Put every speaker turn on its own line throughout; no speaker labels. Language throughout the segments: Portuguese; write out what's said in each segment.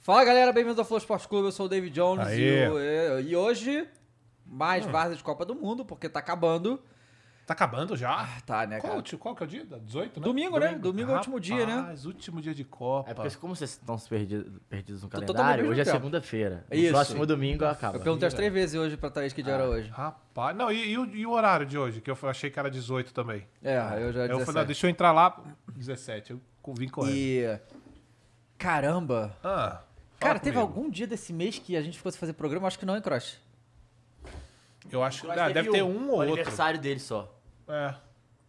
Fala galera, bem-vindos ao Flow Esporte Clube, eu sou o David Jones e,
Aê. Hum.
o- e- e hoje mais várzea de Copa do Mundo, porque tá acabando.
Tá acabando já?
Tá, né,
Qual,
cara?
tio, qual que é o dia? 18, né?
Domingo, né? Domingo é o último dia, né?
Rapaz, último dia de Copa.
É porque como vocês estão perdidos, perdidos no
todo
calendário,
mundo
hoje é
junto, é.
segunda-feira.
Isso.
O próximo domingo acaba.
Eu perguntei as três vezes hoje pra Thaís que dia
Ah.
era hoje.
Rapaz, não, e, e o, e o horário de hoje? Que eu achei que era 18 também.
É, eu já
Aí Ah. eu
disse.
falei, não, deixa eu entrar lá. 17, eu co- vim correndo.
E. Caramba!
Ah, fala
Cara, teve
comigo.
algum dia desse mês que a gente ficou sem fazer programa? Acho que não, hein, Cross?
Eu acho que ah, deve ter um ou outro.
aniversário dele só.
É,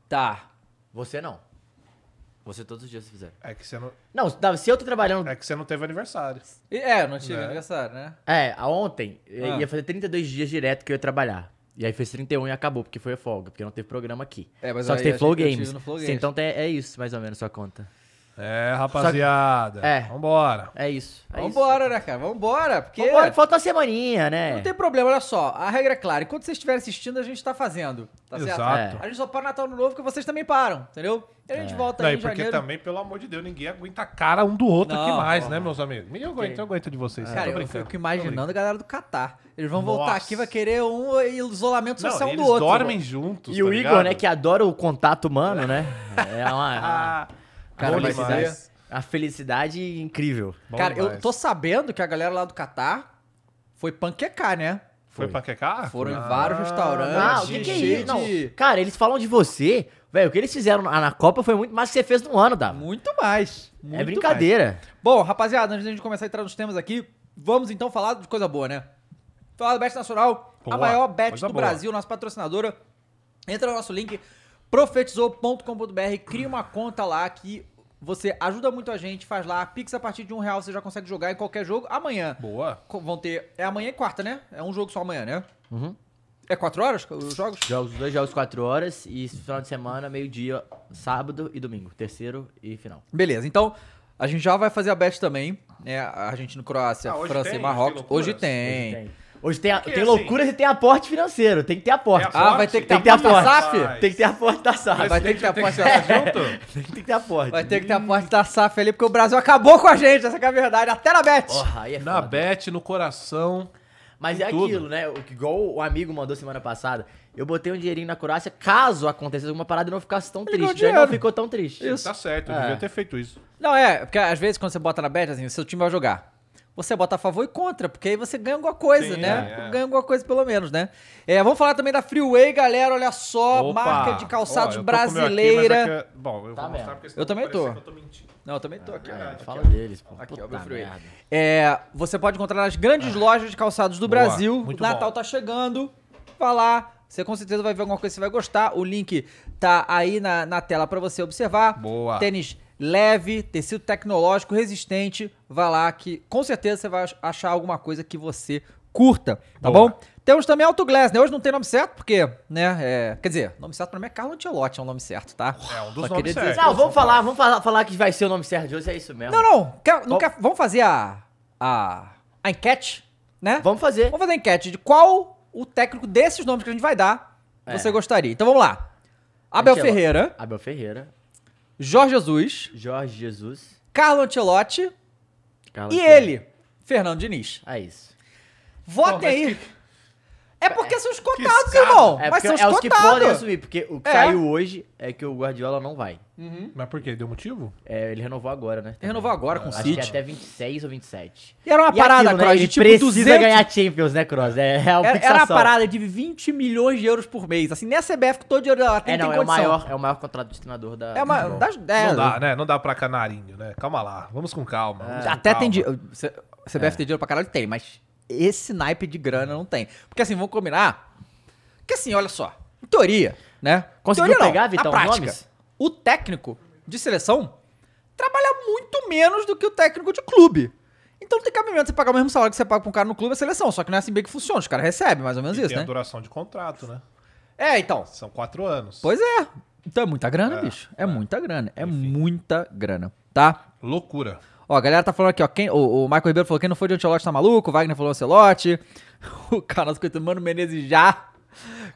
Tá.
Você não. Você todos os dias se fizer.
é que você não,
Não, Davi, se eu tô trabalhando.
é que você não teve aniversário.
E- É, eu não tive
Né?
aniversário, né?
É, a ontem eu
Ah.
ia fazer 32 dias direto que eu ia trabalhar. E aí fez 31 e acabou, porque foi a folga, porque não teve programa aqui.
É, mas
só que
aí
tem
a
Flow
gente- eu tive
Games.
no Flow
Sim,
Games.
então tem- é isso, mais ou menos, sua conta.
É, rapaziada.
É.
Vambora.
É isso. É
Vambora, né, cara? Vambora, porque.
isso. Vambora, que falta uma semaninha, né?
Não tem problema, olha só. A regra é clara. Enquanto vocês estiverem assistindo, a gente tá fazendo. Tá certo?
Exato.
A gente só para Natal no Novo, porque vocês também param, entendeu? E a gente volta
Não,
aí
e
Tá em
porque
janeiro.
também, pelo amor de Deus, ninguém aguenta a cara um do outro aqui
Não, É.
mais, né, meus amigos? Ninguém aguenta, eu aguento de vocês.
Cara,
tô
eu
brincando.
fico imaginando a galera do Catar. Eles vão voltar
Nossa.
aqui, vai querer um isolamento
Não,
social um
eles
do outro.
dormem juntos.
E o
tá
Igor,
ligado?
né, que adora o contato humano, né? É uma,
Ah,
cara,
bom
vai ser-
demais.
uma felicidade incrível.
Bom
é Cara, eu
demais.
tô sabendo que a galera lá do Catar foi panquecar, né?
Foi panquecar?
Foram em vários restaurantes.
Ah, o
de-
que, que é
cheio
isso? Não,
de-
cara, eles falam de você. Velho, o que eles fizeram na na Copa foi muito mais que você fez no ano, Dava.
Muito mais. Muito
É brincadeira.
mais. Bom, rapaziada, antes da gente começar a entrar nos temas aqui, vamos então falar de coisa boa, né? Falar da Bet Nacional, a
Boa,
maior bet
coisa
do
boa.
Brasil, nossa patrocinadora. Entra no nosso link, profetizou.com.br, cria uma conta lá que você ajuda muito a gente, faz lá, pix a partir de um real, você já consegue jogar em qualquer jogo amanhã.
Boa.
co- Vão ter. É amanhã e quarta, né? É um jogo só amanhã, né?
Uhum.
É quatro horas os jogos?
Jogos, dois jogos, quatro horas. E esse final de semana, meio-dia, sábado e domingo. Terceiro e final.
Beleza, então a gente já vai fazer a bet também. Né? Argentina, Croácia,
Ah, hoje
França
tem?
e Marrocos. Hoje
Hoje
tem.
Hoje tem. Hoje tem, a-
Porque,
tem
assim,
loucuras e tem aporte financeiro. Tem que ter
Tem
aporte.
aporte?
Ah, vai ter que ter
Tem que ter
aposta da
aposta.
SAF?
Tem que ter aporte da
Ah, vai
SAF.
ter que ter
Tem que
aposta
ser
da
junto?
Tem que ter aporte.
Vai ter que ter a parte da SAF ali, porque o Brasil acabou com a gente, essa que é a verdade, até na bet.
Porra, aí é
Na
foda.
bet, no coração.
Mas
Em
é
tudo.
aquilo, né? O que igual o amigo mandou semana passada. Eu botei um dinheirinho na Croácia caso acontecesse alguma parada e não ficasse tão
ganhou
triste. Daí
dinheiro.
não ficou tão triste.
Isso.
Tá certo, eu
É.
devia ter feito isso.
Não, é, porque às vezes quando você bota na bet, assim, o seu time vai jogar. Você bota a favor e contra, porque aí você ganha alguma coisa,
Sim,
né?
é, é.
Ganha alguma coisa pelo menos, né? É, vamos falar também da Freeway, galera, olha só,
Opa!
marca de calçados
Ó, eu tô com o meu aqui,
brasileira.
mas é que- Bom, eu
Tá
vou mostrar
mesmo.
porque senão
Eu também
vai parecer
tô.
que eu mentindo.
Não, eu também tô aqui.
É,
cara.
fala deles, pô.
Aqui, ó,
Puta
meu freeway.
merda.
É, você pode encontrar nas grandes lojas de calçados do
Ah. Boa,
Brasil.
muito
Natal
bom.
tá chegando. Vá lá. Você com certeza vai ver alguma coisa que você vai gostar. O link tá aí na, na tela pra você observar.
Boa.
Tênis leve, tecido tecnológico, resistente. Vá lá que com certeza você vai achar alguma coisa que você curta, tá
Boa.
bom? Temos também Auto Glass, né? Hoje não tem nome certo, porque, né? é, quer dizer, nome certo pra mim é Carlo Ancelotti, é um nome certo, tá?
É, um dos
Só
nomes
queria dizer-
certos.
Não, vamos falar, vamos falar, falar que vai ser o nome certo de hoje, é isso mesmo.
Não, não. quer- não
Bom.
quer- vamos fazer a, a, a enquete, né?
Vamos fazer.
Vamos fazer a enquete de qual o técnico desses nomes que a gente vai dar
É.
você gostaria. Então vamos lá. Abel
Ancelotti.
Ferreira,
Abel Ferreira,
Jorge Jesus,
Jorge Jesus.
Carlo Ancelotti
Carlos
e
Ferreira.
ele, Fernando Diniz.
É isso.
Votem
Pô, mas
aí. É porque são os cotados,
escada.
irmão.
É,
mas
porque
são
é
os
os que podem
cotados.
assumir, porque o que
É.
saiu hoje é que o Guardiola não vai.
Mas por quê? Deu motivo?
É, ele renovou agora, né?
Uhum. Ele renovou agora com o
Acho que é
City.
até 26 ou 27.
E era uma
E
parada,
aquilo, né?
Cross, de
Ele
tipo
precisa
200...
ganhar Champions, né, Cross? É, é
Era,
uma
era uma
fixação.
parada de 20 milhões de euros por mês. Assim, nem a CBF ficou todo de olho lá. Tem,
É, não,
tem
é o,
condição.
maior, é o maior contrato de treinador da...
É uma...
Bom,
das- é,
Não dá, né? Não dá pra canarinho, né? Calma lá. Vamos com calma. vamos com
É. Até tem
calma. É.
dinheiro. CBF tem dinheiro pra caralho? Tem, mas esse naipe de grana não tem. Porque assim, vamos combinar. Que assim, olha só. Em teoria, né?
Conseguiu
teoria,
pegar,
na
Vitão,
prática,
nomes?
O técnico de seleção trabalha muito menos do que o técnico de clube. Então não tem cabimento você pagar o mesmo salário que você paga pra um cara no clube é seleção. Só que não é assim bem que funciona. Os caras recebem mais ou menos
E
isso,
tem a
né?
duração de contrato, né?
É, então.
São quatro anos.
Pois é. Então é muita grana,
É,
bicho. É,
é.
muita grana. É
Enfim.
muita grana, tá?
Loucura.
Ó, a galera tá falando aqui, ó. Quem, o, o Michael Ribeiro falou: quem não foi de Ancelotti tá maluco. O Wagner falou Ancelotti. O cara, nosso coitado, Mano Menezes já.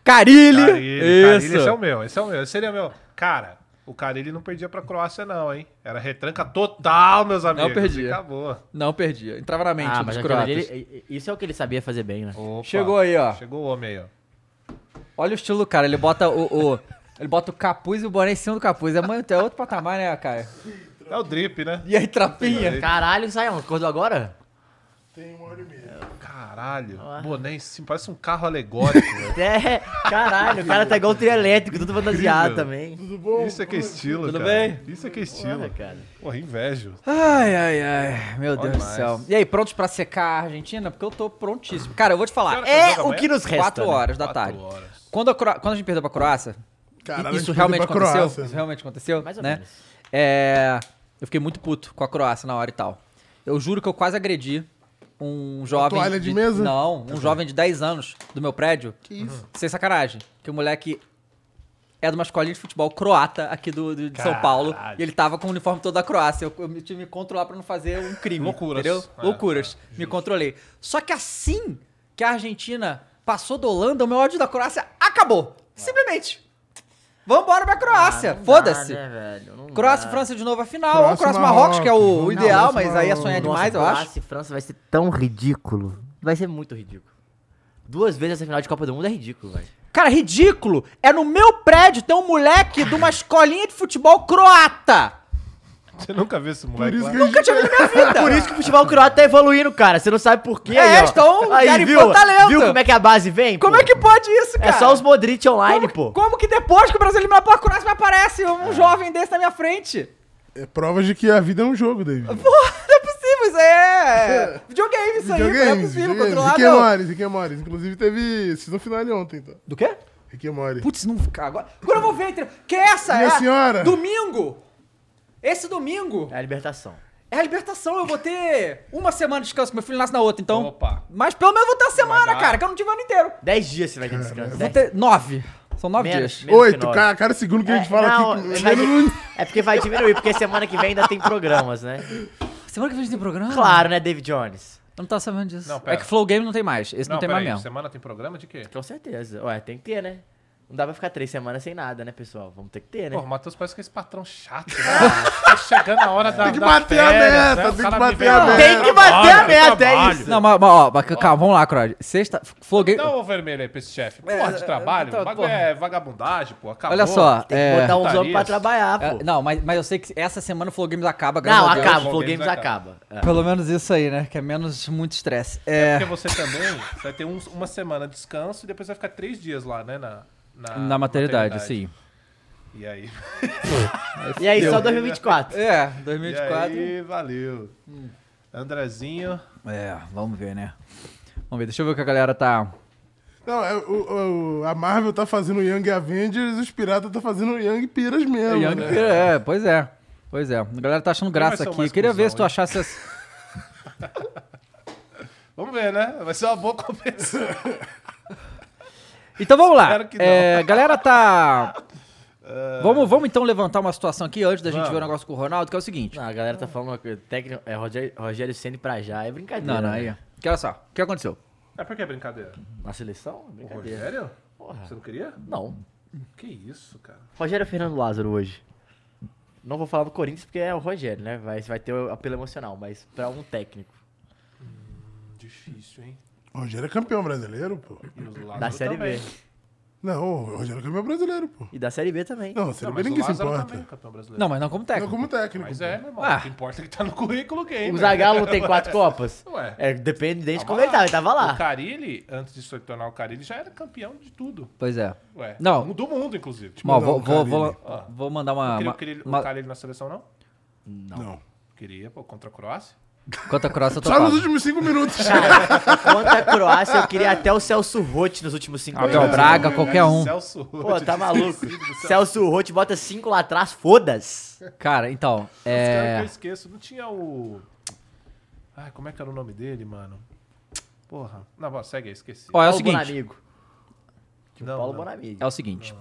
Carilli.
Carilli, Carilli,
Isso.
é esse é o meu, esse é o meu. Esse seria o meu. Cara, O Carilli não perdia pra Croácia, não, hein? Era retranca total, meus amigos.
perdia.
Acabou.
Não perdia. Entrava na mente um
Ah, mas
dos
aquilo
croatas.
ali, ele- isso é o que ele sabia fazer bem, né?
Opa.
Chegou aí, ó.
Chegou o homem aí, ó.
Olha o estilo do cara. Ele bota o, o- ele bota o capuz e o boné em cima do capuz. É, muito- é outro patamar, né, cara?
É o drip, né?
E aí, trapinha?
Caralho, Saião, acordou agora?
Tem uma hora e meia.
Caralho. Boné em cima. Parece um carro alegórico, né? velho.
É, caralho, o cara tá igual o trio elétrico, tudo fantasiado também.
Tudo bom?
Isso é que é estilo,
Tudo
cara.
bem?
Isso é que é estilo.
Porra, cara.
Porra, invejo.
Ai, ai, ai. Meu Deus do
mais.
céu. E aí, prontos pra secar a Argentina? Porque eu tô prontíssimo. Cara, eu vou te falar.
Que horas
É
que joga
o
amanhã?
que nos resta. 4
né?
horas da
Quatro
tarde.
horas.
Quando a, Cro- Quando a gente perdeu pra Croácia,
Caralho,
isso
a gente
realmente
perdeu pra
aconteceu?
Croácia.
Isso realmente aconteceu,
Mais ou
né?
menos.
É, eu fiquei muito puto com a Croácia na hora e tal. Eu juro que eu quase agredi um jovem...
toalha de mesa?
Não, um jovem de 10 anos do meu prédio. Uhum.
Que isso?
Sem sacanagem. Que o moleque é de uma escolinha de futebol croata aqui do, do- de São
Caralho.
Paulo. E ele tava com o uniforme todo da Croácia. Eu, eu tive que me controlar pra não fazer um crime.
Loucuras.
Entendeu?
É,
Loucuras. me controlei. Só que assim que a Argentina passou da Holanda, o meu ódio da Croácia acabou. Simplesmente. Vambora pra
É. Ah,
Croácia.
não
Foda-se.
dá, né, velho? Não
Croácia e
dá.
França de novo a final.
Croácia
Ou Croácia
e
e Marrocos,
Marrocos.
que é o
Não,
ideal,
Croácia e
mas aí é sonhar
Marrocos.
demais, eu
Croácia
acho.
e França vai ser tão ridículo. Vai ser muito ridículo. Duas vezes essa final de Copa do Mundo é ridículo, velho.
Cara, ridículo! É no meu prédio, tem um moleque de uma escolinha de futebol croata!
Você nunca viu esse
Por
moleque
isso
lá?
que a gente...
Nunca tinha visto na minha vida!
Por isso que o futebol croata tá evoluindo, cara. Você não sabe por quê.
É,
aí, ó.
estão
aí,
garimpando
viu?
talento.
Viu como é que é a base vem?
Como
pô?
é que pode isso, cara?
É só os Modric online,
como,
pô. É.
Como que depois que o Brasil eliminar a Croácia me aparece um jovem desse na minha frente?
É prova de que a vida é um jogo, David.
Porra, não é possível, isso é... é videogame isso aí, pô, não é
Videogames,
possível,
videogames.
controlar
Rick and
não.
Morty, Rick and Morty. Inclusive teve season finale ontem, tá?
Do quê?
Rick and Morty.
Putz, não... Agora, agora eu vou ver, entendeu? que essa
Minha
é...
senhora.
Domingo! Esse domingo
É a libertação.
é a libertação, eu vou ter uma semana de descanso, meu filho nasce na outra, então...
Opa.
Mas pelo menos eu vou ter uma semana,
dar.
cara, que eu não tive o ano inteiro.
Dez dias você vai ter descanso.
Vou
Dez-
ter nove. São nove
Menos,
dias.
menos que
Oito,
nove.
cara, cada segundo que a gente
É,
fala
não,
aqui...
vai-
menos-
É porque vai diminuir, porque semana que vem ainda tem programas, né?
Semana que vem a gente tem programa?
Claro, né, David Jones?
Eu não tava sabendo disso.
Não, pera.
é que Flow Game não tem mais. Esse é não, tem
pera
mais
aí,
mesmo.
Semana tem programa de quê?
Com certeza. Ué, tem que ter, né? Não dá pra ficar três semanas sem nada, né, pessoal? Vamos ter que ter, né?
Pô, o Matheus parece que é esse patrão chato, né? tá chegando a hora da.
Tem que
da
bater a
férias,
meta,
né? O
tem
cara
que
me
bater
vem-
a
Não,
meta.
Tem que bater a
trabalho,
meta, é
trabalho.
isso.
Não, mas, mas, ó, mas calma, vamos lá, Crod. Sexta. Flow Game.
Dá o vermelho aí pra esse chefe.
É,
Porra, de trabalho.
então,
o bagulho
porra.
é vagabundagem, pô. Acabou.
Olha só.
Tem
é,
que botar uns homens
putarias.
pra trabalhar,
é,
pô.
não, mas, mas eu sei que essa semana o Flow Games acaba, graças
Ah, Não,
a Deus.
acaba, o Flow
Flow
Games
Games
acaba. É.
Pelo menos isso aí, né? Que é menos muito estresse. É.
Porque você também você vai ter um- uma semana de descanso e depois vai ficar três dias lá, né? Na, na,
Na é maternidade, sim.
E aí?
É. E aí, só 2024.
É,
E
2024.
aí, valeu. Andrezinho.
É, vamos ver, né? Vamos ver, deixa eu ver o que a galera tá.
Não, é, o- o- a Marvel tá fazendo Young Avengers, os piratas tá fazendo Young Piras mesmo,
Young
né?
Peter, é, pois é. Pois é. A galera tá achando graça
vai ser o
aqui.
mais
Queria ver
cuzão,
se tu
hein?
achasse. essa-
Vamos ver, né? Vai ser uma boa compensação.
Então vamos lá.
Espero que
É, galera tá.
Ah.
Vamos, vamos então levantar uma situação aqui antes da gente
Vamos.
ver o negócio com o Ronaldo, que é o seguinte.
Não, a galera tá falando que o técnico é Rogério, Rogério Ceni pra já, é brincadeira.
Não, não, aí.
né?
Que olha só, o que aconteceu?
É porque é brincadeira.
Na seleção, é
O
brincadeira. Ah.
Rogério?
Porra.
Você não queria?
Não.
Que isso, cara.
Rogério é Fernando Lázaro hoje. Não vou falar do Corinthians porque é o Rogério, né? Vai, vai ter o apelo emocional, mas pra um técnico.
Difícil, hein?
O Rogério é campeão brasileiro, pô.
E os Lázaro
Da Série
Ah, também.
B.
Não, o Rogério é campeão brasileiro, pô.
E da Série B também.
Não, você
Não,
não,
mas
vê
o
ninguém se
Lázaro
importa.
também é campeão brasileiro.
Não, mas não como
Não
técnico.
como técnico.
Mas
pô.
é, meu irmão.
Ah.
O que importa é que tá no currículo game.
O Zagallo tem quatro copas?
Ué.
É, depende de
Tava
comentar,
lá.
ele tava lá.
Tá Ah, O Carilli, antes de se tornar o Carilli, já era campeão de tudo.
Pois é.
Ué,
Não. Ah,
Do mundo, inclusive. Tipo,
Bom,
mandar
vou, vou,
um Carille.
vou,
Ó.
vou mandar uma. uma,
queria o Carilli, o
uma-
Carilli na seleção, não?
Não.
Queria, pô, contra a Croácia.
Conta a Croácia, eu tô
Só nos
falando.
últimos cinco minutos.
Tá.
Contra a Croácia, eu queria até o Celso Rotti nos últimos cinco
Abel
anos.
Braga, qualquer um.
Celso
Pô,
Roth,
tá maluco.
esquecido do Celso.
Celso Rotti bota cinco lá atrás, foda-se.
Cara, então.
Esse cara que
É.
eu esqueço, não tinha o... Ai, como é que era o nome dele, mano? Porra. Não, bom, segue aí, esqueci.
Ó, é o
Paulo
seguinte.
Bonamigo. Tipo,
não,
Paulo
não.
Bonamigo.
É o seguinte.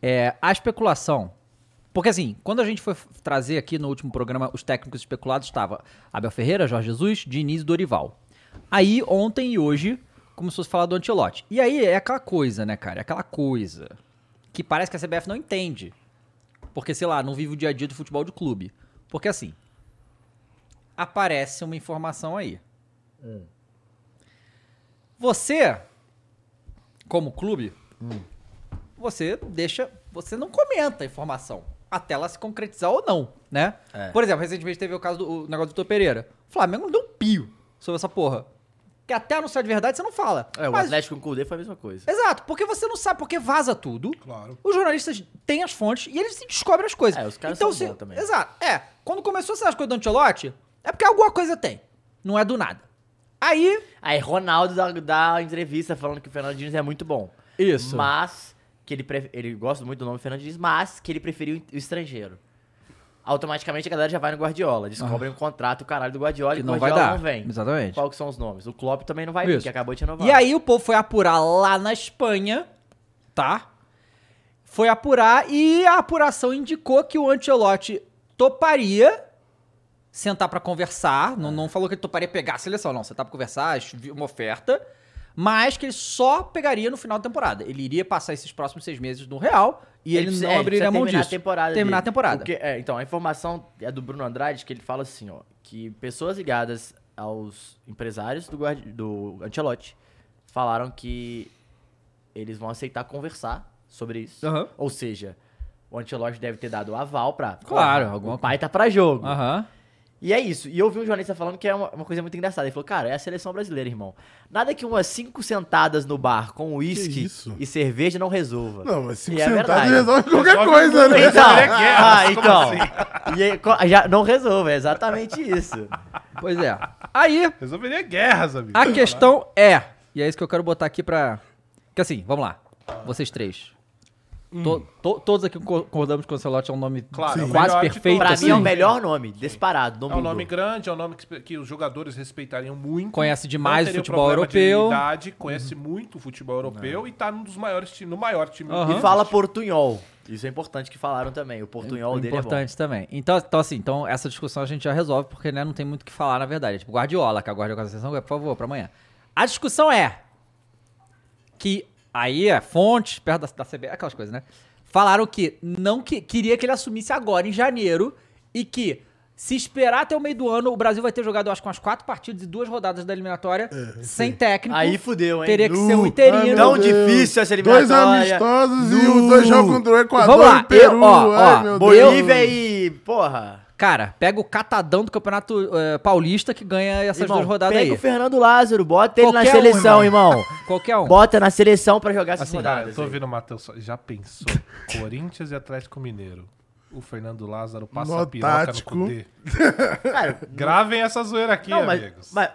É, a especulação. Porque assim, quando a gente foi f- trazer aqui no último programa os técnicos especulados, estava Abel Ferreira, Jorge Jesus, Diniz e Dorival. Aí, ontem e hoje, começou a se falar do Antelote. E aí é aquela coisa, né, cara? É aquela coisa que parece que a CBF não entende. Porque, sei lá, não vive o dia a dia do futebol de clube. Porque assim, aparece uma informação aí.
Hum.
Você, como clube,
Hum.
você deixa. Você não comenta a informação. Até ela se concretizar ou não, né?
É.
Por exemplo, recentemente teve o caso do o negócio do Vitor Pereira. O Flamengo não deu um pio sobre essa porra. Que até anunciar de verdade você não fala.
É, o
Mas-
Atlético com o Kudê foi a mesma coisa.
Exato, porque você não sabe, porque vaza tudo.
Claro.
Os jornalistas têm as fontes e eles descobrem as coisas. Então,
É, os caras são bons também.
Exato. É, quando começou essas coisas do Antelote, é porque alguma coisa tem. Não é do nada. Aí.
Aí Ronaldo dá, dá entrevista falando que o Fernando Diniz é muito bom.
Isso.
Mas que ele, pref- ele gosta muito do nome Fernando Diniz, mas que ele preferiu o estrangeiro. Automaticamente a galera já vai no Guardiola, descobrem um contrato, o caralho do Guardiola
Ah. Que
e o
não vai
Guardiola
dar.
não vem.
Exatamente.
Qual que são os nomes? O Klopp também não vai vir,
Isso.
porque acabou de renovar.
E aí o povo foi apurar lá na Espanha, tá? Foi apurar e a apuração indicou que o Ancelotti toparia sentar pra conversar, não, não falou que ele toparia pegar a seleção, não, sentar pra conversar, acho- vi uma oferta, mas que ele só pegaria no final da temporada. Ele iria passar esses próximos seis meses no Real e ele,
precisa-
não
é,
abriria
precisa
mão
terminar
disso.
A temporada
terminar a
dele.
temporada.
O que- é, então, a informação é do Bruno Andrade que ele fala assim, ó, que pessoas ligadas aos empresários do, Guardi- do Ancelotti falaram que eles vão aceitar conversar sobre isso.
Aham.
Ou seja, o Ancelotti deve ter dado o aval pra...
Claro,
"Porra,
alguma
O pai tá pra jogo.
Aham.
E é isso. E eu vi um jornalista falando que é uma, uma coisa muito engraçada. Ele falou, cara, é a seleção brasileira, irmão. Nada que umas cinco sentadas no bar com uísque
isso?
e cerveja não resolva.
Não, mas 5
E é
centavos
verdade.
resolve qualquer
Resolve assim?
coisa,
tudo.
né?
Então,
Então,
guerra,
ah, então. E aí, co- já não resolve, é exatamente isso.
Pois é. Aí,
Resolveria guerras, amigo.
A questão é, e é isso que eu quero botar aqui pra. Que assim, vamos lá. Vocês três. To- to- todos aqui co- concordamos que o Ancelotti é um nome
Hum. Claro,
assim,
é o
quase
melhor de
perfeito.
Pra
assim.
mim é o melhor nome, disparado,
É
no
um
mundo.
nome grande, é um nome que, que os jogadores respeitariam muito.
Conhece demais
Não
o
teria
futebol
problema
europeu. Uhum.
De idade, conhece muito o futebol europeu e tá num dos maiores ti- no maior time.
Aham.
do
E fala portunhol. Isso é importante que falaram também. O portunhol dele é
Importante também. Então, então, assim, então essa discussão a gente já resolve, porque né, não tem muito o que falar, na verdade. É tipo, Guardiola, que a Guardiola da Seleção, por favor, pra amanhã. A discussão é que aí é fontes perto da, da CB, aquelas coisas, né? Falaram que não que, queria que ele assumisse agora, em janeiro, e que se esperar até o meio do ano, o Brasil vai ter jogado, eu acho, com as quatro partidas e duas rodadas da eliminatória sem técnico.
bom. Aí fudeu, hein? ah,
Teria que ser
Nu.
um interino.
Ai, meu
Tão
Deus.
difícil essa
Dois
eliminatória.
amistosos e
Nu.
os dois jogos contra o Equador
Vamos lá,
e Peru.
eu- ó, ó,
Ai, meu
Bolívia
Deus.
e... Porra.
Cara, pega o catadão do Campeonato eh, Paulista que ganha essas
Irmão,
duas rodadas
pega
aí.
o Fernando Lázaro, bota ele
Qualquer
na
um,
seleção,
irmão.
irmão.
Qualquer um.
Bota na seleção pra jogar essas
Assim,
Cara,
rodadas.
eu tô
aí.
ouvindo o Matheus. só- Já pensou? Corinthians e Atlético Mineiro. O Fernando Lázaro passa
No
a piroca
tático.
no Cudê.
Cara,
Gravem essa zoeira aqui,
Não, mas,
amigos.
mas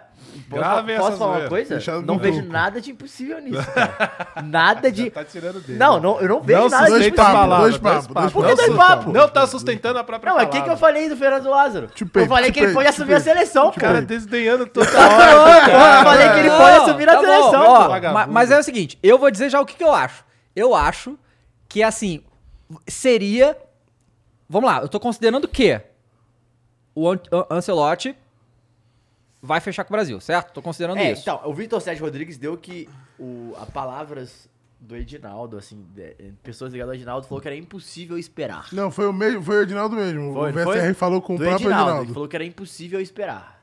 Grave
posso,
essa
posso falar uma
zoeira.
coisa?
Deixa no
não vejo
grupo.
nada de impossível nisso. Cara. Nada de.
Tá tirando dele.
Não, não, eu não vejo
Não
nada de
Dois
suspeita a
impossível.
papos,
palavra,
dois
dois
papos, dois
papos.
papos.
Por que dois papos?
Não tá sustentando a própria
Não, é o que,
palavra.
que eu falei do Fernando Lázaro?
Chupei,
eu falei que ele
chupei,
pode assumir a
chupei,
seleção,
O cara
cara.
Tipo, desdenhando toda hora.
Eu falei que ele
Não,
pode assumir a
tá bom,
seleção.
ó,
pô.
ma- mas,
vagabundo.
é o seguinte, eu vou dizer já o que, que eu acho. Eu acho que, assim, seria... Vamos lá, eu tô considerando que o An An- Ancelotti vai fechar com o Brasil, certo? Tô considerando
É,
isso.
então, o Vitor Sérgio Rodrigues deu que o, a palavras do Edinaldo, assim, de- pessoas ligadas ao Edinaldo, falou que era impossível esperar.
Não, foi o, mesmo, foi o Edinaldo mesmo.
Foi,
o
não
VSR
foi?
falou com o
do
próprio
Edinaldo.
Edinaldo.
Ele falou que era impossível esperar.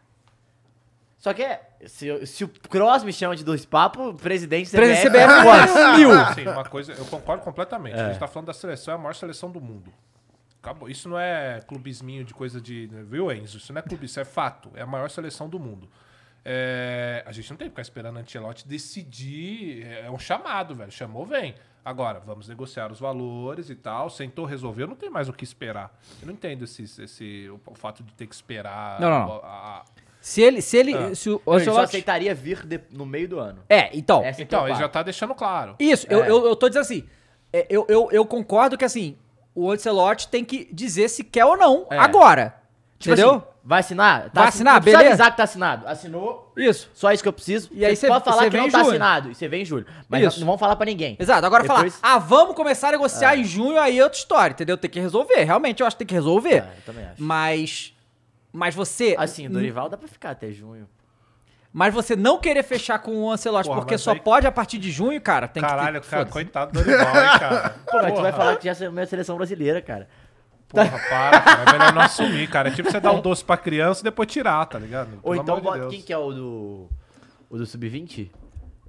Só que, é, se, eu- se o Cross me chama de dois papos, presidente CBF...
Presidente CBF,
Não,
mil.
Assim, uma coisa, eu concordo completamente. A gente tá falando da seleção, é a maior seleção do mundo. Acabou. Isso não é clubisminho de coisa de. Viu, Enzo? Isso não é clubismo, isso é fato. É a maior seleção do mundo. É, a gente não tem que ficar esperando a Ancelotti decidir. É um chamado, velho. Chamou, vem. Agora, vamos negociar os valores e tal. Sentou, resolveu, não tem mais o que esperar. Eu não entendo esse, esse, o, o fato de ter que esperar.
Não, não, não.
a- a-
Se ele... Se ele se o
Ah. Ele só
Ancelotti...
aceitaria vir de- no meio do ano.
É, então...
Essa é
Então,
a
ele já
parte.
tá deixando claro.
Isso, eu,
É.
eu, eu tô dizendo assim, é, eu, eu, eu concordo que, assim, o Ancelotti tem que dizer se quer ou não
É.
agora.
Tipo
entendeu?
assim, vai assinar?
Vai assinar,
não precisa
beleza.
avisar que tá assinado. Assinou,
Isso.
só isso que eu preciso.
E aí cê-
pode falar
cê
que
vem
não
em
tá
julho.
assinado. E você vem em julho. Mas
Isso.
não vão falar pra ninguém.
Exato, agora
Depois-
falar, ah, vamos começar a negociar em junho, aí é outra história, entendeu? Tem que resolver, realmente, eu acho que tem que resolver.
É, eu também acho.
Mas. Mas você.
Assim, o Dorival dá pra ficar até junho.
Mas você não querer fechar com o Ancelotti,
Porra,
porque
mas
só
aí-
pode a partir de junho, cara. Tem
Caralho,
que ter-
cara,
foda-se.
coitado do Dorival, hein, cara.
Pô, mas tu
Porra.
vai falar que já é a minha seleção brasileira, cara.
Porra, para, cara. É melhor não assumir, cara. É tipo você dar um doce pra criança e depois tirar, tá ligado?
Ou
Pelo
então
amor de
bota
Deus.
quem que é o do. O do Sub-20?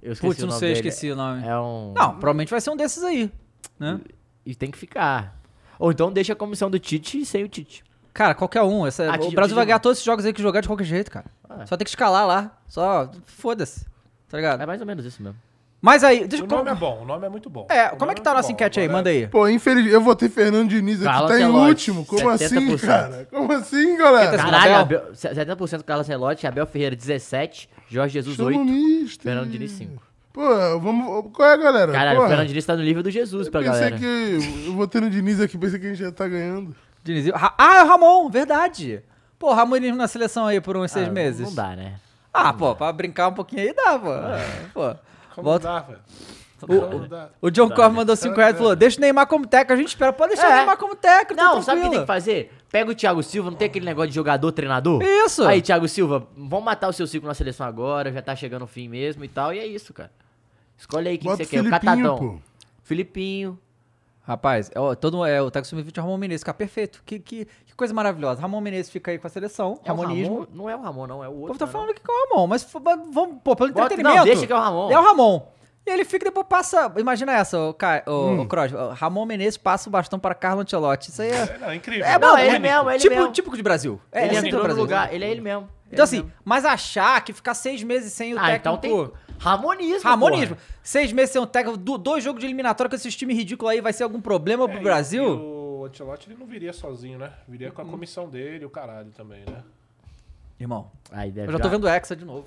Eu esqueci
Putz,
o
não
nome
sei,
dele.
esqueci o nome.
É um. Hum.
Não, provavelmente vai ser um desses aí. Né?
E tem que ficar. Ou então deixa a comissão do Tite sem o Tite.
Cara, qualquer um. Essa-
Ah,
o
Tite-
Brasil vai
Tite-
ganhar todos esses jogos aí que jogar de qualquer jeito, cara.
Ah.
Só tem que escalar lá. Só. Foda-se. Tá ligado?
É mais ou menos isso mesmo.
Mas aí, deixa
O
eu.
nome é
Como...
bom, o nome é muito bom.
É,
O
como é
nome
que tá a nossa
muito bom.
enquete aí?
Agora-
Manda aí.
Pô, infeliz... eu votei Fernando Diniz aqui,
Carlos
tá em
Ancelotti,
último. Como assim,
70%.
cara? Como assim, galera?
Caralho,
Caralho,
Abel.
Abel- 70% Carlos Ancelotti, Abel Ferreira 17, Jorge Jesus 8,
Comunista.
Fernando Diniz 5.
um Pô, vamos. Qual é, galera?
Caralho, o
Porra,
Fernando Diniz tá no nível do Jesus pra
pensei
galera.
que. Eu votei no Diniz aqui, pensei que a gente já tá ganhando.
Diniz. Ra- Ah, é o Ramon, verdade. Pô, Ramonismo na seleção aí por uns seis
Ah,
meses.
Não dá, É. né?
Ah, pô, pra brincar um pouquinho aí dá, pô. pô.
Como
Volta.
dá, velho? Como dá? é?
O John Corman mandou 5 reais e falou: deixa o Neymar como técnico, a gente espera. Pode deixar o
né? É.
Neymar como técnico,
Não, sabe o que tem que
tranquilo.
fazer? Pega o Thiago Silva, não tem aquele negócio de jogador, treinador?
Isso.
Aí, Thiago Silva, vamos matar o seu ciclo na seleção agora, já tá chegando o fim mesmo e tal, e é isso, cara. Escolhe aí quem você
Bota o
quer, o
Filipinho,
Catadão.
pô.
Filipinho.
Rapaz, é, o- todo, é, o técnico sub-20 é o Ramon Menezes, cara, perfeito. Que, que, que coisa maravilhosa. Ramon Menezes fica aí com a seleção,
É o
Ramonismo.
Ramon? Não é o Ramon, não, é o
O
outro.
povo tá
né,
falando que é o Ramon, mas f- mas vamos, pô, pelo
Bota-
entretenimento.
não, deixa que é o Ramon.
É o Ramon. E ele fica e depois passa. Imagina essa, o, Ca- o,
Hum.
o Cross. o Ramon Menezes passa o bastão para Carlo Ancelotti. Isso aí é.
É, não, é incrível.
É,
É,
não,
bom,
é ele mesmo, é ele
tipo,
mesmo.
típico de Brasil. É,
ele
é
entrou no
Brasil.
lugar, ele é ele mesmo. ele
Então, assim,
mesmo.
mas achar que ficar seis meses sem o
ah,
técnico.
então tem. né? Ramonismo.
Ramonismo.
porra.
Seis meses sem o técnico, do- dois jogos de eliminatória com esses times ridículos aí, vai ser algum problema pro
E
Brasil?
o Ancelotti ele não viria sozinho, né? Viria
Uhum.
com a comissão dele, o caralho também, né?
Irmão,
Aí deve
eu já tô vendo o Hexa de novo.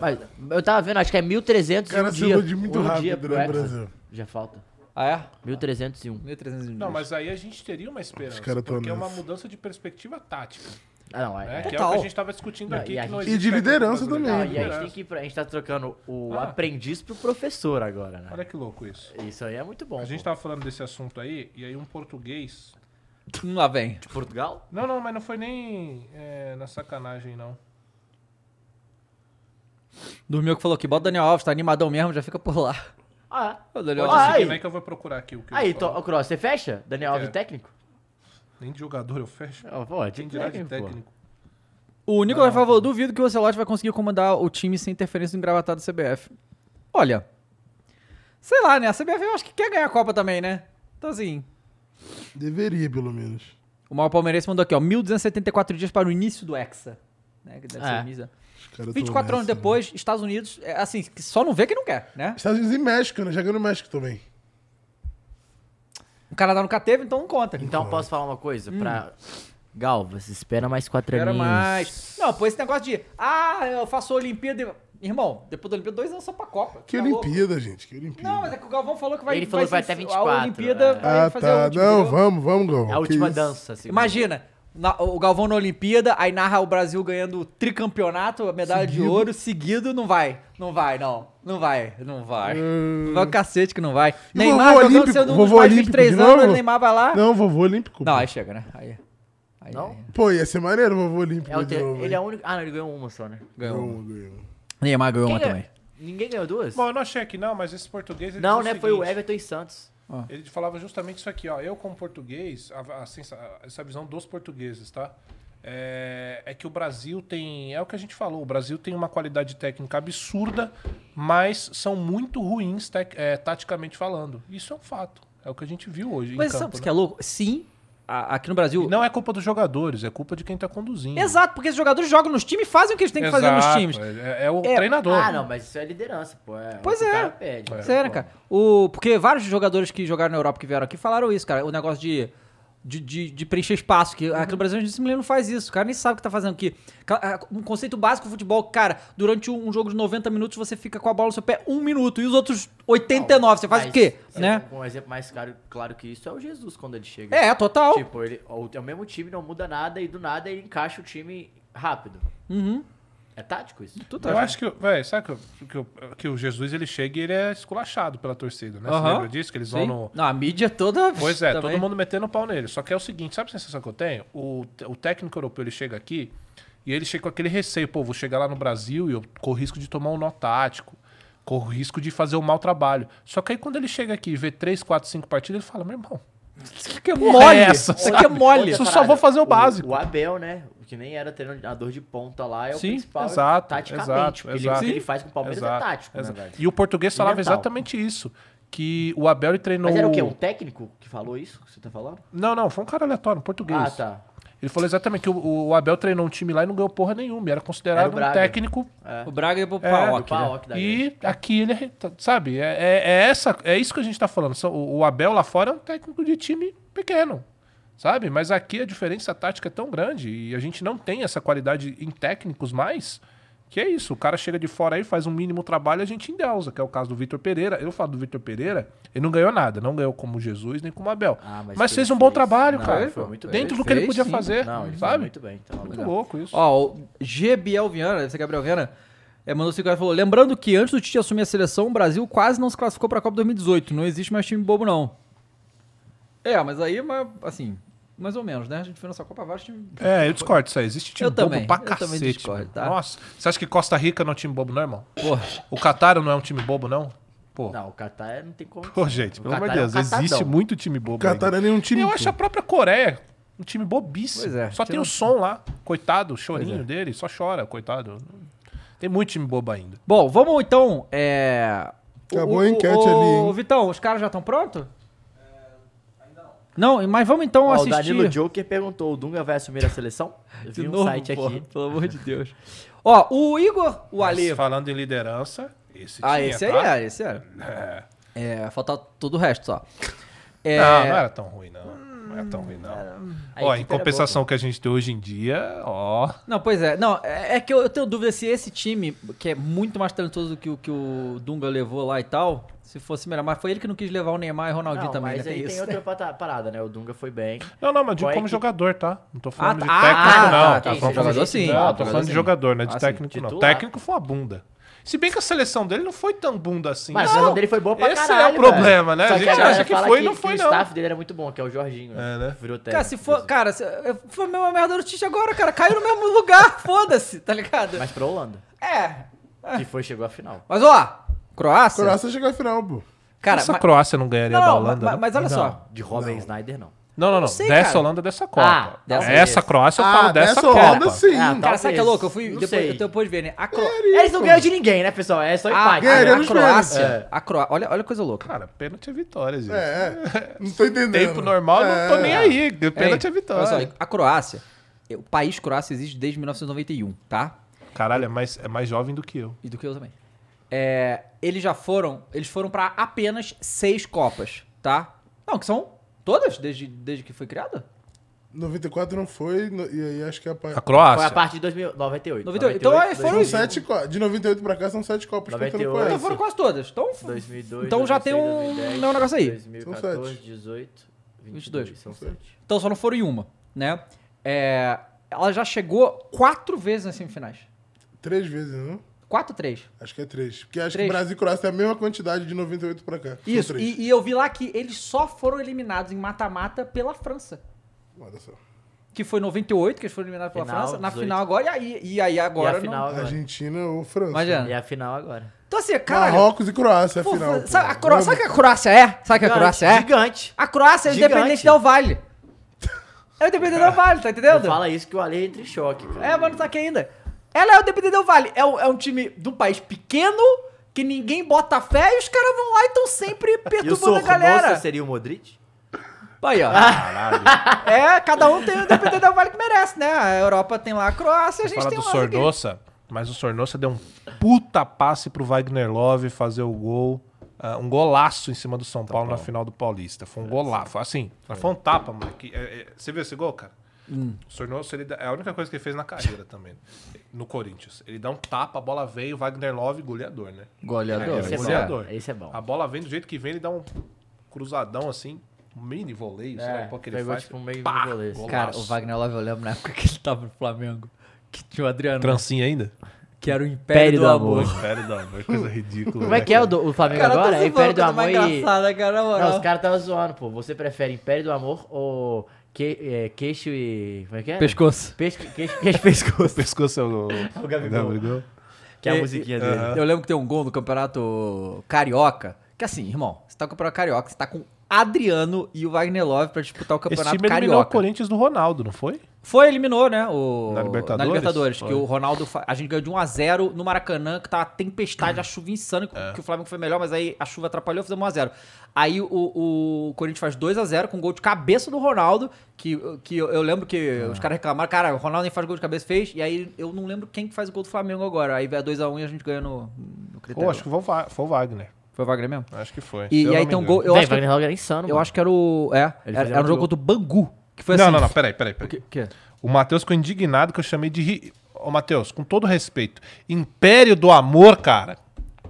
Mas eu tava vendo, acho que é 1300
O cara
e um
se
dia.
ilude muito
um dia
rápido
pro
no
Hexa.
Brasil.
Já falta.
Ah, é?
1301.
1.300
Não, mas aí a gente teria uma esperança,
Os caras tão
porque é uma
nessa.
mudança de perspectiva tática,
Ah, não, é.
né?
é.
Que é o
Total.
que a gente tava discutindo
Não,
aqui.
e a
que não
gente-
existe
E de liderança
técnico
também.
Não,
brasileiro.
e a gente tem que ir pra, A gente tá trocando o
É, Ah.
aprendiz pro professor agora, né?
Olha que louco isso.
Isso aí é muito bom.
A gente tá
pô.
tava falando desse assunto aí, e aí um português...
Hum, Lá vem.
De Portugal?
Não, não, mas não foi nem é, na sacanagem, não.
Dormiu que falou que bota o Daniel Alves, tá animadão mesmo, já fica por lá.
Ah,
O Daniel Alves.
Pode
Ah,
seguir,
aí.
vem que eu vou procurar aqui o que eu
Aí,
ia
to,
falar.
o Cross, você fecha? Daniel Alves
É.
técnico?
Nem de jogador eu fecho.
Não, pô,
Tem
tinha
dirá é de
técnico, Ah, pô.
técnico.
O Nicolas falou: duvido que o Ancelotti vai conseguir comandar o time sem interferência do engravatado do CBF. Olha, sei lá, né? A CBF eu acho que quer ganhar a Copa também, né? Então, assim,
Deveria, pelo menos.
o maior palmeirense mandou aqui, ó: 1.274 dias para o início do Hexa. Né? Que deve ser
É.
o início.
Os caras tão
24 anos
nessa, né?
depois, Estados Unidos, é, assim, que só não vê quem não quer, né?
Estados Unidos e México, né? Já ganhou no México também.
O Canadá nunca teve, então não conta.
Então, posso falar uma coisa? Pra. Galvas, espera mais quatro
Era
aninhos.
mais. Não, pô, esse negócio de, ah, eu faço a Olimpíada. e- Irmão, depois da Olimpíada, dois anos só pra Copa.
Que
Tá louco?
Olimpíada, gente. Que Olimpíada.
Não, mas é que o Galvão falou que vai
Ele falou que vai
ser
até
A
24,
Olimpíada
né?
vai
Ah,
fazer a
tá.
última,
Não,
entendeu?
vamos, vamos, Galvão.
É a
que
última
isso.
dança. segundo.
Imagina, na- o Galvão na Olimpíada, aí narra o Brasil ganhando o tricampeonato, a medalha de
Seguido.
ouro, seguido, não vai. Não vai, não. Não vai, não vai.
Ah,
Não vai o cacete que não vai.
Hum. E
Neymar
vovô
jogando
olímpico?
sendo um dos
Vovô
mais
olímpico
23
de
anos,
novo?
o Neymar vai lá. Não,
Não, vovô olímpico. pô.
aí chega, né? Aí. aí-
Não?
aí.
Pô, ia ser maneiro o vovô olímpico.
É o
de
te-
novo,
Ele é
hein?
o único. Ah, não, ele ganhou uma só, né?
Ganhou. uma.
Ganhou, ganhou.
Neymar ganhou uma
Quem
também.
ganhou? Ninguém ganhou duas?
Bom, eu não achei aqui não, mas esse português... Ele
não,
diz
né? Foi o
é seguinte,
Everton e Santos.
Ele falava justamente isso aqui, ó. Eu, como português, a- a sensa- essa visão dos portugueses, tá? É, é que o Brasil tem. É o que a gente falou, o Brasil tem uma qualidade técnica absurda, mas são muito ruins tec- é, taticamente falando. Isso é um fato. É o que a gente viu hoje.
Mas
em
sabe
campo,
o
né?
que é louco? Sim, a- aqui no Brasil.
E não é culpa dos jogadores, é culpa de quem tá conduzindo.
Exato, porque esses jogadores jogam nos times e fazem o que eles têm que fazer nos
Exato,
times.
É, é o
É.
treinador.
Ah, não, mas isso é liderança, pô. É o
Pois
que o
é.
cara pede, né,
Sério,
pô.
cara. O, porque vários jogadores que jogaram na Europa que vieram aqui falaram isso, cara. O negócio de, de, de- de preencher espaço. Que aqui no
Uhum.
Brasil a gente simplesmente não faz isso. O cara nem sabe o que tá fazendo aqui. Ca- Um conceito básico do futebol, cara, durante um jogo de 90 minutos você fica com a bola no seu pé um minuto. E os outros 89, você faz
Mas,
o quê?
assim,
Né?
Um exemplo mais claro, claro que isso é o Jesus quando ele chega.
É, total.
Tipo, ele, o, é o mesmo time, não muda nada e do nada ele encaixa o time rápido.
Uhum.
É tático isso?
Total.
Eu acho que, velho, sabe que, o- que, o- que o Jesus ele chega e ele é esculachado pela torcida, né? Você
Aham.
lembra disso? Que eles vão
Sim. Tá
no,
Não, a mídia toda.
Pois é,
também.
todo mundo metendo o pau nele. Só que é o seguinte, sabe a sensação que eu tenho? O, o técnico europeu, ele chega aqui e ele chega com aquele receio, pô, vou chegar lá no Brasil e eu corro risco de tomar um nó tático, corro risco de fazer um mau trabalho. Só que aí quando ele chega aqui e vê três, quatro, cinco partidas, ele fala, meu irmão,
Isso aqui é mole.
é essa,
isso aqui é
sabe?
mole.
Isso- só vou fazer o básico.
O, Abel, né? Que nem era treinador de ponta lá, é o
Sim,
principal
exato,
taticamente.
exato,
porque ele-
exato.
o que ele faz com o Palmeiras
Exato,
é tático,
exato.
né, velho?
E o português falava
Mental.
exatamente isso. Que o Abel ele treinou.
Mas era o quê? Um técnico que falou isso que você tá falando?
Não, não, foi um cara aleatório, um português.
Ah, tá.
Ele falou exatamente que o, o Abel treinou um time lá e não ganhou porra nenhuma. e Era
Era
considerado
o
um
Braga.
técnico.
O Braga ia pro
É,
O
Paok, né?
Paok da Grécia.
E aqui ele, é- tá- sabe, é, é- é essa, é isso que a gente tá falando. São- O, o Abel lá fora é um técnico de time pequeno, sabe? Mas aqui a diferença tática é tão grande e a gente não tem essa qualidade em técnicos mais. Que é isso, o cara chega de fora aí, faz um mínimo trabalho e a gente endeusa, que é o caso do Vitor Pereira. Eu falo do Vitor Pereira, ele não ganhou nada, não ganhou como Jesus nem como Abel.
Ah,
mas
mas
fez
ele
um bom
fez.
trabalho,
Não,
cara.
ele foi muito bem.
Dentro
Ele
do que ele
fez,
podia
sim.
fazer,
Não, ele foi
sabe?
muito bem. Tá
Muito louco isso.
Ó, o G. Biel Viana, esse é Gabriel Viana, é, mandou cinco reais e falou: Lembrando que antes do Tite assumir a seleção, o Brasil quase não se classificou pra Copa 2018. Não existe mais time bobo, não. É, mas aí, mas, assim, mais ou menos, né? A gente foi nessa Copa vários times.
É, eu discordo disso aí. Existe time
Eu
bobo
também,
pra
eu
cacete.
também discordo,
mano.
tá?
Nossa, você acha que Costa Rica não é um time bobo, não, irmão?
Porra.
O Catar não é um time bobo, não? Pô,
Não, o Catar não tem como.
Pô gente,
O
pelo amor de
Catar é um
Deus, existe
catadão.
muito time bobo.
O Catar
ainda.
é nenhum time.
Eu
pô.
acho a própria Coreia um time bobíssimo.
Pois é,
só tem
tira-
o som lá. Coitado, o chorinho
Pois é.
dele, só chora, coitado. Tem muito time bobo ainda.
Bom, vamos então. É...
Acabou a enquete ali, hein?
Vitão, os caras já estão prontos? Não, mas vamos então
Ó, o
assistir.
Danilo Joker perguntou: o Dunga vai assumir a seleção? Eu vi
de
um
novo,
site
porra,
aqui.
Pelo amor de Deus. Ó, o Igor, o
Mas
Ale.
Falando em liderança, esse
Ah,
tinha,
esse aí
tá?
era, esse era. É, faltava todo o resto só. É, Hum,
Não, não era tão ruim, não. Não era tão ruim, não.
A
Ó, em
equipe era
compensação que a gente tem hoje em dia, ó.
Não, pois é. Não, é é que eu, eu tenho dúvida se esse time, que é muito mais talentoso do que o que o Dunga levou lá e tal, se fosse melhor. Mas foi ele que não quis levar o Neymar e o Ronaldinho
Não,
também,
mas
né?
aí
Tem
tem
isso.
outra pata- parada, né? O Dunga foi bem.
Não, não, mas eu digo
Qual é
como
que-
jogador, tá? Não tô
Ah, tá,
falando de técnico,
ah,
não.
tá, tá,
Tô falando de-
jogador sim.
Não,
Ah,
tô
jogador
falando de
sim.
jogador, não é de
Ah, sim,
técnico, não.
titular.
Técnico foi uma bunda. Se bem que a seleção dele não foi tão bunda assim.
Mas a
não.
seleção dele foi boa pra
Esse
caralho.
é o problema, né?
velho. Só
A gente
que galera
acha que
fala
foi e não foi,
que
não.
O staff dele era muito bom, que é o Jorginho. Né?
É, né?
Virou
Cara,
técnico,
se for.
inclusive.
Cara, se- eu- foi a mesma merda do Tite agora, cara. Caiu no mesmo lugar, foda-se, tá ligado?
Mas pra Holanda,
É.
que foi, chegou à final.
Mas ó, Croácia.
Croácia chegou à final, pô.
Cara,
Essa
mas,
Croácia não ganharia
não,
da
não,
Holanda.
mas,
né?
mas olha só.
De Robin Snyder, não.
Não, não, não.
sei,
dessa
cara. Ah,
Holanda, dessa Copa.
dessa
essa
vez.
Croácia eu falo dessa
onda,
Copa.
Ah, sim.
Ah, tá.
Cara, sabe que é
Talvez.
louco? Eu fui.
Não
Depois,
sei.
eu depois ver, né? A, Cro...
É,
Eles não ganham de ninguém, né, pessoal? É só
a,
empate.
a,
Ganharam de
Croácia.
menos.
A Cro... olha, olha a coisa louca.
Cara, pênalti é vitória, gente.
É, é. Não tô entendendo. É,
Tempo normal, não tô nem aí. Pênalti é
Hein? Olha
vitória.
só, a Croácia, o país Croácia existe desde 1991, tá?
Caralho, é mais, é mais jovem do que eu.
E do que eu também. É, eles já foram, eles foram pra apenas seis Copas, tá? Não, que são todas desde, desde que foi criada?
94 não foi, no- e aí acho que é a
A
parte.
Foi a
Croácia.
parte de 2098.
98. Então, aí foram
São
2000,
sete co- De 98 pra cá são sete Copas contando com
98.
Então
essa.
foram quase todas. Então,
2002,
então já tem um,
2010,
não, um negócio aí.
2014,
sete.
18,
22.
22. São sete.
Então só não foram em uma, né? É, ela já chegou quatro vezes nas semifinais.
Três vezes, não?
Quatro, três.
Acho que é três. Porque acho
Três.
que Brasil e Croácia é a mesma quantidade de 98 pra cá. São
Isso.
três.
E, e eu vi lá que eles só foram eliminados em mata-mata pela França.
Olha só.
Que foi 98, que eles foram eliminados pela
Final,
França. Na
18.
final agora, e aí, e aí agora.
e a
não-
final agora.
Argentina ou França.
Imagina.
E a final agora.
Então assim, cara.
Marrocos e Croácia,
pô,
afinal.
sabe, a Cro... sabe o que a Croácia é? Sabe o que a Croácia é?
Gigante.
A Croácia é o
Gigante.
Independente Del Vale. É o Independente Del Vale, tá
Não
entendendo?
fala isso que o Ale entra em choque, cara.
É, mas não tá aqui ainda. Ela é o Independente Del Vale. É, um- é um time de um país pequeno, que ninguém bota fé, e os caras vão lá e estão sempre
E o
perturbando a
Sornosa
galera.
seria o Modric?
Aí, ó. É, cada um tem o Independente Del Vale que merece, né? A Europa tem lá a Croácia, a gente
Fala
tem
um
do
lá... aqui.
Sornossa, mas o Sornossa deu um puta passe pro Wagner Love fazer o gol. ah, um golaço em cima do São Paulo, na final do Paulista. Foi um
É.
golaço. Foi Assim, foi um tapa, moleque. É, é, você viu esse gol, cara?
Hum.
O Sornossa, ele dá- é a única coisa que ele fez na carreira também. No Corinthians. Ele dá um tapa, a bola veio, Wagner Love, goleador, né?
Goleador.
Esse é
goleador.
bom. Esse é bom.
A bola vem do jeito que vem, ele dá um cruzadão assim, um mini voleio, sei lá, qual que ele
pegou
faz.
tipo um meio
Pá!
voleio, assim.
Cara,
Golaço.
o Wagner Love, eu lembro na época que ele tava no Flamengo, que tinha o Adriano,
Trancinha ainda?
que era o Império,
Império
do,
do
Amor.
Pera, não, coisa ridícula. né?
Como é que é o, do, o Flamengo
Cara, eu tô
agora? É
zoando,
Império do
coisa
Amor
mais
e...
engraçada, cara, na moral.
Não, os caras estavam zoando, pô. Você prefere Império do Amor ou que- é, queixo e... Como é que é?
Pescoço.
Pesco, queixo, queixo e pescoço.
Pescoço é o,
o Gabigol. Que é a
E-
musiquinha
e-
dele.
Eu lembro que tem um gol no campeonato carioca. Que assim, irmão, você tá com o campeonato carioca, você tá com Adriano e o Wagner Love pra disputar o
Esse
campeonato
time eliminou o
carioca.
Corinthians do Ronaldo, não foi?
Foi, eliminou, né? O...
Na Libertadores?
Na Libertadores.
Foi.
Que o Ronaldo. fa- A gente ganhou de 1x0 no Maracanã, que tava tempestade, a chuva insana, que,
É.
que o Flamengo foi melhor, mas aí a chuva atrapalhou, fizemos 1x0. Aí o, o Corinthians faz 2x0 com um gol de cabeça do Ronaldo, que, que eu, eu lembro que
Ah.
os caras reclamaram, cara, o Ronaldo nem faz gol de cabeça, fez, e aí eu não lembro quem que faz o gol do Flamengo agora. Aí é 2x1 e a gente ganha no, no critério.
Ou acho que foi o Va- foi o Wagner.
Foi o Wagner mesmo?
Acho que foi.
E,
se eu
e aí
não me
tem um
engano.
gol. Eu,
Véi,
acho, que,
Wagner Love era insano,
eu
mano.
acho que era o. É, era,
Ele fazia
era um
muito
jogo
gol.
contra o Bangu. Que foi
Não,
assim.
não, não, peraí, peraí,
O
peraí.
que- que?
O Matheus ficou indignado que eu chamei de. ri- Ô, Matheus, com todo respeito, Império do Amor, cara.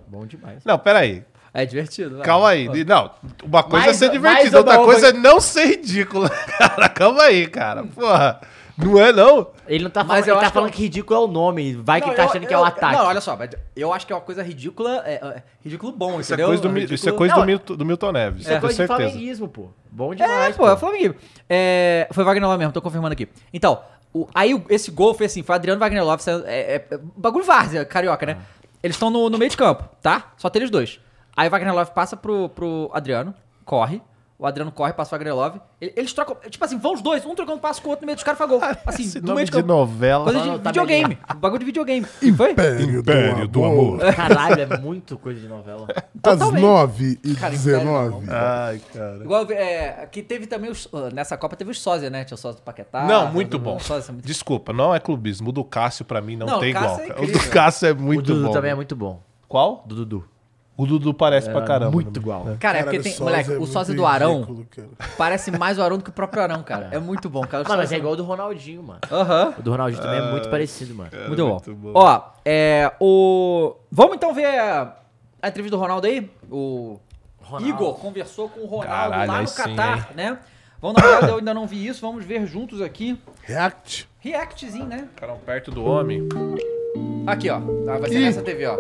Bom demais.
Não, peraí.
É divertido. vai.
Calma aí. Não, uma coisa
Mais-
é ser
mais
divertida, outra
oba-oba.
coisa é não ser ridícula, cara. Calma aí, cara. Porra. Não é, não?
Ele não tá
Mas
falando,
eu
ele tá
acho que
falando
eu-
que ridículo é o nome. Vai que
Não,
ele tá
eu-
achando que é
eu-
o ataque.
Não, olha só, mas eu acho que é uma coisa ridícula, é, é, ridículo bom,
Isso é
entendeu?
coisa do, Mi-
ridículo...
isso é coisa do
Não,
Milton, do Milton Neves.
Isso
eu
é
tenho
coisa de
certeza.
flamenguismo, pô. Bom
É,
demais,
pô, é Flamengo. É, foi Wagner Love mesmo, tô confirmando aqui. Então, o- aí o- esse gol foi assim, foi Adriano Wagner Love, saiu- é, é- é bagulho várzea, carioca, né?
Ah.
Eles estão no, no meio de campo, tá? Só tem eles dois. Aí o Wagner Love passa pro, pro Adriano, corre. O Adriano corre, passa o Wagner Love. Ele- Eles trocam, tipo assim, vão os dois, um trocando passo com o outro no meio dos caras, faz gol. Assim,
Esse
no
nome
meio
de
de campo.
novela.
Coisa de
Falando na
videogame, bagulho de videogame. E foi?
Império do Amor.
Caralho, é muito coisa de novela.
Tá Às
Totalmente.
9 e
Cara, é inferno,
19.
Ai, cara.
Igual, é, que teve também os, ah, nessa Copa teve os sósia, né? Tinha o sósia do Paquetá.
não, muito
teve um
bom.
sósia muito-
Desculpa, não é clubismo. O do Cássio, pra mim, não,
Não, o
tem igual.
Cássio é
cara. o do
incrível.
Cássio é
o
muito
Dudu
bom.
também é muito bom.
Qual?
Do Dudu.
O Dudu parece
É,
pra caramba. né?
muito igual.
Cara, é porque tem, moleque, o sósia do Arão parece mais o Arão do que o próprio Arão, cara. É muito bom, cara. Os
Mano, mas é
sósias-
igual o do Ronaldinho, mano.
Aham.
O do Ronaldinho também é muito parecido, mano.
Muito,
muito
bom.
bom.
Ó, é, o... Vamos então ver a, a entrevista do Ronaldo aí? O
Ronaldo.
Igor conversou com o Ronaldo
Caralho,
lá
aí
no
sim,
Catar, né? Vamos dar uma olhada, eu ainda não vi isso. Vamos ver juntos aqui.
React.
Reactzinho, né?
Carão perto do homem.
Aqui, ó. Ah, Vai ser
Ih.
nessa TV, ó.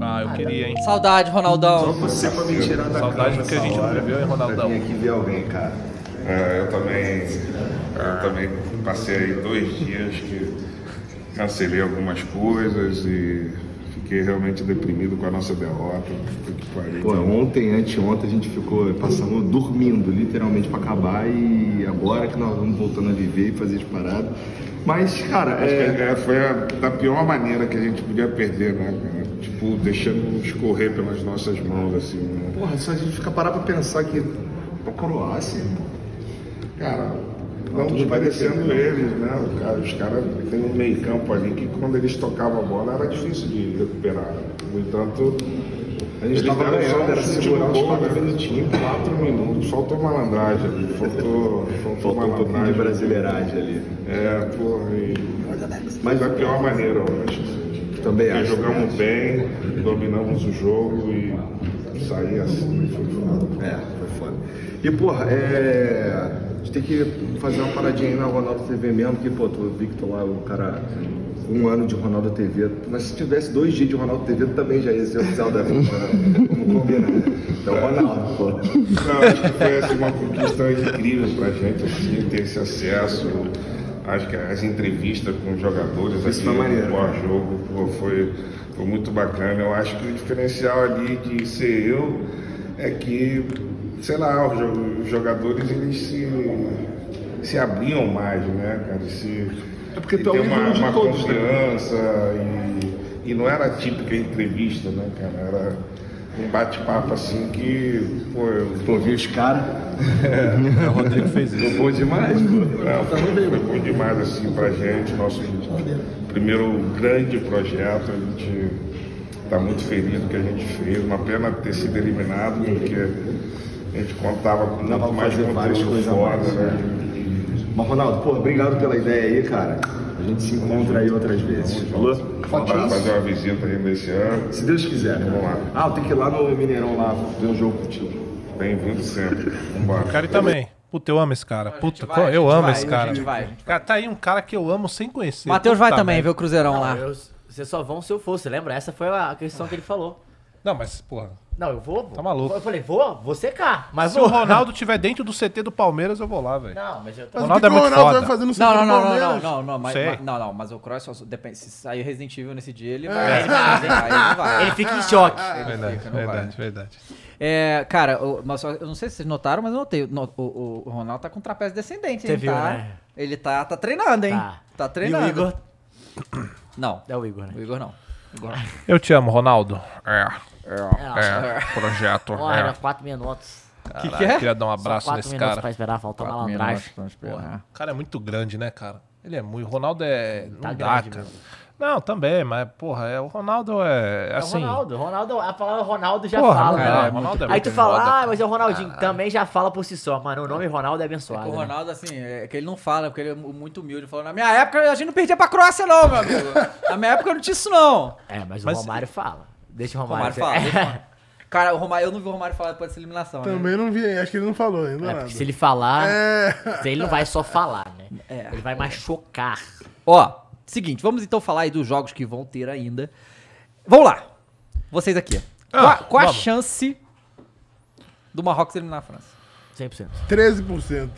Ah, eu queria, hein?
Saudade, Ronaldão.
Você pra me tirar da
Saudade
cama
do que a
essa
gente não
hora.
viveu, hein, Ronaldão?
Tem que ver alguém, cara.
É, eu também, eu também passei aí dois dias que cancelei algumas coisas e fiquei realmente deprimido com a nossa derrota. Puta que pariu.
Pô, ontem, anteontem, a gente ficou, passamos dormindo, literalmente, pra acabar. E agora que nós vamos voltando a viver e fazer as paradas. Mas, cara,
Acho que
é...
é, foi a, da pior maneira que a gente podia perder, né, cara? Tipo, deixando escorrer pelas nossas mãos, assim, né?
Porra, se a gente ficar parar pra pensar que pra Croácia,
Cara, não desmerecendo eles, né? O cara- os caras têm um meio campo ali que quando eles tocavam a bola era difícil de recuperar. No entanto,
a gente tava
um
ganhando, era segurar os quatro minutinhos.
Quatro minutos, faltou malandragem ali, faltou, faltou,
Faltou um pouquinho de
malandragem.
brasileiragem ali.
É, porra, e... mas da pior maneira, eu acho. assim.
Também
Porque
É, acho.
jogamos bem, dominamos o jogo e sair assim foi foda.
É, foi foda. E, porra, é. A gente tem que fazer uma paradinha aí na Ronaldo TV mesmo, porque, pô, tu vi que tu lá, o cara. Um ano de Ronaldo TV, mas se tivesse dois dias de Ronaldo TV, tu também já ia ser oficial da vida. né? Vamos combinar. Então, Ronaldo, pô.
Não, acho que foi assim, uma conquista incrível pra gente, assim, ter esse acesso. Acho que as entrevistas com os jogadores
Isso
aqui
foi maneiro.
no pós-jogo pô, foi, foi muito bacana. Eu acho que o diferencial ali de ser eu é que, sei lá, os jo- os jogadores eles se, se abriam mais, né, cara? Se,
É porque
e
tu é o
ter
ídolo
uma,
de
uma
todos, né?
confiança e, e não era a típica entrevista, né, cara? Era um bate-papo assim que, pô, eu
Pô, vi os caras.
É, o Rodrigo fez
Foi Tá
isso.
bom demais, pô.
não, foi
né?
foi bom demais assim pra gente, nosso primeiro grande projeto, a gente está muito feliz do que a gente fez, uma pena ter sido eliminado, porque a gente contava com
Dava
muito
pra
mais
fazer várias
conteúdo
coisas a
fora,
mais,
né?
Mas, Ronaldo, pô, obrigado pela ideia aí, cara. A gente se encontra aí outras vezes. Falou?
Vai fazer uma visita ainda esse ano,
Se Deus quiser.
Vamos lá.
Ah, eu tenho que ir lá no Mineirão lá ver um jogo contigo.
bem-vindo sempre,
O
vambora.
cara também. Puta, eu amo esse cara. Puta,
vai, a gente
eu amo
vai,
esse
a
cara.
gente vai, a gente
Cara, tá aí um cara que eu amo sem conhecer.
Matheus
Puta
vai também ver
merda.
o Cruzeirão lá.
Eu- Vocês só vão se eu for, você lembra? Essa foi a questão que ele falou.
Não, mas, porra,
Não, eu vou, vou.
Tá maluco.
Eu falei, vou, vou secar, mas
Se
vou.
o Ronaldo tiver dentro do CT do Palmeiras, eu vou lá, velho.
Não, mas eu tô...
Mas
Ronaldo
o que, que
é
o
muito
Ronaldo
foda.
vai fazer no
Não,
segundo
não,
é
não, não,
Palmeiras?
não, não, não, mas,
Sei.
mas- não, não, mas o Cross só, depende, se sair Resident Evil nesse dia,
É.
ele vai. Ele vai, ele vai.
Ele fica em choque.
Ah,
Ele
Verdade,
fica, não vai.
verdade, é verdade.
É, cara, o- mas só- eu não sei se vocês notaram, mas eu notei. No- o, o- o Ronaldo tá com trapézio descendente, hein?
Você viu,
tá,
né?
Ele tá, tá treinando, hein?
Tá.
Tá,
E
treinando.
o Igor...
Não,
É o Igor, né?
o Igor não. O Igor não.
Eu te amo, Ronaldo. É,
É.
Tá,
é, projeto.
Olha,
É.
quatro minutos.
que
Caralho,
que é? tá
Queria dar um abraço
Só quatro
nesse
minutos
cara.
pra esperar, faltou
Quatro
malandragem.
minutos, vamos esperar.
O cara é muito grande, né, cara? Ele é muito. O Ronaldo é. Não
Tá
dá,
grande
cara.
mesmo.
Não, também, mas, porra, é, o Ronaldo é.
É o
Assim,
Ronaldo, Ronaldo, a palavra Ronaldo já
Porra,
fala,
cara,
né?
Ronaldo é
Aí
muito
tu fala,
foda,
ah, mas é o Ronaldinho. Também já fala por si só, mano. O nome Ronaldo é abençoado.
O
né?
Ronaldo, assim, é que ele não fala, porque ele é mu- muito humilde. Falou, na minha época a gente não perdia pra Croácia, não, meu amigo. Na minha época eu não tinha isso, não.
É, mas,
Mas-
o Romário fala. Deixa o
O
Romário,
Romário fala. deixa eu
É,
falar. Cara, o Romário, eu não vi o Romário falar depois dessa eliminação, né?
Também não vi, acho que ele não falou
É,
ainda nada.
porque se ele falar,
É.
se ele não vai só falar, né?
É.
Ele vai machucar.
Ó, seguinte, vamos então falar aí dos jogos que vão ter ainda. Vamos lá. Vocês aqui.
Ah,
qual qual a
vamos.
chance do Marrocos eliminar a França?
100%.
13%.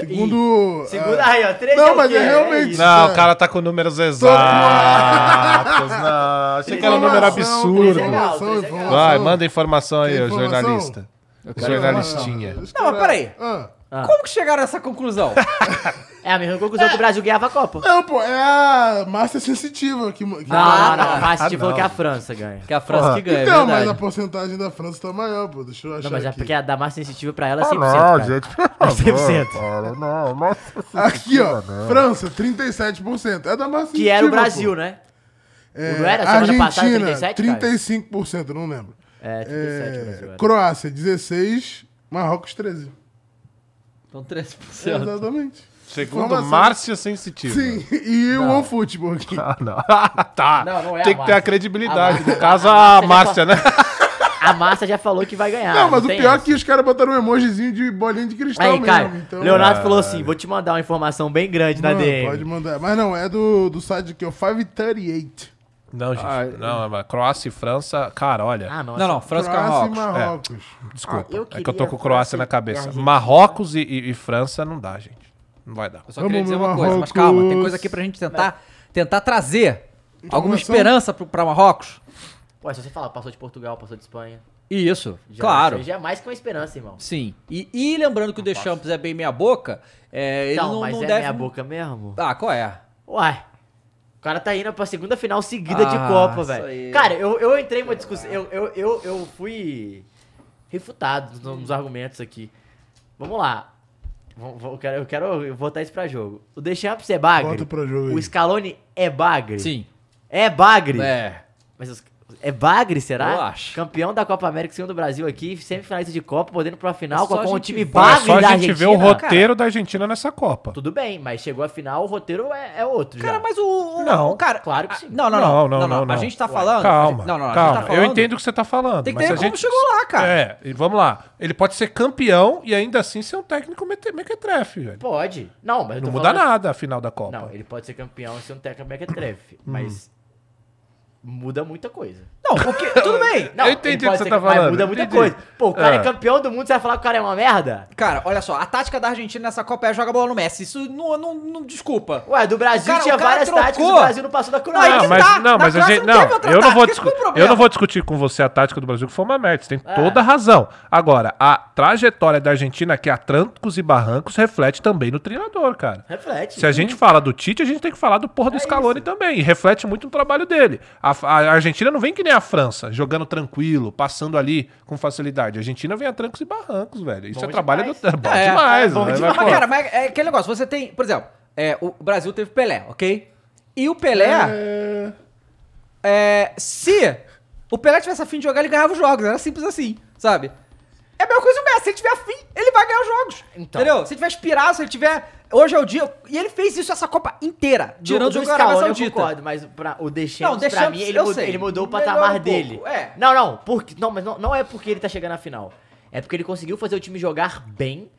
Segundo.
Segura
ah,
aí, ó. Três
Não,
é o
mas
quê?
é realmente-
isso.
Não, o cara tá com números exatos. Não, achei que era um número
informação,
absurdo.
legal,
informação,
legal.
informação.
Vai, manda informação aí,
Tem
ô
informação?
jornalista. Jornalistinha.
Os
Não, mas
caras-
peraí.
Ah.
Ah.
Como que chegaram a essa conclusão?
É a mesma conclusão que o Brasil ganhava a Copa.
Não, pô, é a massa sensitiva que. que-
Não, não, não. Mas
Ah,
se falou
não.
que a França ganha.
tá. que a França que ganha,
Então,
é
mas a
verdade.
porcentagem da França tá maior, pô. Deixa eu achar.
Não, mas é
aqui.
porque a da mais sensitiva pra
Ah,
ela é 100%. cara. É 100%.
não, nossa.
Aqui, ó. França, 37%. É da massa
Que era o Brasil, né?
É,
Não era? Semana
Argentina,
passada, 37, cara?
35%, eu não lembro.
É, 37 o Brasil
É,
era.
Croácia, 16%. Marrocos, 13%.
Então 13%.
Exatamente.
Segundo
Informação.
Márcia Sensitiva.
Sim, e o OneFootball aqui.
Ah, não. tá.
Não, não é
Tem
a
que ter
Márcia.
a credibilidade.
A
no caso,
Márcia
a
já
Márcia, né?
A Márcia já falou que vai ganhar.
não, mas o
tem
pior
essa.
é que os caras botaram um emojizinho de bolinha de cristal
Aí,
mesmo.
cara,
então...
É.
Leonardo falou assim: vou te mandar uma informação bem grande na
Mano,
DM.
Pode mandar. Mas não, é do, do site aqui, ó. 538.
Não, gente.
Ah,
não, é, mas Croácia e França. Cara, olha.
Ah, nossa.
Não, não, França e
Croácia e
Marrocos.
Marrocos.
Desculpa.
Ah, eu
é que eu
queria
tô com Croácia na
e
cabeça.
Argentina.
Marrocos e, e- e França não dá, gente. Não vai dar.
Eu só
Vamos,
queria dizer uma
Marrocos.
coisa, mas calma, tem coisa aqui pra gente tentar, tentar trazer alguma esperança pro, pra Marrocos.
Pô, se você falar, passou de Portugal, passou de Espanha.
E Isso,
já-
claro.
isso aí Já é mais que uma esperança, irmão.
Sim. E, e lembrando que o Deschamps é bem meia boca, é, ele
Então,
não,
mas
não
é
deve...
minha boca mesmo.
Ah, qual é?
Uai. O cara tá indo pra segunda final seguida de
Ah,
Copa,
isso
velho.
aí.
Cara, eu, eu entrei numa discussão. Eu, eu, eu, eu fui refutado no- nos argumentos aqui. Vamos lá. Vamos- vamos- Eu quero, eu quero botar isso pra jogo. O Deschamps é bagre.
Bota pra jogo aí.
O Scaloni é bagre.
Sim.
É bagre.
É.
Mas os- é Bagre, será?
Eu acho.
Campeão da Copa América, segundo do Brasil aqui, semifinalista de Copa, podendo pra
É
final
só
com com
a
um
gente
time
ver.
Olha
Bagre
só a
da
gente
Argentina.
vê o roteiro da Argentina nessa Copa.
Tudo bem, mas chegou a final, o roteiro é, é outro
Cara,
já.
mas o. o-
Não.
o cara,
Claro que sim.
Ah, Não não não, não, não, A gente tá falando.
Calma.
Não, não, a gente
calma.
tá falando-
Eu entendo o que você tá falando.
Tem que
mas
ver
a
como
gente-
chegou lá, cara.
É, e vamos lá. Ele pode ser campeão e ainda assim ser um técnico mete- mequetrefe, velho.
Pode. Não, mas eu tô
Não muda
falando-
nada a final da Copa.
Não, ele pode ser campeão e ser um técnico
Hum.
mequetrefe, mas muda muita coisa.
Não, porque. Tudo bem.
Não,
Eu entendi
ele
o que
pode
você
ser-
tá
mas
falando,
muda muita
entendi.
coisa. Pô, o cara é.
É.
campeão do mundo, você vai falar que o cara é uma merda?
Cara, olha só, a tática da Argentina nessa Copa é jogar bola no Messi. Isso não, não, não desculpa.
Ué, do Brasil
Cara, o
tinha
cara
várias
trocou.
táticas, o Brasil não passou da
Não, aí
Croácia.
que
Não, mas,
tá.
não,
Na
mas a
Croácia
gente,
não
não,
teve outra
eu não, vou
tática, esse
discu-
foi o problema.
eu não vou discutir com você a tática do Brasil, que foi uma merda, você tem
É.
toda a razão. Agora, a trajetória da Argentina, que há trancos e barrancos, reflete também no treinador, cara.
Reflete.
Se a gente fala do Tite, a gente tem que falar do
É
porra do Scaloni também. E reflete muito no trabalho dele. A, a Argentina não vem que nem a França, jogando tranquilo, passando ali com facilidade. A Argentina vem a trancos e barrancos, velho. Isso
Bom
é trabalho
demais.
do. É bom
É,
demais,
é bom
né?
demais.
Mas,
Mas,
pô,
cara, mas é aquele negócio, você tem. Por exemplo, é, o Brasil teve Pelé, ok? E o Pelé.
É...
é, se o Pelé tivesse afim de jogar, ele ganhava os jogos. Era simples assim, sabe? É a mesma coisa o Messi. Se ele tiver afim, ele vai ganhar os jogos.
Então.
Entendeu? Se ele tiver inspirado, se ele tiver. Hoje é o dia. E ele fez isso essa Copa inteira. Tirando é o jogo da Arábia
Scaloni, né? eu
Saudita.
concordo, mas pra, o
Não,
Deschamps,
o
pra
Deschamps,
mim, ele
eu
mudou,
sei.
ele mudou o
Melhorou
patamar
um pouco,
dele.
é.
Não, não, porque, não, mas não, não é porque ele tá chegando na final. É porque ele conseguiu fazer o time jogar bem,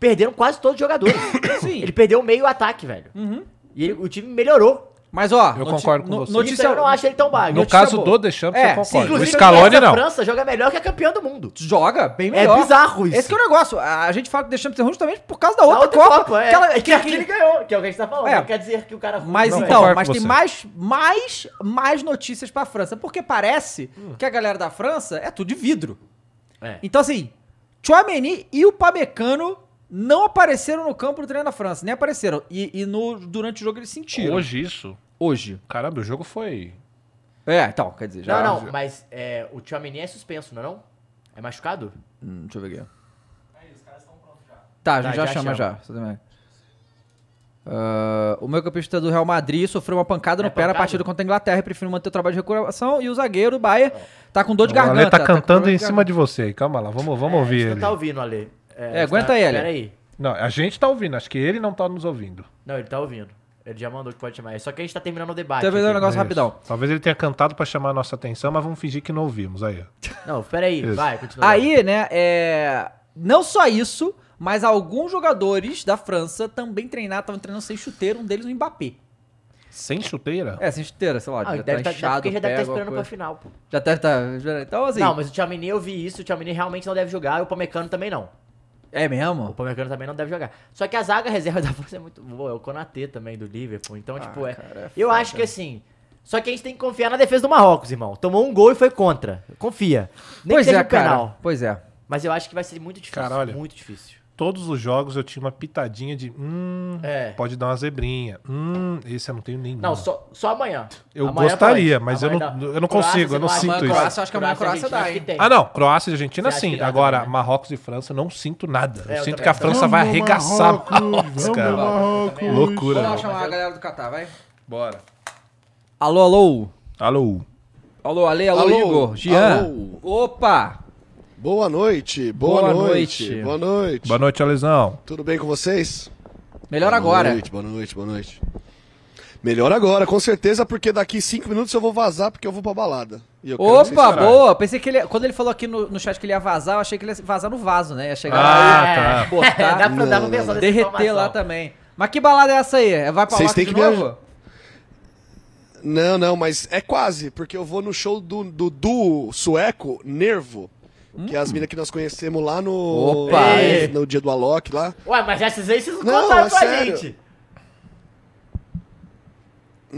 perderam quase todos os jogadores.
Sim. Uhum.
Ele perdeu meio ataque, velho. E ele- o time melhorou.
Mas, ó,
Eu concordo com você.
notícia-
Isso Então, eu não acho ele tão bago.
No
notícia
caso
boa.
do Deschamps,
É,
eu
sim,
concordo. o
inclusive,
Scaloni
a
não.
França joga melhor que a campeã do mundo.
Joga bem
É
melhor.
bizarro isso.
Esse que é o negócio. A gente fala que deixamos ser ruim justamente por causa da
Na
outra, Copa.
é.
que ela-
É
que-
que aqui ele ganhou, que é o que a gente tá falando.
É.
Não quer dizer que o cara...
Mas
Não,
então,
concordo
mas
com
tem
você.
mais, mais, mais notícias pra França. Porque parece
Hum.
que a galera da França é tudo de vidro.
É.
Então, assim, Chouameni e o Pamecano não apareceram no campo do treino da França. Nem apareceram. E, e no, durante o jogo eles sentiram.
Hoje isso.
Hoje.
Caramba, o jogo foi.
É, então, quer dizer, já...
Não, não, mas é, o Tchouameni é suspenso, não é não? É machucado?
Hum, deixa eu ver aqui.
É
Tá, a gente
Tá,
já,
já
chama,
chama.
já. Você também. Ah, o meu campista do Real Madrid sofreu uma pancada no
É
pé na
pancada?
partida contra a Inglaterra e prefiro manter o trabalho de recuperação. E o zagueiro, o Baia, tá com dor de
O
garganta.
Ale tá
com
cantando
problema
em
de
cima de você. aí. Calma lá, vamos, vamos
a gente
ouvir
não
ele.
tá ouvindo, Ale. tá,
É, aguenta ele.
Pera aí.
Não, a gente tá ouvindo, acho que ele não tá nos ouvindo.
Não, ele tá ouvindo. Ele já mandou que pode chamar. Só que a gente tá terminando o debate.
Tá vendo um
aqui.
negócio
É Isso.
rapidão.
Talvez ele tenha cantado pra chamar a nossa atenção, mas vamos fingir que não ouvimos. Aí. ó.
Não, pera aí.
Isso.
Vai, continua.
Aí, né, é... Não só isso, mas alguns jogadores da França também treinaram, estavam treinando sem chuteira, um deles o Mbappé.
Sem chuteira?
É, sem chuteira, sei lá,
Ah,
já
ele
tá
deve tá, já,
inchado
porque
o
já
pé,
deve estar
alguma
esperando pra
coisa.
final, pô.
Já deve estar... Tá... Então, assim...
Não, mas o Tchouameni, eu vi isso. O Tchouameni realmente não deve jogar. E o Pamecano também não.
É
O
mesmo?
Pamecano também não deve jogar. Só que a zaga reserva da França é muito boa. É o Konatê também, do Liverpool.
Ah,
Então, tipo, é... eu acho que assim... Só que a gente tem que confiar na defesa do Marrocos, irmão. Tomou um gol e foi contra. Confia. Nem
pois
que seja
é,
um
cara.
penal.
Pois é.
Mas eu acho que vai ser muito difícil.
Cara, olha.
Muito difícil.
Todos os jogos eu tinha uma pitadinha de. Hum,
É.
pode dar uma zebrinha. Hum, esse eu não tenho nenhum.
Não, só, só amanhã.
Eu
Amanhã
gostaria,
pode.
mas eu
Amanhã
não-
dá.
eu não consigo, eu não
você
sinto
acha?
isso. Croácia, eu acho que amanhã a
é
Croácia
Argentina,
dá,
acho que
hein?
tem.
Ah, não. Croácia e Argentina,
Você acha
sim.
que dá
Agora,
também, né?
Marrocos e França, eu não sinto nada.
É,
eu sinto
eu também.
que a França vai arregaçar Marrocos,
Vamos,
cara.
Marrocos.
Loucura.
Vamos lá
mano.
chamar a galera do Catar, vai.
Bora.
Alô, alô.
Alô.
Alô, Ale, alô,
Alô,
Igor, Jean.
alô.
Opa!
Boa noite, boa,
Boa
noite,
noite.
boa noite.
Boa noite, Alesão.
Tudo bem com vocês?
Melhor
boa
agora.
noite, boa noite, boa noite. Melhor agora, com certeza, porque daqui cinco minutos eu vou vazar porque eu vou pra balada. E eu quero que vocês
Opa,
saiam.
boa! Pensei que ele. Quando ele falou aqui no, no chat que ele ia vazar, eu achei que ele ia vazar no vaso, né? Ia chegar lá
Ah, tá.
e botar,
dá pra, dá pra pensar nessa
derreter
informação.
lá também. Mas que balada é essa aí? É, Vai pra
Vocês
lá
têm
de
que me
novo?
aj- Não, não, mas é quase, porque eu vou no show do, do duo sueco Nervo, que é as minas que nós conhecemos lá no,
Hum. Opa!
Ei. no dia do Alok lá.
Ué, mas já esses aí vocês não,
Não,
contaram
é
pra
sério.
gente.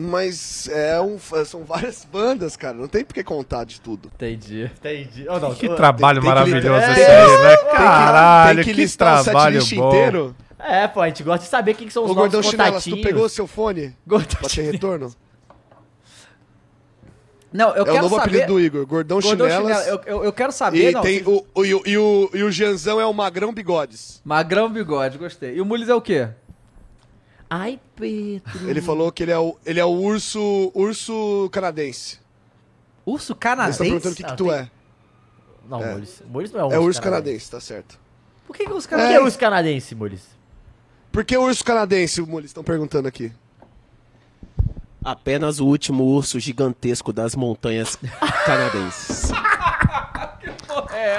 Mas é um, são várias bandas, cara, não tem por que contar de tudo.
Entendi.
Entendi. Oh, não,
Que
oh,
trabalho
tem que-
maravilhoso
é,
esse aí, né? Caralho,
tem
que,
que listar o
trabalho
setlist
bom.
inteiro.
É, pô, a gente gosta de saber quem que são os
Ô,
nossos
Gordão Chinelas,
contatinhos.
tu pegou seu fone
Gordão
pra ter retorno?
Não, eu
é
quero
o novo
saber.
apelido do Igor, Gordão,
Gordão
Chinelas.
Chinelo, eu, eu, eu quero saber,
E,
não.
tem
se-
o, o- e, o, e, o, e o Gianzão é o Magrão Bigodes.
Magrão bigode, gostei. E o Mules é o quê?
Ai, Pedro.
Ele falou que ele é o, ele é o urso, urso canadense.
Urso
Ele está perguntando o
canadense?
que,
Ah,
que tu
tem-
é.
Não, é. Molis. Molis não é um
É urso canadense, tá certo.
Por que, que os
Por
caras.
que é urso canadense, Molis?
Por que urso canadense, Mules? Estão perguntando aqui.
Apenas o último urso gigantesco das montanhas canadenses.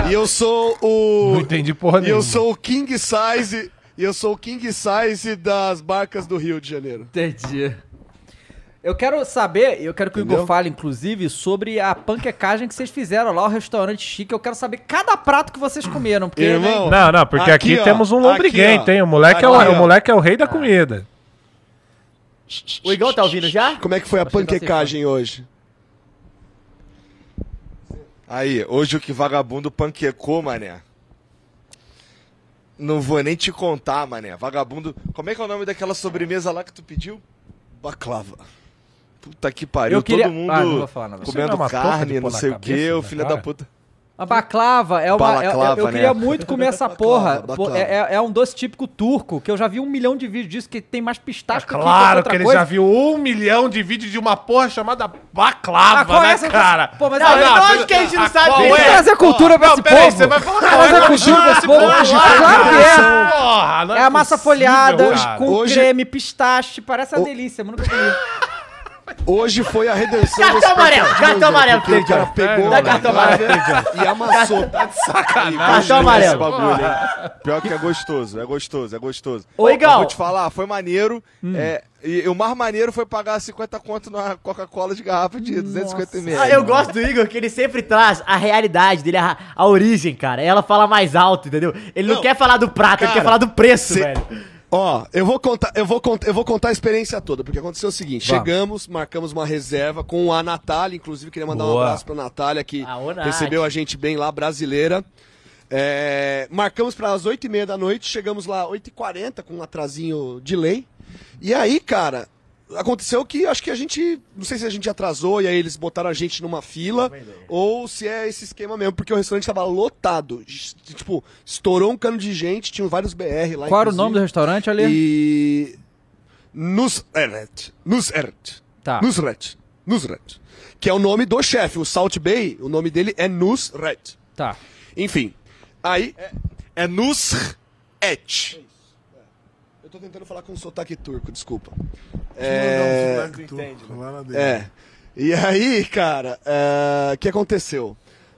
E eu sou o.
Não entendi porra
E
nenhuma.
eu sou o King Size. E eu sou o King Size das barcas do Rio de Janeiro.
Entendi. Eu quero saber, eu quero que o Igor
Entendeu?
fale, inclusive, sobre a panquecagem que vocês fizeram lá, o restaurante chique. Eu quero saber cada prato que vocês comeram, porque. né,
Irmão,
Não, não, porque aqui,
Aqui, ó.
temos um lombriguente,
Aqui, ó.
hein? O moleque, é
Aqui,
o,
ó. Ah.
o moleque é o rei da comida.
O Igão tá ouvindo já?
Como é que foi a
Acho que dá
panquecagem hoje?
Aí, hoje o que vagabundo panquecou, mané. Não vou nem te contar, mané. Vagabundo. Como é que é o nome daquela sobremesa lá que tu pediu?
Baclava.
Puta que pariu,
Eu queria-
todo mundo
Ah, não vou falar nada.
Isso não é
comendo
uma touca de
carne,
pôr
não
na
sei o
cabeça
que,
do
o filho da
cara?
puta.
A balaclava é uma.
Balaclava,
eu, eu
né?
queria muito comer essa porra.
Balaclava,
Pô,
balaclava.
É, é- é um doce típico turco, que eu já vi um milhão de vídeos disso, que tem mais pistache Tá, que
É Claro
outra
que ele
coisa.
já viu um milhão de vídeos de uma porra chamada
Ah, qual
Baclava,
é
né,
essa-
cara?
Pô, mas
Não,
olha-
não,
mas
lógico que a gente não
ah,
sabe.
qual
Tem que
é?
trazer cultura pra
Não,
esse
peraí,
povo.
você vai falar
Trazer cultura pra esse povo. Claro que é.
Porra, não
É a massa
possível,
folhada
cara.
com
Hoje-
creme, pistache, parece uma delícia, mano. nunca comi.
Hoje foi a redenção
Cartão
desse
amarelo,
campeonato.
cartão amarelo,
Porque o cara
Cleiton.
pegou
Dá cartão amarelo.
e amassou. Tá de
Cartão
né, Esse
amarelo.
bagulho, hein? Pior que é gostoso, é gostoso, é gostoso.
Ô,
Eu
Igão. Hum.
vou te falar, foi maneiro. É, e, e o mais maneiro foi pagar 50 conto na Coca-Cola de garrafa de 250 ml.
É,
Ah, eu gosto do Igor que ele sempre traz a realidade dele, a, a origem, cara. Ela fala mais alto, entendeu? Ele não,
Não,
quer falar do prato, ele
cara,
quer falar do preço,
cê-
velho.
Ó, eu vou contar, eu vou contar, eu vou contar a experiência toda, porque aconteceu o seguinte:
Vamos.
chegamos, marcamos uma reserva com a Natália, inclusive queria mandar um
Boa.
abraço pra Natália que
Ah, ô, Nath.
recebeu a gente bem lá, brasileira. É, marcamos para as 8 e meia da noite, chegamos lá 8h40 com um atrasinho de lei. E aí, cara, aconteceu que acho que a gente. Não sei se a gente atrasou e aí eles botaram a gente numa fila. Ou se é esse esquema mesmo, porque o restaurante tava lotado. j- Tipo, estourou um cano de gente, tinham vários BR lá
Qual era o
inclusive.
nome do restaurante ali?
E. Nusret. Nusret.
Tá.
Nusret. Nusret. Que é o nome do chefe. O Salt Bay, o nome dele é Nusret.
Tá.
Enfim. Aí.
É Nusret.
Eu tô tentando falar com um sotaque turco, desculpa.
É...
É. É. E aí, cara, é, o que aconteceu?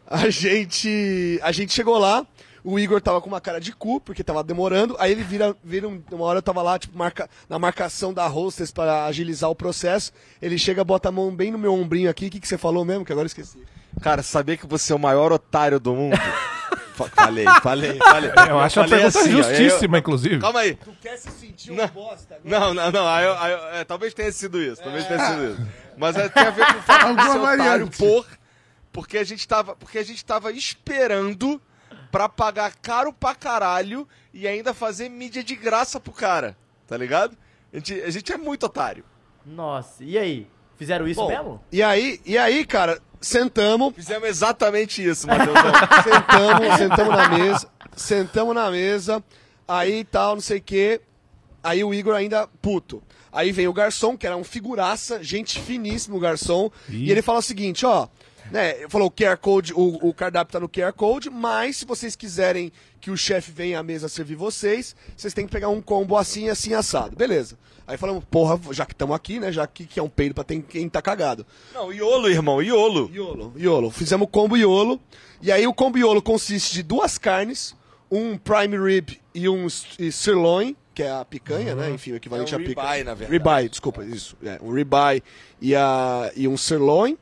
A gente, a gente chegou lá, o Igor tava com uma cara de cu, porque tava demorando, aí ele vira, vira um- uma hora eu tava lá, tipo, marca, na marcação da hostess para agilizar o processo, ele chega, bota a mão bem no meu ombrinho aqui, o que, que você falou mesmo, que agora eu esqueci.
Cara, saber que você é o maior otário do mundo. Fa- falei, falei, falei.
Eu acho a
falei
pergunta
assim, ó,
justíssima, inclusive.
eu- Calma aí.
Tu quer se sentir um bosta agora?
Não, não, não. Aí eu- aí eu- é, talvez tenha sido isso. Talvez tenha sido isso. Mas é, tem a ver com o fato de
Alguma
ser otário
variante.
por. Porque a gente tava, porque a gente tava esperando pra pagar caro pra caralho e ainda fazer mídia de graça pro cara. Tá ligado? A gente, a gente é muito otário.
Nossa, e aí? Fizeram
É
isso mesmo?
E aí, e aí, cara, sentamos,
Fizemos exatamente isso, Matheus.
sentamos, sentamos na mesa, sentamos na mesa, aí tal, não sei o quê. Aí o Igor ainda puto. Aí vem o garçom, que era um figuraça, gente finíssimo o garçom, e ele fala o seguinte, ó, né, ele falou o QR Code, o, o cardápio tá no QR Code, mas se vocês quiserem que o chefe venha à mesa servir vocês, vocês têm que pegar um combo assim, assim, assado. Beleza. Aí falamos, porra, já que estamos aqui, né, já que, que é um peido pra tem- quem tá cagado.
Não, Iolo, irmão, Iolo.
Iolo, Iolo. Fizemos o combo Iolo. E aí o combo Iolo consiste de duas carnes, um prime rib e um s- e sirloin, que é a picanha, né? Enfim, o equivalente
É um
à picanha.
ribeye, na verdade.
Ribeye, desculpa, isso. É, um ribeye e, a, e um sirloin.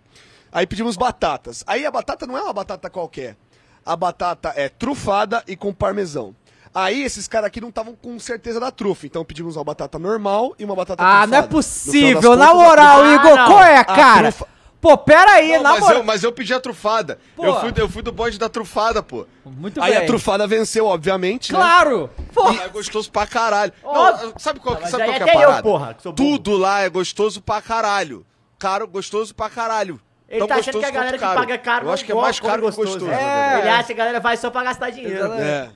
Aí pedimos batatas. Aí a batata não é uma batata qualquer. A batata é trufada e com parmesão. Aí esses caras aqui não estavam com certeza da trufa, então pedimos uma batata normal e uma batata
Ah,
trufada.
não é
No final das
possível. Na
contas, a
moral,
Ah,
Igor,
não.
qual é,
A
cara?
trufa-
Pô, pera aí,
Não,
na
mas, eu,
né?
moral.
mas eu pedi a trufada.
Pô.
Eu fui, eu fui do bonde da trufada, pô.
Muito
Aí
bem.
a trufada venceu, obviamente. né?
Claro! Pô,
Lá é gostoso pra caralho.
Ó,
Não, sabe qual,
mas
sabe
aí
qual que é a
até eu,
parada?
porra, que sou burro.
Tudo lá é gostoso pra caralho. Caro, gostoso pra caralho.
Ele
Tão
tá achando
gostoso
que a galera
quanto
que
caro.
paga caro
Eu acho que é
gosta
mais
quando
caro que gostoso.
É.
né?
Ele acha que a galera faz só pra gastar dinheiro.
Exatamente.
É.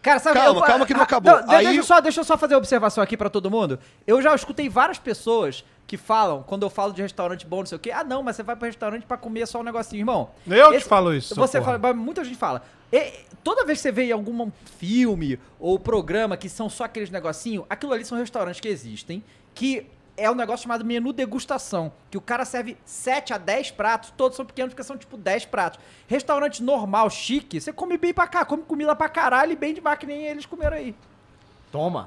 Cara, sabe,
Calma, calma que não
ah,
acabou.
de-
Aí-
deixa, eu só, deixa eu só fazer uma observação aqui pra todo mundo. Eu já escutei várias pessoas que falam, quando eu falo de restaurante bom, não sei o quê, ah não, mas você vai pro restaurante pra comer só um negocinho, irmão.
Eu que falo isso,
Você
porra.
fala, mas muita gente fala. E- toda vez que você vê em algum filme ou programa que são só aqueles negocinhos, aquilo ali são restaurantes que existem, que é um negócio chamado menu degustação, que o cara serve 7 a 10 pratos, todos são pequenos porque são tipo 10 pratos. Restaurante normal, chique, você come bem pra cá, come comida pra caralho e bem de que nem eles comeram aí.
Toma.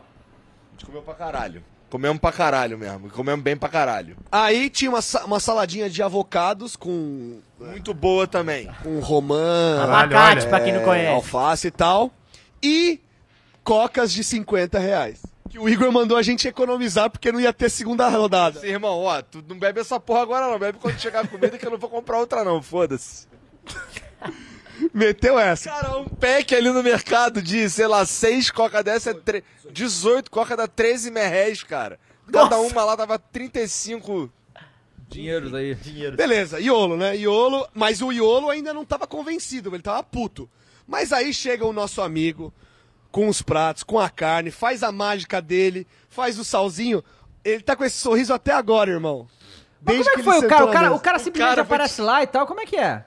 A gente comeu pra caralho. Comemos pra caralho mesmo. Comemos bem pra caralho.
Aí tinha uma, sa- uma saladinha de avocados com,
Muito boa também.
com romã,
Caralho,
Abacate,
olha,
pra quem não
é,
conhece.
alface e tal. E cocas de 50 reais. Que o Igor mandou a gente economizar porque não ia ter segunda rodada.
Assim, irmão, ó, tu não bebe essa porra agora não. Bebe quando chegar a comida que eu não vou comprar outra não, foda-se.
Meteu essa.
Cara, um pack ali no mercado de, sei lá, seis coca dessa é tre... 18 coca dá 13 merréis, cara. Cada
Nossa.
uma lá dava 35.
Dinheiros aí.
Beleza, Iolo, né? Iolo, mas o Iolo ainda não tava convencido, ele tava puto. Mas aí chega o nosso amigo com os pratos, com a carne, faz a mágica dele, faz o salzinho. Ele tá com esse sorriso até agora, irmão.
Mas como é que,
ele
foi o
sentou
cara? O
na
cara,
mesa.
o cara simplesmente
cara foi-
aparece lá e tal, como é que é?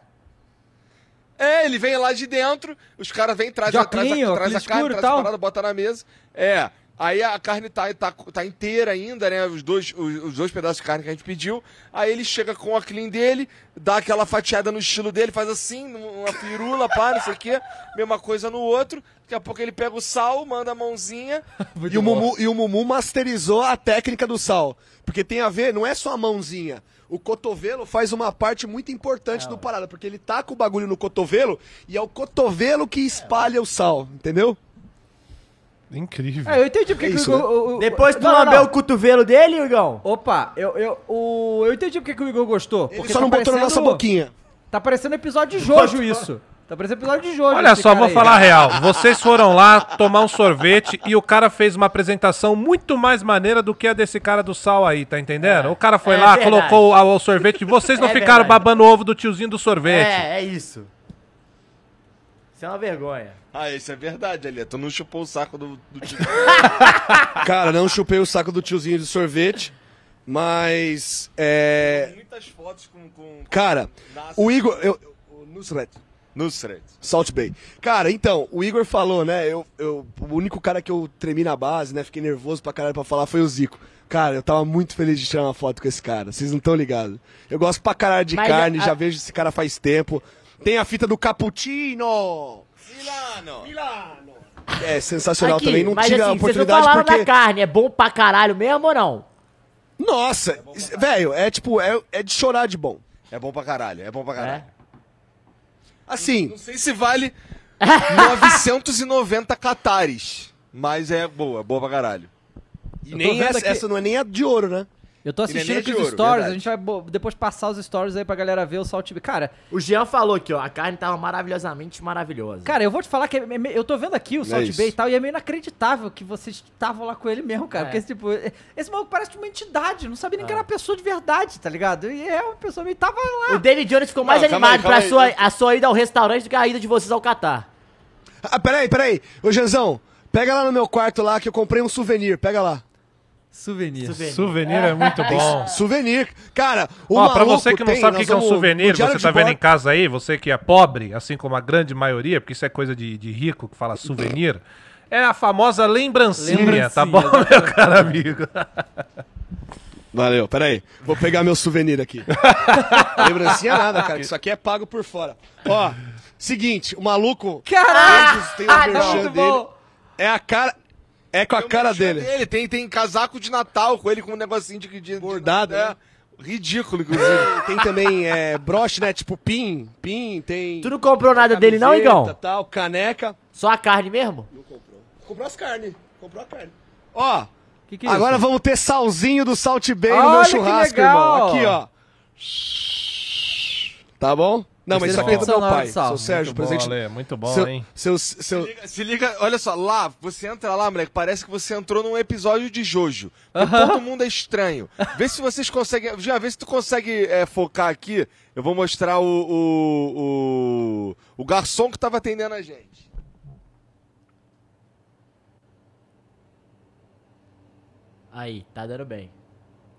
É, ele vem lá de dentro, os caras vêm, traz,
De
a- traz, a-
óculinho,
traz a
óculos
carne,
escuro e
traz a
tal.
parada, bota na mesa. É.
Aí a carne tá, tá, tá inteira ainda, né? Os dois, os, os dois pedaços de carne que a gente pediu. Aí ele chega com a clean dele, dá aquela fatiada no estilo dele, faz assim, uma pirula, pá, não sei o quê. Mesma coisa no outro. Daqui a pouco ele pega o sal, manda a mãozinha.
E o, Mumu, e o Mumu masterizou a técnica do sal. Porque tem a ver, não é só a mãozinha. O cotovelo faz uma parte muito
É.
importante do parada, porque ele
tá
taca o bagulho no cotovelo e é o cotovelo que espalha o sal, entendeu?
Incrível.
É, eu entendi porque
É
que
isso,
o,
né?
Igor- o- o-
Depois que tu
Não, não,
lambeu
não.
o cotovelo dele, Igão.
Opa, eu, eu, o, eu entendi porque que o Igor gostou.
Ele
porque
só
tá
não botou na
parecendo-
nossa boquinha.
Tá parecendo episódio de Jojo isso. Tá parecendo episódio de Jojo.
Olha
esse
só,
cara
vou
aí.
falar a real. Vocês foram lá tomar um sorvete e o cara fez uma apresentação muito mais maneira do que a desse cara do sal aí, tá entendendo? o cara foi
é
lá,
verdade.
colocou o, o sorvete e vocês não
É
ficaram
verdade.
babando o ovo do tiozinho do sorvete.
É, é isso. Isso é uma vergonha.
Ah, isso é verdade, Elia. Tu não chupou o saco do, do tio.
Cara, não chupei o saco do tiozinho de sorvete, mas. É.
Muitas fotos com. com...
Cara, o Igor. Eu, eu, Nusret.
Nusret.
Salt Bay. Cara, então, o Igor falou, né? Eu, eu, o único cara que eu tremi na base, né? Fiquei nervoso pra caralho pra falar foi o Zico. Cara, eu tava muito feliz de tirar uma foto com esse cara. Vocês não estão ligados. Eu gosto pra caralho de
Mas
carne,
a-
já vejo esse cara faz tempo. Tem a fita do Cappuccino!
Milano!
É sensacional também. Não
mas
tive a
assim, vocês não
oportunidade
falaram
porque.
da carne, é bom pra caralho mesmo ou não?
Nossa! isso- velho, é tipo, é, é de chorar de bom.
É bom pra caralho, é bom pra caralho.
É.
Assim,
Não sei se vale 990 catares, mas é boa, é boa pra caralho.
e
tô
nem
vendo
essa,
aqui-
essa não é nem a de ouro, né?
Eu tô
Ele é
assistindo
nem
aqui
de
os
ouro,
stories,
verdade.
a gente vai bo- depois passar os stories aí pra galera ver o Salt Bay. Cara,
O Jean falou aqui, ó, a carne tava maravilhosamente maravilhosa.
cara, eu vou te falar que é me- me- eu tô vendo aqui o Salt
isso.
Bay e tal, e é meio inacreditável que vocês estavam lá com ele mesmo, cara.
É.
Porque, tipo, é- esse maluco parece uma entidade, não sabia nem que era uma pessoa de verdade, tá ligado? E é uma pessoa meio. Tava lá.
o David Jones ficou mais
Não, calma
animado
aí, calma
pra
aí.
sua, a sua ida ao restaurante do que a ida de vocês ao Catar.
Ah, peraí, peraí. Ô, Janzão, pega lá no meu quarto lá que eu comprei um souvenir. Pega lá.
Souvenir.
Souvenir é muito bom.
Souvenir. Cara, o
Ó, pra
maluco
você que não
tem-
sabe o que
nós
que é um
vamos- no
souvenir,
Diário
você
de
tá vendo
Bordo-
em casa aí, você que é pobre, assim como a grande maioria, porque isso é coisa de, de rico que fala souvenir, é a famosa lembrancinha, tá
Lembrancinha,
bom, meu caro amigo?
Valeu, peraí. Vou pegar meu souvenir aqui. Lembrancinha nada, cara. que Isso aqui é pago por fora. Ó, seguinte, o maluco.
Caralho!
Tem
Ah,
o merchan
tá
muito
dele.
bom.
É a cara. É com a cara dele.
Ele tem, tem casaco de Natal com ele com um negocinho de. de- de
Bordado,
é,
né?
Ridículo, inclusive.
Tem também é, broche, né? Tipo pin. Pin, tem.
Tu não comprou nada dele não,
camiseta,
Igão?
Tal, caneca.
Só a carne mesmo?
Comprou as carnes. Comprou a carne. Ó,
Que que é
agora
isso?
vamos ter salzinho do Salt Bay no
Olha
meu
que
churrasco,
legal.
irmão. Aqui, ó. Tá bom? Não, mas isso aqui é do
Terceira opção
meu
na hora
pai.
de sal.
Seu Sérgio,
muito
presente.
bom, Ale, muito bom,
seu,
hein?
seu, seu-
Se liga- Se liga, olha só, lá, você entra lá, moleque, parece que você entrou num episódio de Jojo. Porque Todo mundo é estranho. Vê se vocês conseguem. Já vê se tu consegue é, focar aqui. Eu vou mostrar o, o, o, o garçom que tava atendendo a gente.
Aí, tá dando bem.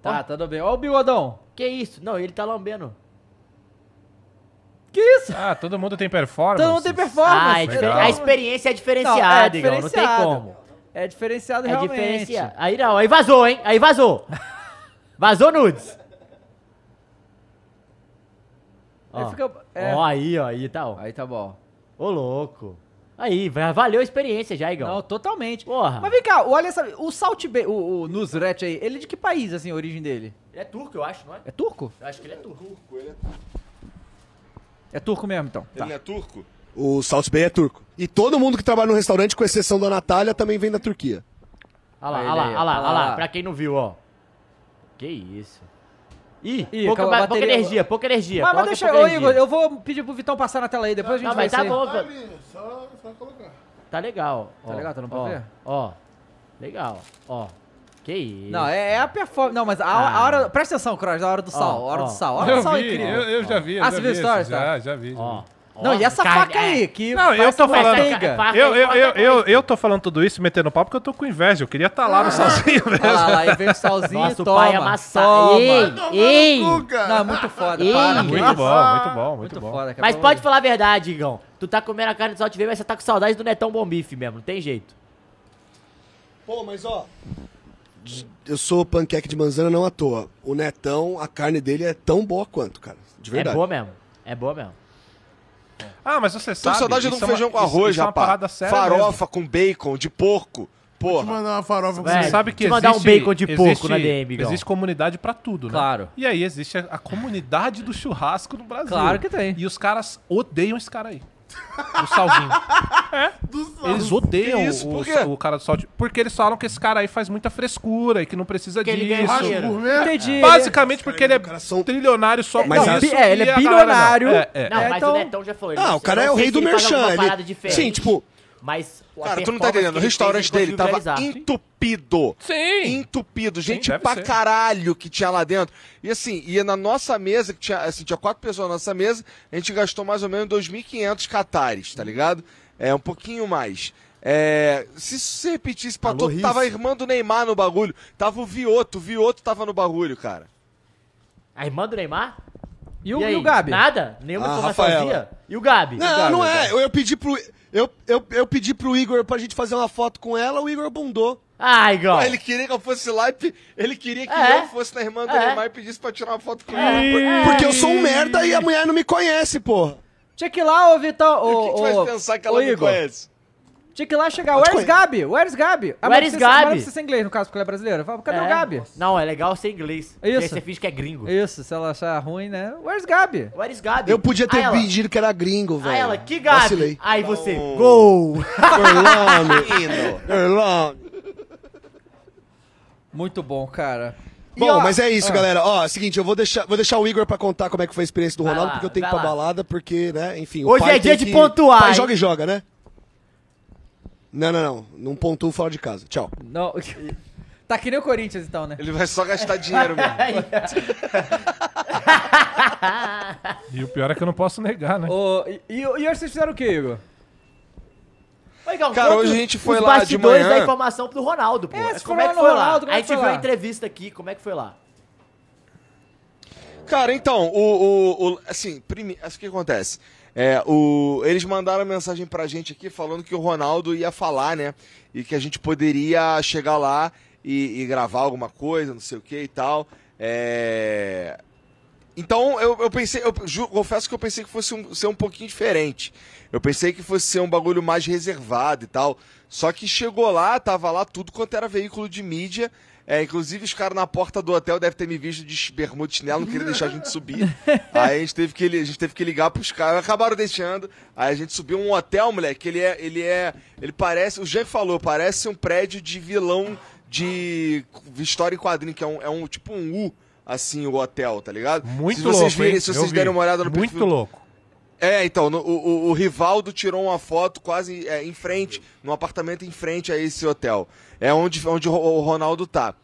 Tá, tá tudo bem. Ó o bigodão.
Que isso? Não, ele tá lambendo.
Que isso?
Ah, todo mundo tem performance.
Então não tem performance.
Ah, é difer-
legal.
a experiência é diferenciada, Igão, não tem como.
É diferenciado
É
realmente.
diferenciado. Aí não, aí vazou, hein? Aí vazou. vazou nudes.
Aí
Ó.
fica- é.
Ó, aí, ó, aí tá, ó.
Aí tá bom.
Ô, louco. Aí, va- valeu a experiência já, Igão.
Não, totalmente.
Porra.
Mas vem cá, olha essa. O Salt Bay, o, o Nusret aí, ele é de que país, assim, a origem dele?
Ele é turco, eu acho, não
É turco?
Eu acho que ele é turco.
É turco mesmo, então. Tá.
Ele é turco?
o Salt Bay é turco. E todo mundo que trabalha no restaurante, com exceção da Natália, também vem da Turquia.
Olha lá,
Aí,
olha lá,
aí,
olha lá,
Ah, é- olha
olha lá.
lá.
Pra quem não viu, ó. Que isso. Ih,
Ih,
pouca,
acabou a
ba- pouca
bateria.
energia, pouca energia.
Mas, mas
coloca
deixa
pouca
eu,
energia.
Igor, eu vou pedir pro Vitão passar na tela aí, depois a
Não,
gente vai
mas tá
sair.
bom, tá,
Ali, só, só colocar.
tá legal.
Tá
ó,
legal, tá dando pra
ó,
ver?
Ó, legal, ó. Que isso.
Não, é, é a performance. Não, mas a, a
Ah.
hora. Presta atenção, Cross, a hora do sal. a hora
ó.
do sal. A hora do
Eu
sal é
vi,
incrível.
eu, eu já vi. eu
Ah,
já
você viu
vi
stories,
isso,
tá?
Já, já vi. já
Ó,
vi.
ó,
Não, e essa
carne- é.
faca aí, que.
Não, eu
parece
tô
uma
falando-
manteiga.
Faca
Eu,
aí,
eu,
corta
eu,
com
eu, eu tô falando tudo isso, metendo pau, porque eu tô com inveja. Eu queria estar lá no salzinho mesmo.
Olha Ah, tá lá, lá, aí vem o salzinho
Nossa,
e
o
toma.
pai amassado.
toma.
Ei, ei.
Não, é muito foda.
Ei,
Para,
que
Muito
isso.
bom, muito bom, muito,
Muito
bom.
foda.
Mas pode falar a verdade, Igão. Tu tá comendo a carne do Salt Veio, mas você tá com saudade do Netão Bom Bife mesmo, não tem jeito.
Pô, mas ó. Eu sou panqueca de manzana não à toa. O Netão, a carne dele é tão boa quanto, cara. De
É
verdade.
boa mesmo. É boa mesmo.
Ah, mas você
Tô
sabe.
com saudade de um
isso é
feijão
uma-
com arroz,
isso é uma parada
rapaz.
séria mesmo.
Farofa com bacon, de
Vou
porco.
te
Porra.
mandar uma farofa com
Velho,
Você sabe que
te
existe,
mandar um bacon de porco
existe-
na DM, Igão.
Existe comunidade pra tudo, né?
Claro.
E aí existe a, a comunidade do churrasco no Brasil.
Claro que tem.
E os caras odeiam esse cara aí. O Salzinho.
É?
Eles odeiam
Que isso?
o,
Por quê?
o cara do Salzinho. Porque eles falam que esse cara aí faz muita frescura e que não precisa
Que ele ganha
disso.
dinheiro.
gourmet.
Entendi.
Basicamente porque ele é
cara são-
trilionário só
Mas
com
não,
isso.
bi- é, ele
e
é
a galera não.
bilionário.
É, é.
Não,
Não,
É,
mas
então-
o Netão já falou. ele
Ah,
não-
o cara
eu
é
não
o
sei se
rei do
ele faz
merchan,
alguma
ele-
parada diferente,
Sim, tipo-
Mas a
Cara, tu não
performance
tá entendendo.
que
O
ele
restaurante
fez, ele
dele tava
conseguiu viralizar.
entupido.
Sim.
Entupido. Gente
deve
pra
ser.
caralho que tinha lá dentro. E assim, ia na nossa mesa, que tinha, assim, tinha quatro pessoas na nossa mesa, a gente gastou mais ou menos 2.500 catares, tá ligado? É, um pouquinho mais. É, se isso se repetisse pra todo, tava a irmã do Neymar no bagulho. Tava o Vioto, o Vioto tava no bagulho, cara.
A irmã do Neymar?
E o,
aí?
e o Gabi?
Nada? Nenhuma
Ah,
informaçãozinha?
Rafaela.
E o Gabi?
Não, não é. Eu, eu pedi pro. Eu, eu, eu pedi pro Igor pra gente fazer uma foto com ela, o Igor bundou.
Ai, Igão.
Ele queria que eu fosse lá e pe- ele queria que
É.
eu fosse na irmã do
É.
Neymar e pedisse pra tirar uma foto com ele.
Porque eu sou um merda e a mulher não me conhece, porra.
Tinha que ir lá, ô Vitão.
O que,
Ô,
que tu
ô,
vai pensar que
ô,
ela me
Igor.
conhece?
Tinha que ir lá chegar. Where's Gabi? Where's Gabi? Ah, mas
Where's
você-
Gabi?
mas Não precisa ser inglês, no caso, porque ela é brasileira. Fala, cadê
É.
o Gabi?
Não, é legal ser inglês. Porque aí
Isso.
você finge que é gringo.
Isso, se ela achar ruim, né? Where's Gabi?
Where is Gabi?
Eu podia ter
Aí ela-
pedido que era gringo, velho.
Aí ela, que Gabi?
Vacilei.
Aí você,
Não.
gol!
Orlando. Orlando.
Muito bom, cara.
Bom,
ó- ah,
mas é isso,
ah.
galera. Ó, é o seguinte, eu vou deixar, vou deixar o Igor pra contar como é que foi a experiência do
Vai
Ronaldo,
lá,
porque eu tenho que ir
vai
pra
lá.
balada, porque, né, enfim.
Hoje é
tem
dia de pontuar,
Pai
hein?
joga e joga, né? Não, não, não. Não pontua fora de casa. Tchau.
Não. Tá que nem o Corinthians, então, né?
Ele vai só gastar dinheiro mesmo.
E o pior é que eu não posso negar, né?
Ô, e, e, e hoje vocês fizeram o quê, Igor?
Ô, Igão,
Cara,
conta
hoje a gente foi
os
lá de
bastidores
manhã.
da informação pro Ronaldo, pô.
É, vocês
como é que
foram lá no
foi
Ronaldo, como
lá? A
é que
gente
foi
viu a
lá?
entrevista aqui, como é que foi lá?
Cara, então, o, o, o- assim, prime... assim, o que acontece? É, o... Eles mandaram mensagem pra gente aqui falando que o Ronaldo ia falar, né? E que a gente poderia chegar lá e, e gravar alguma coisa, não sei o que e tal. É... Então, eu, eu pensei, eu ju- confesso que eu pensei que fosse um- ser um pouquinho diferente. Eu pensei que fosse ser um bagulho mais reservado e tal. Só que chegou lá, tava lá tudo quanto era veículo de mídia. É, inclusive, os caras na porta do hotel devem ter me visto de bermuda e chinelo, não queria deixar a gente subir. Aí a gente teve que, li- a gente teve que ligar pros caras, acabaram deixando. Aí a gente subiu um hotel, moleque, ele é. Ele é. Ele parece. O Jean falou, parece um prédio de vilão de história em quadrinho, que é um, é um tipo um U, assim, o hotel, tá ligado?
Muito
se vocês
louco.
virem-
hein?
se
Eu
vocês
vi.
derem uma olhada no
Muito
perfil-
louco.
É, então, no- o, o- o Rivaldo tirou uma foto quase é, em frente, num apartamento em frente a esse hotel. É onde, onde o- o Ronaldo tá.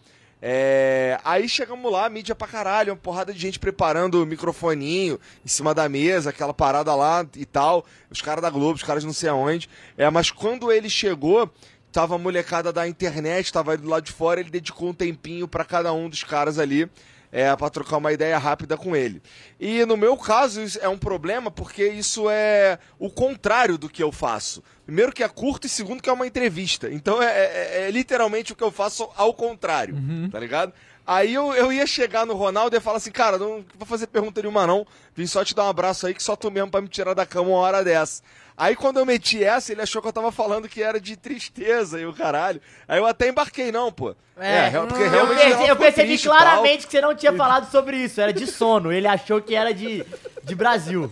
É, aí chegamos lá, mídia pra caralho, uma porrada de gente preparando o microfoninho em cima da mesa, aquela parada lá e tal. Os caras da Globo, os caras não sei aonde. É, mas quando ele chegou, tava a molecada da internet, tava ali do lado de fora, ele dedicou um tempinho pra cada um dos caras ali é, para trocar uma ideia rápida com ele. E no meu caso, isso é um problema porque isso é o contrário do que eu faço. Primeiro que é curto e segundo que é uma entrevista. Então é, é- é literalmente o que eu faço ao contrário, tá ligado? Aí eu, eu ia chegar no Ronaldo e ia falar assim, cara, não vou fazer pergunta nenhuma não, vim só te dar um abraço aí que só tu mesmo pra me tirar da cama uma hora dessa. Aí quando eu meti essa, ele achou que eu tava falando que era de tristeza e o caralho. Aí eu até embarquei, não, pô.
É,
real- porque
Eu,
um
realmente
perce-
ela
eu
ficou
percebi
triste e tal.
claramente que você não tinha falado sobre isso, era de sono. Ele achou que era de, de Brasil.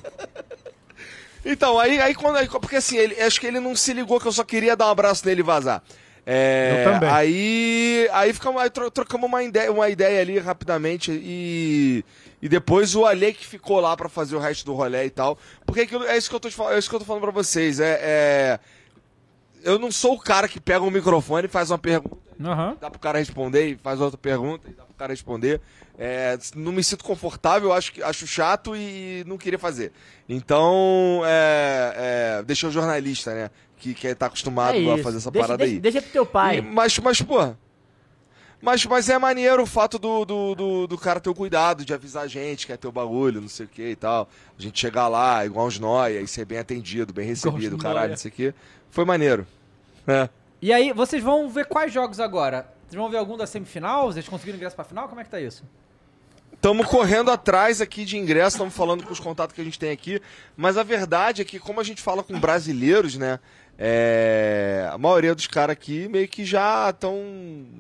Então, aí, aí quando. aí- porque assim, ele, acho que ele não se ligou que eu só queria dar um abraço nele e vazar. É,
Eu também.
Aí, aí, ficamos, aí tro- trocamos uma ideia, uma ideia ali rapidamente e. E depois o Ale que ficou lá pra fazer o resto do rolê e tal. Porque aquilo- é isso que eu tô, te, fal- é isso que eu tô falando pra vocês. É, é- Eu não sou o cara que pega um microfone e faz uma pergunta
Aham.
dá pro cara responder e faz outra pergunta e dá pro cara responder. É, não me sinto confortável, acho, que- acho chato e não queria fazer. Então, é, é, deixa o jornalista, né? Que, que tá acostumado
é
a
isso.
fazer essa
deixa,
parada
deixa,
aí.
Deixa pro teu
E-
pai.
mas, mas, pô. Mas, mas é maneiro o fato do, do, do, do cara ter o cuidado de avisar a gente que é teu bagulho, não sei o que e tal. A gente chegar lá, igual uns nóia, e ser bem atendido, bem recebido,
nóia.
caralho, não sei o que. Foi maneiro. É.
E aí, vocês vão ver quais jogos agora? Vocês vão ver algum da semifinal? Vocês conseguiram ingresso pra final? Como é que tá isso?
Estamos correndo atrás aqui de ingresso, estamos falando com os contatos que a gente tem aqui, mas a verdade é que, como a gente fala com brasileiros, né? é, a maioria dos caras aqui meio que já estão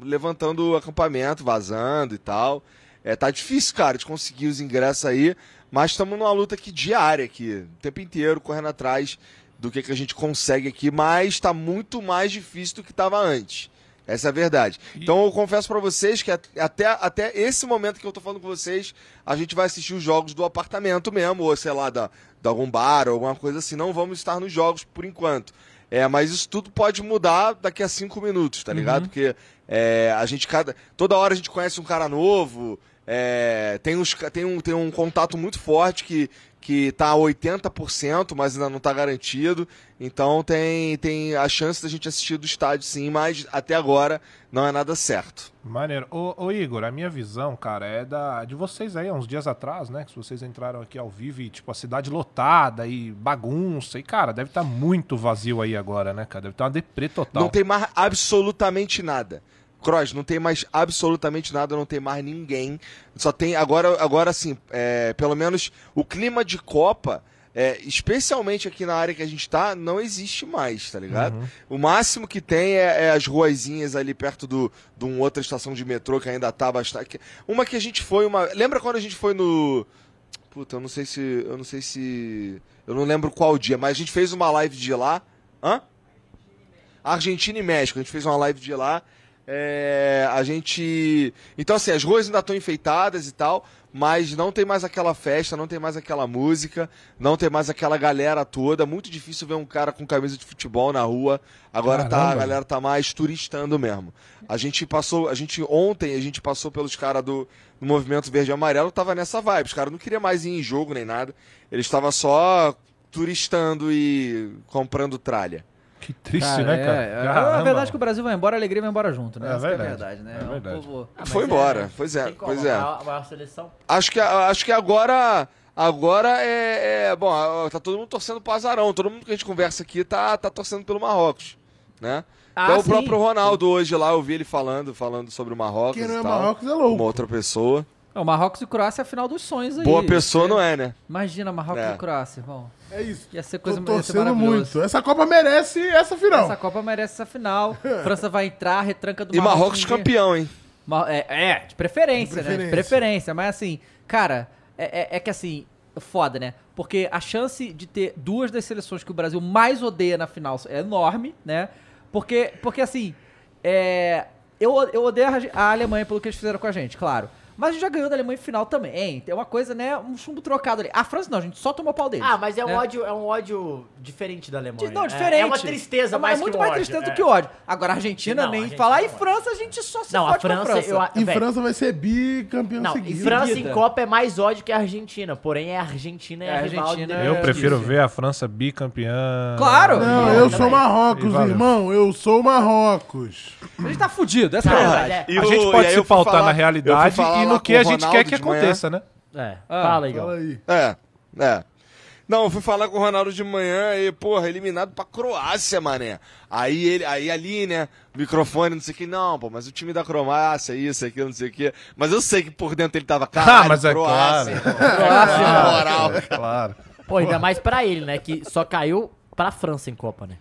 levantando o acampamento, vazando e tal. É, tá difícil, cara, de conseguir os ingressos aí, mas estamos numa luta aqui diária aqui, o tempo inteiro, correndo atrás do que, que a gente consegue aqui, mas tá muito mais difícil do que estava antes. Essa é a verdade. Então eu confesso pra vocês que at- até, até esse momento que eu tô falando com vocês, a gente vai assistir os jogos do apartamento mesmo, ou sei lá, da, de algum bar ou alguma coisa assim. Não vamos estar nos jogos por enquanto. É, mas isso tudo pode mudar daqui a cinco minutos, tá ligado? Porque é, a gente cada. Toda hora a gente conhece um cara novo. é, tem, uns, ca- tem, um, tem um contato muito forte que, que tá a 80%, mas ainda não tá garantido. Então tem, tem a chance da gente assistir do estádio sim, mas até agora não é nada certo.
Maneiro. Ô, ô, Igor, a minha visão, cara, é da de vocês aí, há uns dias atrás, né? Que se vocês entraram aqui ao vivo e, tipo, a cidade lotada e bagunça. E, cara, deve estar muito vazio aí agora, né, cara? Deve estar uma deprê total.
Não tem mais absolutamente nada. Cross, não tem mais absolutamente nada, não tem mais ninguém. Só tem agora, agora assim, é, pelo menos o clima de Copa, é, especialmente aqui na área que a gente tá, não existe mais, tá ligado? O máximo que tem é, é as ruazinhas ali perto do, de uma outra estação de metrô que ainda tá bastante. Uma que a gente foi uma. Lembra quando a gente foi no. Puta, eu não sei se. Eu não sei se. Eu não lembro qual dia, mas a gente fez uma live de lá. Hã? Argentina e México. A gente fez uma live de lá. É, a gente. Então, assim, as ruas ainda estão enfeitadas e tal, mas não tem mais aquela festa, não tem mais aquela música, não tem mais aquela galera toda. Muito difícil ver um cara com camisa de futebol na rua. Agora tá, a
Caramba.
galera tá mais turistando mesmo. A gente passou, a gente ontem, a gente passou pelos caras do, do movimento verde e amarelo, tava nessa vibe. Os caras não queriam mais ir em jogo nem nada. Eles estavam só turistando e comprando tralha.
Que triste, né, cara?
É, é a
Caramba.
verdade é que o Brasil vai embora, a alegria vai embora junto, né?
É
Essa que
verdade.
é a verdade, né?
É
um
verdade.
povo-
Ah, mas
Foi
é,
embora,
né?
pois é,
Tem como,
pois é.
A maior, a maior seleção.
Acho que, acho que agora. Agora é, é- Bom, ah, tá todo mundo torcendo pro azarão. Todo mundo que a gente conversa aqui tá, tá torcendo pelo Marrocos. Né?
Ah,
Até o
sim.
próprio Ronaldo hoje lá, eu vi ele falando, falando sobre o Marrocos.
Quem não
e
é
tal.
Marrocos é
Uma
louco.
outra pessoa.
É, o Marrocos e Croácia é a final dos sonhos aí.
Boa pessoa não é, né?
Imagina, Marrocos
É.
e Croácia, irmão.
É isso.
Ia ser coisa
Tô
ia ser
torcendo
maravilhoso.
muito. Essa Copa merece essa final.
Essa Copa merece essa final. França vai entrar, retranca do
E Marrocos
ninguém-
campeão, hein?
Ma- É, é, de preferência,
De
né? De
preferência.
preferência. Mas assim, cara, é, é- é que assim, foda, né? Porque a chance de ter duas das seleções que o Brasil mais odeia na final é enorme, né? Porque, porque assim, é, eu, eu odeio a- a Alemanha pelo que eles fizeram com a gente, claro. Mas a gente já ganhou da Alemanha em final também. Tem uma coisa, né? Um chumbo trocado ali. A França não, a gente só tomou pau deles.
Ah, mas é um,
né?
ódio, é um ódio diferente da Alemanha.
Di- Não,
É-
diferente.
É, uma tristeza
Não,
mais
é muito
que um
mais
ódio,
tristeza
é.
do que ódio. Agora, a Argentina
Não, a
nem
gente
falar.
não
E
é.
França, a gente só se
Não, a
fode com
França, eu a-
E
velho,
França vai ser bicampeão
Não, e
seguido.
França
Seguida.
em Copa é mais ódio que a Argentina, porém é a Argentina e
É,
a
a
rival
Argentina
do-
é-
Eu prefiro
Isso.
ver a França bicampeã.
Ah. Claro!
Não,
Não,
eu
também.
sou
E
Marrocos,
valeu.
irmão. Eu sou Marrocos.
A gente tá fudido, essa é a
Cara,
verdade.
é-
E
a
o-
gente
e
pode
aí
se
eu fui
pautar
falar-
na
eu
realidade
fui falar
e
lá
no
com
que
o
a gente
Ronaldo
quer que
de manhã.
aconteça, né?
É,
Ah,
fala, Igor.
Fala aí.
É, é. Não, eu fui falar com o Ronaldo de manhã e, porra, eliminado pra Croácia, mané. Aí ele, aí ali, né, microfone, não sei o que, não, pô, mas o time da Croácia, isso, aquilo, não sei o que. Mas eu sei que por dentro ele tava, caralho,
Ah, mas é
Croácia.
claro.
irmão.
Croácia,
Na moral.
Claro.
Ah. Pô, ainda mais pra ele, né? Que só caiu pra França em Copa, né?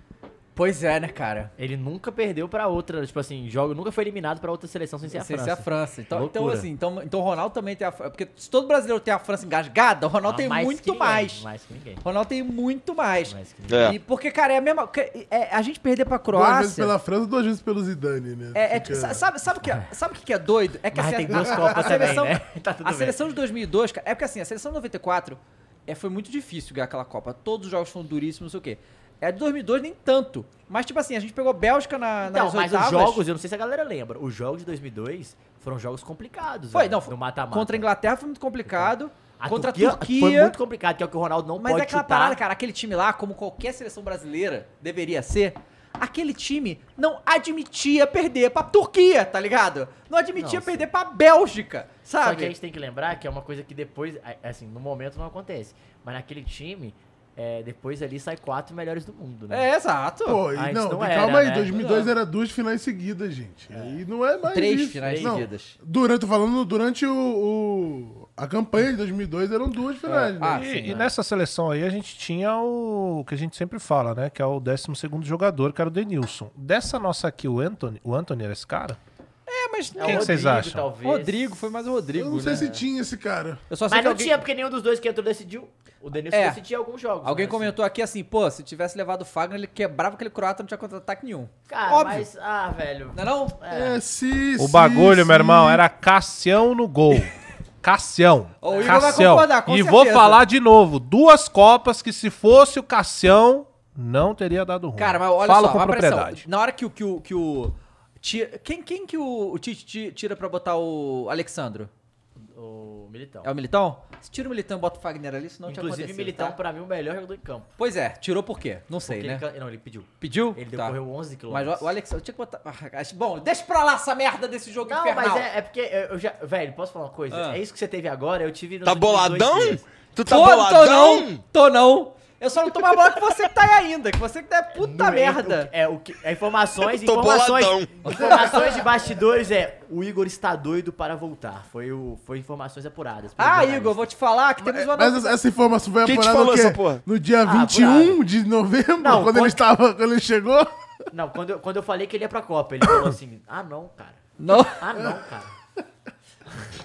Pois é, né, cara?
Ele nunca perdeu pra outra, tipo assim, jogo, nunca foi eliminado pra outra seleção sem ser a
Sem
França.
ser é a França. Então, então
Loucura.
assim, então, então o Ronaldo também tem a França. Porque se todo brasileiro tem a França engasgada, o Ronaldo
Ah,
tem
mais que
muito
ninguém,
mais.
Mais que ninguém.
O Ronaldo tem muito mais.
Mais que
ninguém. É.
E porque, cara, é a mesma. que- é- a gente perder pra
Duas vezes
Croácia.
pela França, duas vezes pelo Zidane, né?
É, é que-
Fica-
sa- sabe, sabe, o que é, sabe o que que é doido? É que
Mas
assim,
tem duas Copas também,
seleção,
né? Tá tudo
a
bem.
seleção de 2002, cara, é porque assim, a seleção de 94 é, foi muito difícil ganhar aquela Copa. Todos os jogos foram duríssimos, não sei o quê. É de 2002 nem tanto. Mas tipo assim, a gente pegou Bélgica na,
Não,
nas
Então, mas
oitavas.
os jogos, eu não sei se a galera lembra, os jogos de 2002 foram jogos complicados.
Foi,
né,
não,
do mata-mata.
Contra a Inglaterra foi muito complicado.
A
contra
Turquia,
a Turquia.
Foi muito complicado, que é o que o Ronaldo não
mas é
pode
aquela
chutar.
parada, cara, aquele time lá, como qualquer seleção brasileira deveria ser, aquele time não admitia perder pra Turquia, tá ligado? Não admitia
Não, sim.
perder pra Bélgica,
Só que a
sabe?
gente tem que lembrar que é uma coisa que depois, a- assim, no momento não acontece. Mas naquele time, é, depois ali sai quatro melhores do mundo, né?
É, exato.
Pô, e
Ah, isso
não,
não
e
era,
calma aí,
né?
2002 era duas finais seguidas, gente. Aí não é mais
Três
isso.
finais
Não,
seguidas.
Durante, tô falando durante o, o- a campanha de 2002 eram
É.
duas finais, né?
Ah,
E,
sim.
e nessa seleção aí a gente tinha o, o que a gente sempre fala, né? Que é o 12 jogador, que era o Denilson. Dessa nossa aqui, o Anthony, o Anthony era esse cara?
É, mas
É o
Quem que vocês
Rodrigo,
acham?
talvez.
Rodrigo, foi mais o Rodrigo,
eu não sei
né?
se tinha esse cara.
Eu só sei
Mas
que
não
alguém-
tinha, porque nenhum dos dois que entrou decidiu. O Denilson
É.
decidia alguns jogos.
Alguém
né,
comentou aqui assim, pô, se tivesse levado o Fagner, ele quebrava aquele croata, não tinha contra-ataque nenhum.
assim. Cara,
Óbvio.
mas. Ah, velho.
Não é não?
É, se,
O
se,
bagulho,
se.
meu irmão, é- era Cassião no gol. Cassião.
O Igor vai
Cassião.
concordar, com
e
certeza.
vou falar de novo: duas Copas que, se fosse o Cassião, não teria dado ruim.
Cara, mas olha só,
Fala
um-
com
a pressão.
propriedade.
Na hora que o... Que o, que o tira- quem, quem que o, o Tite ti- tira pra botar o Alexandro?
O Militão.
É o Militão? Se tira o Militão e bota o Fagner ali, senão tinha
Inclusive,
acontecido,
o Militão,
tá?
pra mim, o melhor jogador em campo.
Pois é, tirou por quê? Não sei,
Porque
né?
ele can- Não, ele pediu.
Pediu?
Ele
Tá.
decorreu 11
Mas
quilômetros.
o, o Alexandro, tinha que botar... Ah, acho- Bom, deixa pra lá essa merda desse jogo
Não,
infernal.
mas é, é porque eu eu já. Velho, posso falar uma coisa?
Ah.
É isso que você teve agora, eu tive no.
Tá boladão? Tu tá
Tô, tô
boladão?
não, tô não. Eu só não tô mais bola que você que tá aí ainda, que você que tá é puta merda.
É, o que, é informações,
Tô
informações.
boladão.
Informações de bastidores é. O Igor está doido para voltar. Foi, o, foi informações apuradas. pelos
Ah,
jornalistas.
Igor, eu vou te falar que temos uma
Mas essa, essa informação foi
Quem te
apurada
falou
o quê?
essa porra?
no dia
Ah,
21 de novembro,
Não,
quando,
quando-
ele estava, quando ele chegou.
Não, quando eu, quando eu falei que ele ia pra Copa, ele falou assim: ah, não, cara.
é-
Não.
Ah, não, cara.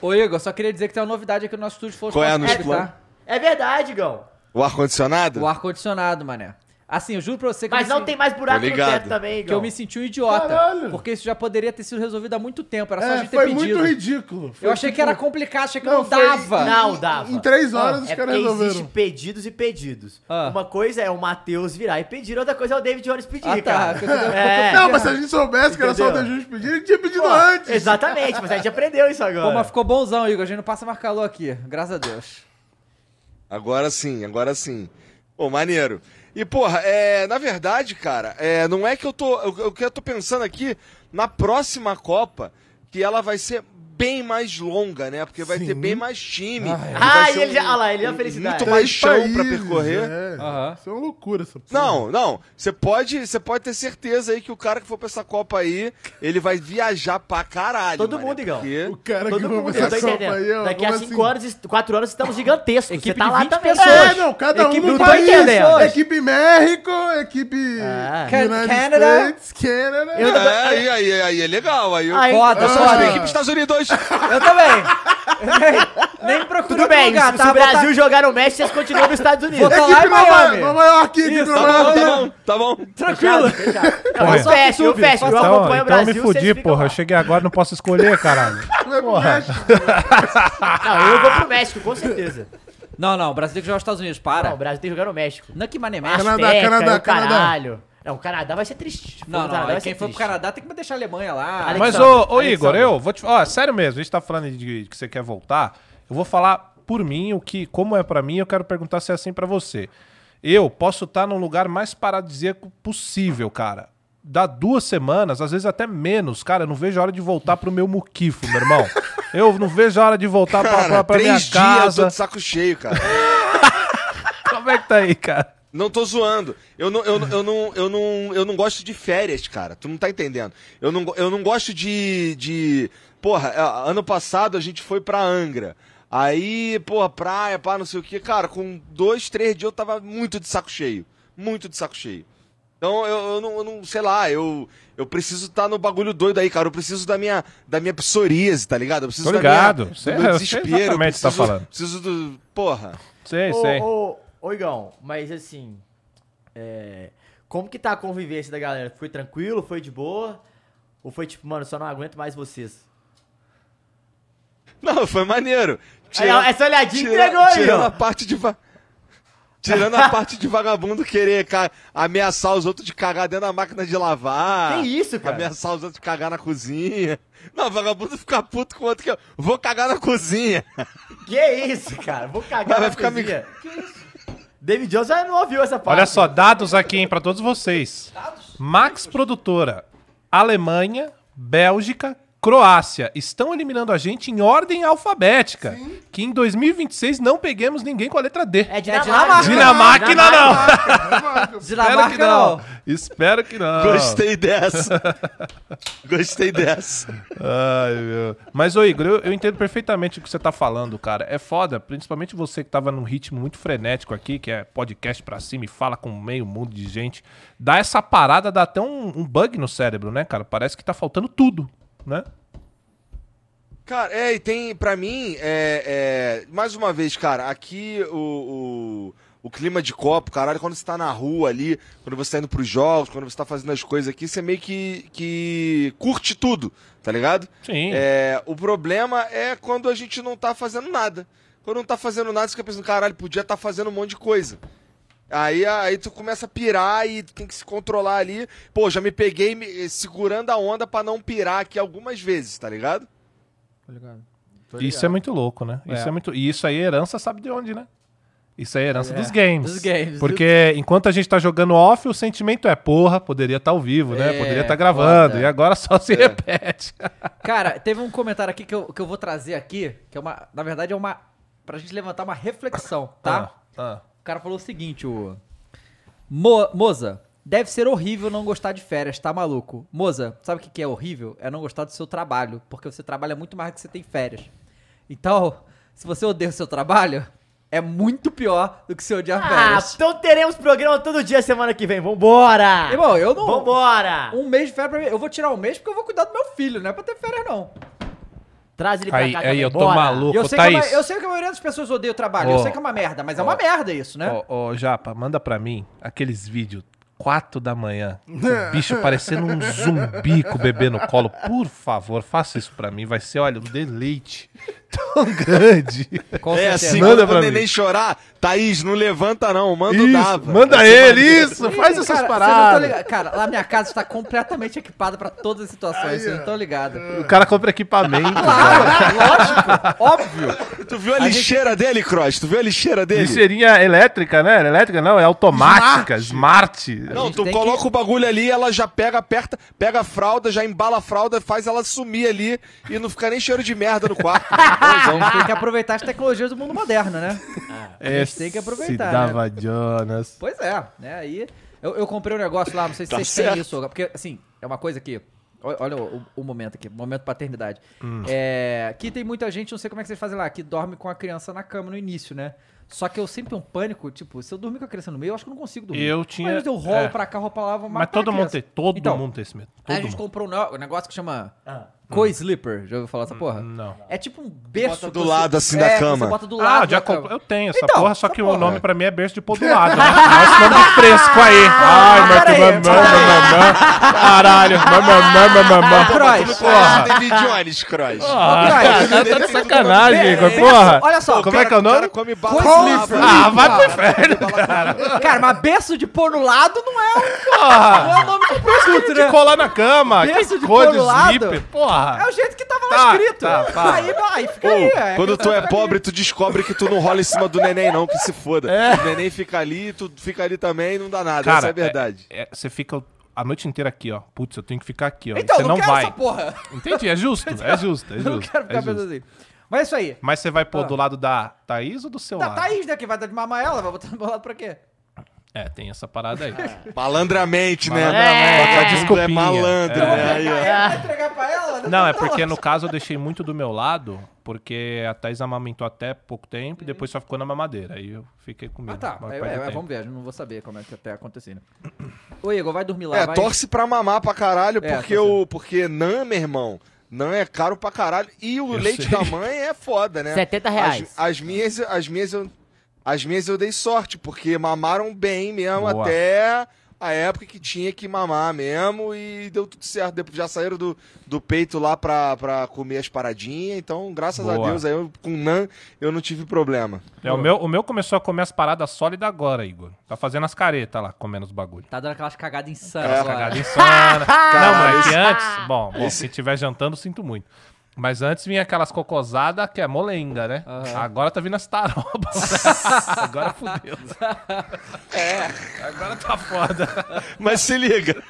Ô, Igor, só queria dizer que tem uma novidade aqui no nosso estúdio. Flow
Qual é a
Sports
nos
Club,
planos?
É verdade, Igão.
O ar-condicionado?
tá O ar-condicionado, mané. Assim, eu juro pra você que,
Mas
eu, me
não
sen-
tem mais buraco
Tô
no
ligado.
teto também,
que eu
Igão.
me senti um idiota.
Caralho.
Porque isso já poderia ter sido resolvido há muito tempo, era só a
É,
gente ter
foi
pedido.
muito ridículo. Foi
Eu achei que
tipo-
era complicado, achei que não,
Não, foi-
dava.
Não, dava.
Em três horas os
É porque
caras
existe
resolveram.
pedidos e pedidos.
Ah.
Uma coisa é o Matheus virar e pedir, outra coisa é o David Jones pedir,
Ah, tá.
cara.
Porque eu tô-
É,
Não, mas se a gente soubesse que era só o
Entendeu?
Deus pedir, ele tinha pedido
pô,
antes.
Exatamente, mas a gente aprendeu isso agora.
Pô, mas ficou bonzão, Igor. A gente não passa mais calor aqui, graças a Deus.
Agora sim, agora sim. Pô, maneiro. E, porra, é, na verdade, cara, é, não é que eu tô. O o que eu tô pensando aqui, na próxima Copa, que ela vai ser bem mais longa, né? Porque vai ter bem mais time.
Ah,
vai
e
ser
ele já- ah lá, ele já
um-
felicidade.
Muito
Três
mais chão pra
países,
percorrer.
é.
Aham.
Isso é uma loucura, essa porra.
né? Não, não. Você pode, você pode ter certeza aí que o cara que for pra essa Copa aí, ele vai viajar pra caralho.
Todo
mané,
mundo, Igão.
porque-
O cara que
Todo mundo,
vai
eu tô
essa Copa
entendendo.
aí, ó.
Daqui a
como
5
assim?
anos, 4 anos estamos gigantescos.
Equipe
Você tá
de
lá
20
também.
pessoas.
É, não, cada
Equipe
um
do
no
Tottenham.
país.
Pessoas.
Equipe México, equipe
Ah.
Can-
United
Canada.
States, Canada.
Eu-
É, aí, aí, aí é legal. Aí eu...
Aí-
Ah,
Foda,
Eu sou de
foda.
equipe dos Estados Unidos.
Eu também. Nem procurei
Tudo bem,
lugar,
se
tá?
o Brasil jogar no México, vocês continuam nos Estados Unidos.
Vou tá lá em
Equipe Nova,
Miami.
Nova York, equipe
Isso,
Nova
tá
York.
tá bom, tá bom.
Tranquilo.
Não, eu
Olha.
fecho, eu fecho, eu
Então,
acompanho o
então eu
Brasil.
me
vocês
fudi,
ficam
porra.
lá.
Eu cheguei agora, não posso escolher, caralho.
Vai pro México.
Não, eu vou pro México, com certeza.
Não, não, o Brasil tem que jogar os Estados Unidos,
Não, o
para.
Brasil tem que jogar no México.
Não, é que mané merda.
Canadá,
Azteca,
Canadá,
e o
Canadá.
Caralho. Não, o Canadá vai ser triste. Se for
Não,
pro
não,
Canadá, vai
aí
ser
quem for pro
triste.
Canadá tem que deixar a Alemanha lá.
Alex-
Mas, ô,
Alexandre,
ô Igor,
Alexandre.
eu vou te. Ó, sério mesmo, a gente tá falando de que você quer voltar. Eu vou falar por mim, o que, como é pra mim, eu quero perguntar se é assim pra você. Eu posso estar num lugar mais paradisíaco possível, cara. Dá duas semanas, às vezes até menos, cara. Eu não vejo a hora de voltar pro meu muquifo, meu irmão. Eu não vejo a hora de voltar pra, pra,
Cara,
pra minha
três dias eu tô
casa.
de saco cheio, cara.
Como é que tá aí, cara?
Não tô zoando. Eu não, eu, não- eu, não, eu, não, eu não gosto de férias, cara. Tu não tá entendendo. Eu não, go- eu não gosto de, de. Porra, a- ano passado a gente foi pra Angra. Aí, porra, praia, pá, não sei o que. Cara, com dois, três dias eu tava muito de saco cheio. Muito de saco cheio. Então eu, eu não, eu não- sei lá, eu, eu preciso estar no bagulho doido aí, cara. Eu preciso da minha, da minha psoríase, tá ligado? Eu preciso
Tô
da
ligado.
minha,
Sei-
do meu
eu sei
desespero.
exatamente o que tá
eu preciso,
falando.
Preciso do. Porra.
Sei,
Ô,
sei.
ô, ô, Igão, mas assim. é, como que tá a convivência da galera? Foi tranquilo? Foi de boa? Ou foi tipo, mano, só não aguento mais vocês?
Não, foi maneiro.
Aí, ó, essa olhadinha
tira-
entregou aí,
Tirando a
ó.
parte de va- Tirando a parte de vagabundo querer ca- ameaçar os outros de cagar dentro da máquina de lavar.
Que isso, cara?
Ameaçar os outros de cagar na cozinha. Não, vagabundo fica puto com o outro que eu vou cagar na cozinha.
Que isso, cara? Vou cagar
Vai
na
ficar me-
cozinha. Que isso? David Jones já não ouviu essa parte.
Olha só, dados aqui, hein, pra todos vocês. Max Produtora, Alemanha, Bélgica, Croácia estão eliminando a gente em ordem alfabética. Que em 2026 não peguemos ninguém com a letra D.
É Dinamarca.
Dinamarca, não. Espero que
Dinamarca
não.
não.
Espero que não.
Gostei dessa. Gostei dessa.
Ai, meu. Mas, ô Igor, eu, eu entendo perfeitamente o que você tá falando, cara. É foda, principalmente você que tava num ritmo muito frenético aqui, que é podcast pra cima e fala com meio mundo de gente. Dá essa parada, dá até um, um bug no cérebro, né, cara? Parece que tá faltando tudo, né?
Cara, é, e tem, pra mim, é, é, mais uma vez, cara, aqui o, o, o clima de copo, caralho, quando você tá na rua ali, quando você tá indo pros jogos, quando você tá fazendo as coisas aqui, você meio que, que curte tudo, tá ligado?
Sim.
É, o problema é quando a gente não tá fazendo nada. Quando não tá fazendo nada, você fica pensando, caralho, podia estar fazendo um monte de coisa. Aí, aí tu começa a pirar e tu tem que se controlar ali. Pô, já me peguei me- eh, segurando a onda pra não pirar aqui algumas vezes, tá ligado?
Isso é muito louco, né? Isso é. muito. E isso aí, herança, sabe de onde, né? Isso aí é herança dos games.
Dos games.
Porque enquanto a gente tá jogando off, o sentimento é, porra, poderia estar ao vivo, né?
É,
poderia estar gravando.
foda.
E agora só se
É.
repete.
Cara, teve um comentário aqui que eu, que eu vou trazer aqui, que é uma. Na verdade, é uma. Pra gente levantar uma reflexão, tá?
Ah, ah.
O cara falou o seguinte, o. Mo- Moza, deve ser horrível não gostar de férias, tá maluco? Moza, sabe o que que é horrível? É não gostar do seu trabalho, porque você trabalha muito mais do que você tem férias. Então, se você odeia o seu trabalho, é muito pior do que você odiar
Ah,
férias.
então teremos programa todo dia semana que vem. Vambora!
Irmão, eu não.
Vambora!
Um mês de férias pra mim. Eu vou tirar um mês porque eu vou cuidar do meu filho, não é pra ter férias, não.
Traz ele pra
Aí,
cá.
aí
também,
eu tô
bora.
E
maluco,
eu, sei que a, ma-
Thaís.
eu sei que a maioria das pessoas odeia o trabalho, eu
Ó.
sei que é uma merda, mas é uma merda isso, né?
Ô, ô, Japa, manda pra mim aqueles vídeos. 4 da manhã, com o bicho parecendo um zumbi com o bebê no colo. Por favor, faça isso pra mim. Vai ser, olha, um deleite tão grande.
Com
É
certeza.
assim,
Manda
quando
pra
o
mim.
neném chorar, Thaís, não levanta não, manda o
Isso,
Dava.
manda ele, isso, faz
Ih, cara, vocês
essas
não tá tão
paradas.
ligado- Cara, lá minha casa está completamente equipada pra todas as situações, vocês não tá estão ligados.
O cara compra equipamento.
Claro, lógico, óbvio.
Tu viu a lixeira dele, Cross? Tu viu a lixeira dele?
Lixeirinha elétrica, né? Elétrica não, é automática, smart.
Não,
gente
tu
tem
coloca o bagulho ali, ela já pega, aperta, pega a fralda, já embala a fralda, faz ela sumir ali e não fica nem cheiro de merda no quarto.
A gente tem que aproveitar as tecnologias do mundo moderno, né? a gente tem que aproveitar, né?
Se dava Jonas.
Pois é, né? Aí eu, eu comprei um negócio lá, não sei se
Tá
vocês
certo.
têm isso, porque assim, é uma coisa que. ol- Olha o, o momento aqui, momento paternidade.
Hum.
É, que tem muita gente, não sei como é que vocês fazem lá, que dorme com a criança na cama no início, né? Só que eu sempre tenho um pânico, tipo, se eu dormir com a criança no meio, eu acho que eu não consigo dormir.
Eu tinha-
Mas eu rolo
é.
pra cá, rolo pra lá, vou
Mas
matar a
todo mundo
criança.
tem, todo
Então,
mundo tem esse medo.
Aí a
Todo
gente
mundo.
comprou um no- um negócio que chama
Ah,
Co-Sleeper. Já ouviu falar essa porra?
Hum, Não.
É tipo um berço.
Bota
que
do
você-
lado, assim, da
É, que
cama.
Você bota do lado.
Ah, já
da
comp-
cama.
eu tenho essa
Então,
porra, só
essa
que o
porra. Ah,
nome pra mim é berço de podulado. né? Nossa, nome fresco aí. Ai, mas que
peraí,
mamão, mamão, Caralho, mamão, mamão,
Ah, Croix.
Tá Porra.
David Jones, Cross.
é,
Ah, tá de sacanagem, Igor,
Olha só,
porra.
Olha só,
Como é que é o
O cara
nome?
come
Co-Sleeper.
balaclava.
Ah, vai pro inferno, Ah. cara.
Ah, Cara, mas berço de pôr no lado não é um,
Porra.
não é o nome do produto,
De
né?
colar na cama.
Berço
Que
de
cor de
colado.
slip, porra.
É o jeito que tava lá
Tá,
escrito.
tá, tá.
aí, não, aí fica aí. é.
Quando tu é pobre, tu descobre que tu não rola em cima do neném, não, que se foda. O neném fica ali, tu fica ali também e não dá nada. Essa é a verdade.
é- é- você fica a noite inteira aqui, ó. Putz, eu tenho que ficar aqui, ó.
Então,
você
não,
não,
quero
vai.
essa porra.
Entendi, é justo, é justo, é justo.
não quero ficar
é justo.
pensando assim. Mas é isso aí.
Mas você vai pôr
Ah.
do lado da Thaís ou do seu
Tá,
lado?
Thaís, né, que vai dar de mamar ela, vai botar no meu lado pra quê?
É, tem essa parada aí.
É.
Malandramente, né?
é- Malandramente.
Bota a
É.
desculpinha. É
Desculpinha.
malandro,
É.
né?
Aí,
Aí, ó.
vai entregar pra ela?
Não, é porque no caso eu deixei muito do meu lado, porque a Thaís amamentou até pouco tempo e depois só ficou na mamadeira. Aí eu fiquei com medo.
Uhum. Ah, tá.
mas
É,
perde
é,
tempo.
vamos ver, eu não vou saber como é que até acontecendo. Ô, Igor, vai dormir lá,
É,
vai.
torce pra mamar pra caralho,
É,
porque,
tá certo.
o, porque NAN, meu irmão, NAN é caro pra caralho. E o
Eu
leite
sei.
da mãe é foda, né?
70 reais.
As, as minhas, as, minhas eu, as minhas eu dei sorte, porque mamaram bem mesmo
Boa.
até a época que tinha que mamar mesmo e deu tudo certo. Depois já saíram do, do peito lá pra, pra comer as paradinhas, então graças a
Boa.
Deus aí eu, com NAN eu não tive problema.
É, o, meu, o meu começou a comer as paradas sólidas agora, Igor. Tá fazendo as caretas lá, comendo os bagulho. Tá
Tá dando aquelas cagadas insanas
É,
agora.
Cagada insana. Não, mas
esse-
que antes. Bom, bom se tiver jantando, sinto muito. Mas antes vinha aquelas cocosadas que é molenga, né? Agora tá vindo as tarobas. Agora fudeu. É. Agora tá foda.
Mas se liga.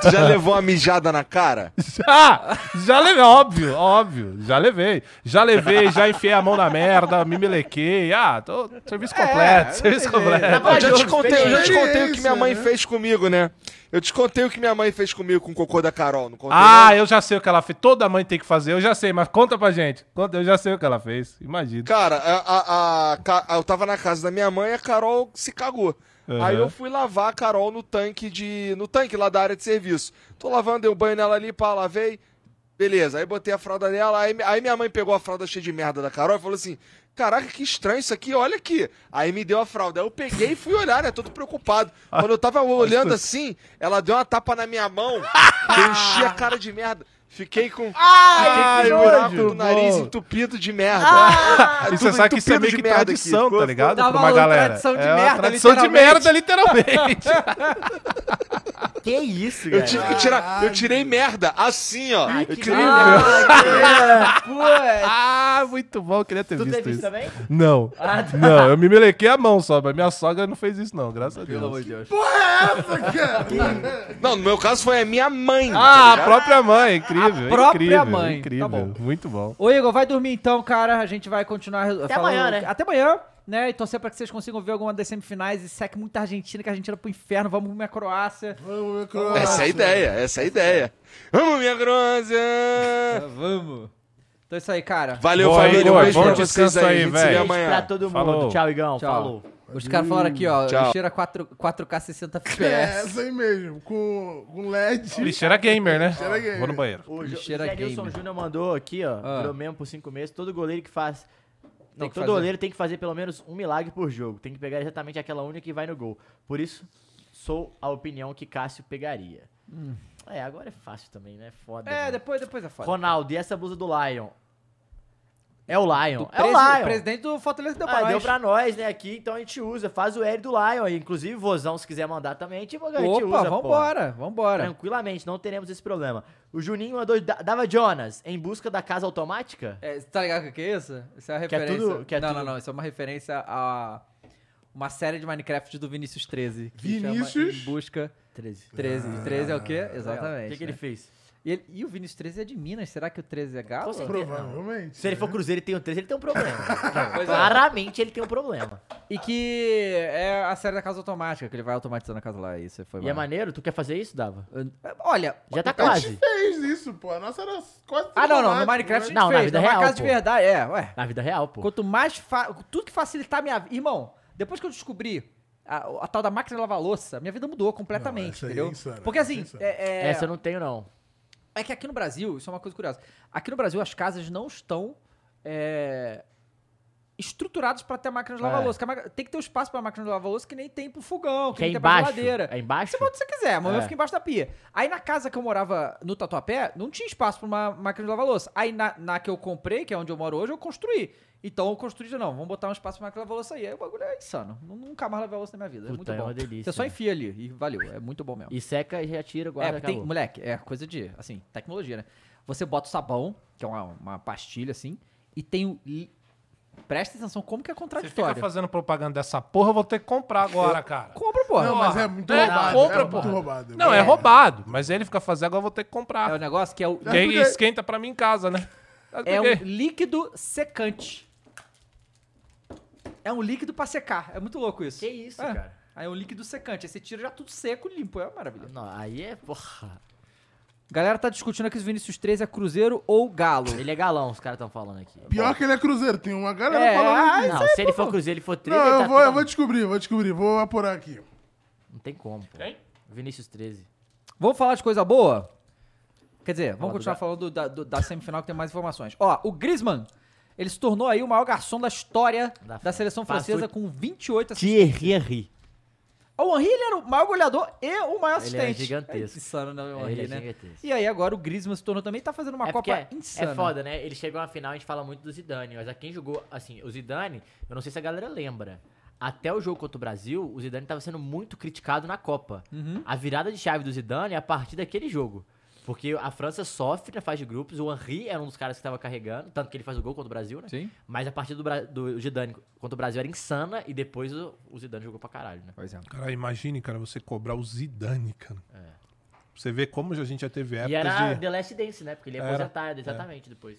Tu já levou uma mijada na cara?
Já! Tá, Já levei, óbvio, óbvio. Já levei. Já levei, já enfiei a mão na merda, me melequei. Ah, tô, serviço
É,
completo, serviço
Tá
completo.
Eu já te contei, eu já te contei o que
experiência,
minha mãe
né?
fez comigo, né? Eu te contei o que minha mãe fez comigo com o cocô da Carol, não contei?
Ah, eu já sei o que ela fez. Toda mãe tem que fazer, eu já sei, mas conta pra gente. Conta, eu já sei o que ela fez. Imagina.
Cara, a- a- a- ca- eu tava na casa da minha mãe e a Carol se cagou. Aí eu fui lavar a Carol no tanque de. no tanque lá da área de serviço. Tô lavando, dei um banho nela ali, pá, lavei. Beleza, aí botei a fralda nela, aí, aí minha mãe pegou a fralda cheia de merda da Carol e falou assim: Caraca, que estranho isso aqui, olha aqui. Aí me deu a fralda. Aí eu peguei e fui olhar, né? Todo preocupado. Quando eu tava olhando assim, ela deu uma tapa na minha mão, eu enchi a cara de merda. Fiquei com.
que
Fiquei com o buraco
ódio,
do nariz
bom.
entupido de merda.
E você sabe que isso é meio que tradição, tá ligado?
Tá
Pra uma
maluco,
galera.
tradição de
é uma
merda,
tradição de merda, literalmente.
É. Que isso,
Eu
cara?
tive que tirar. Eu tirei merda, assim, ó. eu tirei merda.
Ah,
ah, muito bom, eu queria ter
Tu
visto
teve
isso.
isso também? Ah, tá.
Não. Não, eu me melequei a mão só, mas minha sogra não fez isso, não, graças a Deus.
Deus.
Não, no meu caso foi a minha mãe. tá
Ah, a própria mãe, incrível.
A própria
incrível,
mãe, tá
Incrível.
bom.
Muito bom.
Ô Igor, vai dormir então, cara. A gente vai continuar Até
amanhã, né?
Até amanhã, né? E torcer pra que vocês consigam ver alguma das semifinais e seque muita Argentina, que a Argentina é pro inferno. Vamos minha Croácia.
Vamos, meu Croácia.
Essa é a ideia, essa é a ideia. Vamos, minha Grosa!
Vamos. Então é isso aí, cara.
Valeu,
Boa,
família.
Igor,
Um beijo
bom
pra vocês
descanso aí,
aí, a gente se vê
velho.
amanhã.
pra todo mundo.
Falou.
Tchau, Igão.
Tchau.
Falou.
Os caras falaram aqui, ó.
Tchau.
Lixeira 4, 4K 60
É
FPS.
essa aí mesmo, com, com LED.
Lixeira gamer, né?
é gamer.
Vou no banheiro.
O Jo-
Lixeira
José Nilson
Gamer.
Júnior mandou aqui, ó.
Ah.
Virou mesmo por cinco meses. Todo goleiro que faz. Não,
que
todo
fazer.
goleiro tem que fazer pelo menos um milagre por jogo. Tem que pegar exatamente aquela única que vai no gol. Por isso, sou a opinião que Cássio pegaria. É, agora é fácil também, né? Foda.
Hum. É,
né?
depois, depois é foda.
Ronaldo, e essa blusa do Lion? É o
Do
Lion. é o
presi-
Lion.
presidente do Fortaleza deu
Ah,
pra nós.
deu pra nós, né, aqui, então a gente usa. Faz o L do Lion aí. Inclusive, Vozão, se quiser mandar também, a gente, a gente
Opa,
usa, pô.
vambora, vambora.
Tranquilamente, não teremos esse problema. O Juninho mandou da- Dava Jonas em busca da casa automática?
É, tá ligado o que que é isso? Isso é uma
Que é
referência.
tudo- que é
não, não,
tudo-
não. Isso é uma referência a uma série de Minecraft do Vinícius 13. Que
Vinícius?
Chama em busca
13.
13.
Ah,
13 é o quê?
O
Exatamente.
que, que ele
né?
fez?
E ele- e o Vinícius 13 é de Minas. Será que o 13 é galo?
Com certeza.
Provavelmente.
Se ele for Cruzeiro e tem o 13, ele tem um problema.
Uhum. Pois é.
Claramente ele tem um problema.
E que é a série da casa automática, que ele vai automatizando a casa lá. Isso foi
E é
bacana.
maneiro? Tu quer fazer isso, Dava?
Olha,
Já tá
A
quase.
gente fez isso, pô. A nossa era quase
Ah, não, não.
automática,
No Minecraft a
né?
gente
Não, na
fez.
vida
numa
real,
casa de
pô.
verdade, é, ué.
Na vida real, pô.
Quanto mais. Fa... Tudo que facilitar a minha vida. Irmão, depois que eu descobri a, a tal da máquina de lavar louça, minha vida mudou completamente,
Não, essa aí é
entendeu?
insana,
Porque
essa é
assim,
insana.
é, é-
Essa eu não tenho, não.
é que aqui no Brasil, isso é uma coisa curiosa. Aqui no Brasil, as casas não estão. é, Estruturadas pra ter a máquina de lavar
É.
louça. que a ma- Tem que ter um espaço pra máquina de lavar louça que nem tem pro fogão, que,
Que é
nem tem pra
embaixo.
geladeira.
É embaixo?
Você bota o que você quiser, mas
É.
eu fico embaixo da pia. Aí na casa que eu morava no Tatuapé, não tinha espaço pra uma máquina de lavar louça. Aí na, na que eu comprei, que é onde eu moro hoje, eu construí. Então eu construí, não, vamos botar um espaço pra máquina de lavar louça aí. Aí o bagulho é insano. Nu- Nunca mais lavei a louça na minha vida.
Puta,
é muito
é
bom.
uma delícia,
Você só
né?
enfia ali e valeu. É muito bom mesmo.
E seca e já tira, guarda,
É, tem,
acabou.
moleque, é coisa de, assim, tecnologia, né? Você bota o sabão, que é uma, uma pastilha, assim, e tem o... e- Presta atenção como que é
Você fica
contraditório.
fazendo propaganda dessa porra, eu vou ter que comprar agora, cara.
Compra, porra.
Não, mas é muito
É,
roubado.
compra,
é muito
porra.
roubado.
Não, é roubado, mas ele fica fazendo, agora eu vou ter que
É o
comprar.
negócio que é o...
E aí esquenta pra mim em casa, né? Mas
É
por quê?
um líquido secante. É um líquido pra secar. É muito louco isso.
Que isso,
É.
cara?
Aí é um líquido secante. Aí você tira já tudo seco e limpo. É uma maravilha.
Não, aí é, porra.
Galera tá discutindo aqui se o Vinícius 3 é Cruzeiro ou Galo.
Ele é galão, os caras estão falando aqui.
Pior que ele é cruzeiro. Tem uma galera
É,
falando.
Não, se ele for cruzeiro, ele for
Não,
13, ele
eu
tá
vou, eu
tudo-
vou descobrir, vou descobrir. Vou apurar aqui.
Não tem como, pô.
Quem?
Vinícius 13.
Vamos falar de coisa boa? Quer dizer,
Fala
vamos
do
continuar
Ga-
falando da, do- da semifinal que tem mais informações. Ó, o Griezmann, ele se tornou aí o maior garçom da história
Da
da,
França.
seleção
Passou-
francesa com 28 assistências.
Thierry Henry.
O Henry, ele era o maior goleador e o maior
Ele
assistente.
era gigantesco.
É insano, né, o
É,
Henry,
ele é
né?
gigantesco.
E aí agora o Griezmann se tornou também, tá fazendo uma
é porque
Copa
é,
insana.
é foda, né? Ele chegou na final, a gente fala muito do Zidane, mas a quem jogou, assim, o Zidane, eu não sei se a galera lembra. Até o jogo contra o Brasil, o Zidane tava sendo muito criticado na Copa. A virada de chave do Zidane é a partir daquele jogo. Porque a França sofre na fase de grupos, o Henry era um dos caras que tava carregando, tanto que ele faz o gol contra o Brasil, né?
Sim.
Mas a partida do, Bra- do Zidane contra o Brasil era insana e depois o, o Zidane jogou pra caralho, né?
Pois é.
É. Cara, imagine, cara, você cobrar o Zidane, cara. Você vê como a gente já teve
E
épocas
era
de...
The Last Dance, né? Porque ele é
Era.
aposentado, exatamente, depois.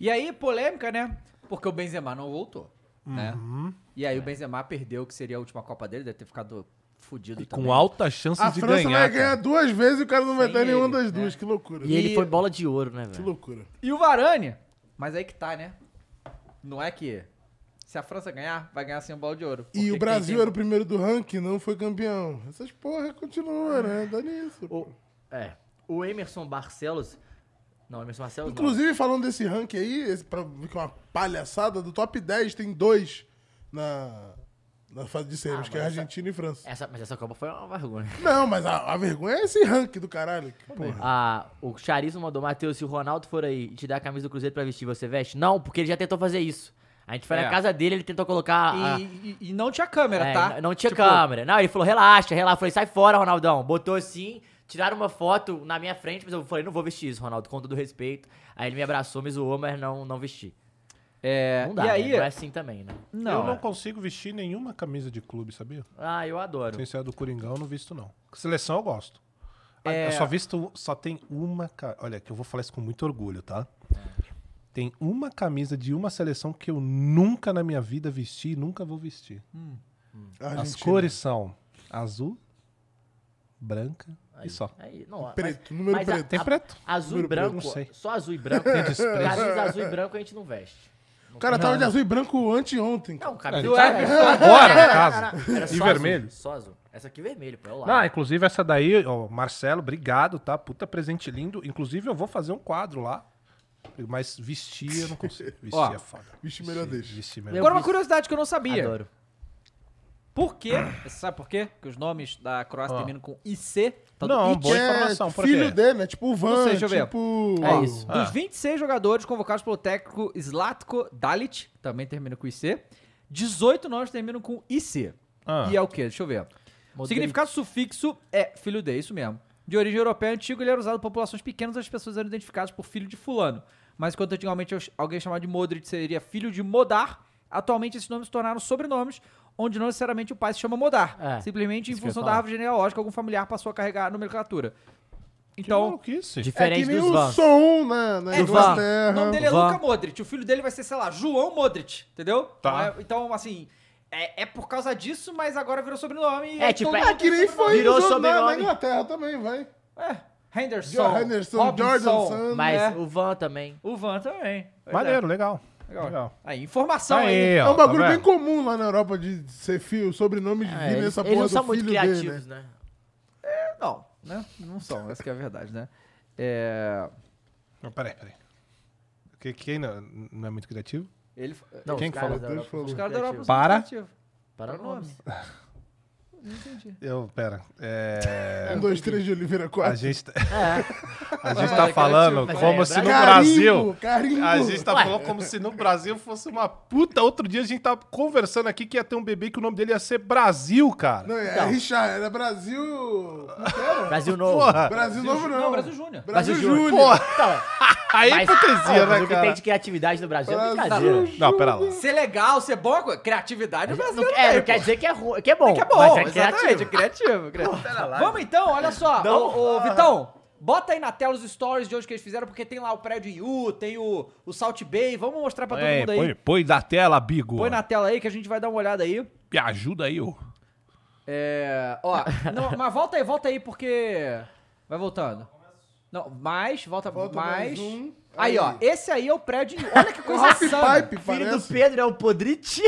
E aí, polêmica, né? Porque o Benzema não voltou, né?
Uhum.
E aí o Benzema perdeu, que seria a última Copa dele, deve ter ficado fudido também.
Com altas chances
A
de
França
ganhar. cara.
vai ganhar duas vezes e o cara não vai
Sem
dar nenhuma
ele,
das duas. Que loucura.
né? E, ele foi bola de ouro, né,
Que
velho?
loucura.
E o Varane, mas aí que tá, né? Não é que se a França ganhar, vai ganhar sem o balde de ouro.
E o Brasil era o primeiro do ranking, não foi campeão. Essas porra continuam, né? Dá nisso.
O, é. O Emerson Barcelos. Não, Emerson Barcelos não.
Inclusive, falando desse ranking aí, esse, pra ver que é uma palhaçada, do top 10 tem dois na, na fase de semis,
Ah,
que é
mas essa-
Argentina e França.
Essa, mas essa Copa foi uma vergonha.
Não, mas a, a vergonha é esse ranking do caralho. que porra.
Ah, o Charismo mandou, Matheus, se o Ronaldo for aí e te dar a camisa do Cruzeiro pra vestir, você veste? Não, porque ele já tentou fazer isso. A gente foi
É.
na casa dele, ele tentou colocar. a-
E, e- e não tinha câmera,
é,
tá?
n- Não tinha
Tipo,
câmera. Não, ele falou, relaxa, relaxa. Eu falei, sai fora, Ronaldão. Botou assim, tiraram uma foto na minha frente, mas eu falei, não vou vestir isso, Ronaldo, com todo respeito. Aí ele me abraçou, me zoou, mas não, não vesti.
É,
Não dá,
e
né?
aí,
não é assim também, né?
não,
eu não consigo vestir nenhuma camisa de clube, sabia?
Ah, eu adoro.
Sem ser a do Coringão, eu não visto, não. Seleção eu gosto. Ah,
É.
Eu só visto, só tem uma. ca- Olha, que eu vou falar isso com muito orgulho, tá? Tem uma camisa de uma seleção que eu nunca na minha vida vesti e nunca vou vestir.
Argentina.
As cores são azul, branca e só.
Aí, Ah. não,
Preto, número
a-
preto.
Tem
a-
preto.
Azul e
Número preto,
branco,
não sei.
só azul e branco. camisa azul e branco a gente não veste.
O cara tava de azul e branco anteontem.
Não,
Ele
camisa
tá
é era-
visto agora na casa.
era só
E
azul,
vermelho?
Só azul. Essa aqui é vermelho, pô, é o lado.
Não, inclusive essa daí, ó, Marcelo, obrigado, tá? Puta presente lindo. Inclusive eu vou fazer um quadro lá. Mas vestir eu não consigo. Vestir
Ó,
é foda.
Vixe, melhor
Vestir,
deixa.
vestir
Agora
Eu
uma
vi-
curiosidade que eu não
é
sabia.
Adoro.
Por quê? Você sabe por quê? Que os nomes da Croácia
Ó.
terminam com tá IC. Todo-
Não,
It-
boa informação, por
é filho
quê?
dele, né? Tipo o Van,
sei, deixa eu ver.
tipo...
É isso.
Ah.
Dos 26 jogadores convocados pelo técnico Zlatko Dalic, também termina com IC, 18 nomes terminam com IC.
Ah.
E é o quê? Deixa eu ver. O
Modelo-
significado sufixo é filho de, isso mesmo. De origem europeia antiga, ele era usado por populações pequenas, as pessoas eram identificadas por filho de fulano. Mas enquanto antigamente alguém chamado de Modric seria filho de Modar, atualmente esses nomes se tornaram sobrenomes, onde não necessariamente o pai se chama Modar.
É,
simplesmente em
isso que eu ia
função da
falar.
árvore genealógica, algum familiar passou a carregar a nomenclatura.
Que
Então,
maluquice.
é que
Diferente
nem
dos
o
Vans.
som na, na
É,
Inglaterra.
o nome dele é
Van.
Luca Modric. O filho dele vai ser, sei lá, João Modric, entendeu?
Tá.
Não é- Então, assim, é, é por causa disso, mas agora virou sobrenome. e
É, tipo,
todo
é-
mundo
É que nem
tem
foi
Virou
os outros né, na,
sobrenome.
na Inglaterra também, vai.
É, Henderson.
John Henderson,
Robinson,
Jordan Sanders.
Mas
É.
o Van também.
O Van também. Pois
Maneiro, legal.
é, legal.
legal.
Aí, informação aí.
É um bagulho
tá
bem
vendo?
comum lá na Europa de ser filho, o sobrenome de
É,
vir
eles
nessa
eles
porra
não
do
são muito
filho dele, né?
criativos, né?
Não, né? Não são, essa que é a verdade, né? É...
Não, peraí, peraí. Que- Quem não, não é muito criativo?
Ele...
Não,
Quem
os
que
caras
falou?
da
Deus
Europa são
Os
muito
caras da Europa é
criativos.
são
Para.
criativos.
Para nomes.
Eu, pera. É,
Um, dois, três de Oliveira
a
4.
gente, tá-
É.
a gente
Mas
tá
é
falando
criativo,
como
mas
se
é
tá no
Carimbo,
Brasil...
Carimbo.
A gente tá
Ué.
falando como se no Brasil fosse uma puta. Outro dia a gente tava conversando aqui que ia ter um bebê que o nome dele ia ser Brasil, cara.
Não, é
Então.
Richard, era Brasil... Como que era?
Brasil novo.
Porra.
Brasil Novo não.
Não, Brasil Júnior.
Brasil
Brasil
Júnior.
Júnior.
Aí é
Mas,
hipocrisia,
pô, mas
né,
o que tem
cara?
de criatividade no Brasil é
Brasil.
brincadeira.
Não, pera lá.
Ser legal, ser bom, criatividade no Brasil.
Não, é, não quer dizer que é, ruim, que é bom.
que é bom,
mas é
exatamente,
criativo.
criativo. é criativo.
Tá
Vamos então, olha só. Ô, ô, Vitão, bota aí na tela os stories de hoje que eles fizeram, porque tem lá o prédio em U, tem o, o Salt Bay, vamos mostrar pra todo
É,
mundo aí.
põe,
Põe,
põe da tela, Bigo.
na tela aí que a gente vai dar uma olhada aí.
Me ajuda aí, ô.
É. Ó, não, mas volta aí, volta aí, porque. Vai voltando. Não, mais, volta,
Volta
mais.
mais um.
Aí, ó, esse aí é o prédio em U. Olha que coisa
Ralph
insana.
Pipe,
Filho do
parece.
Pedro é o Podriti.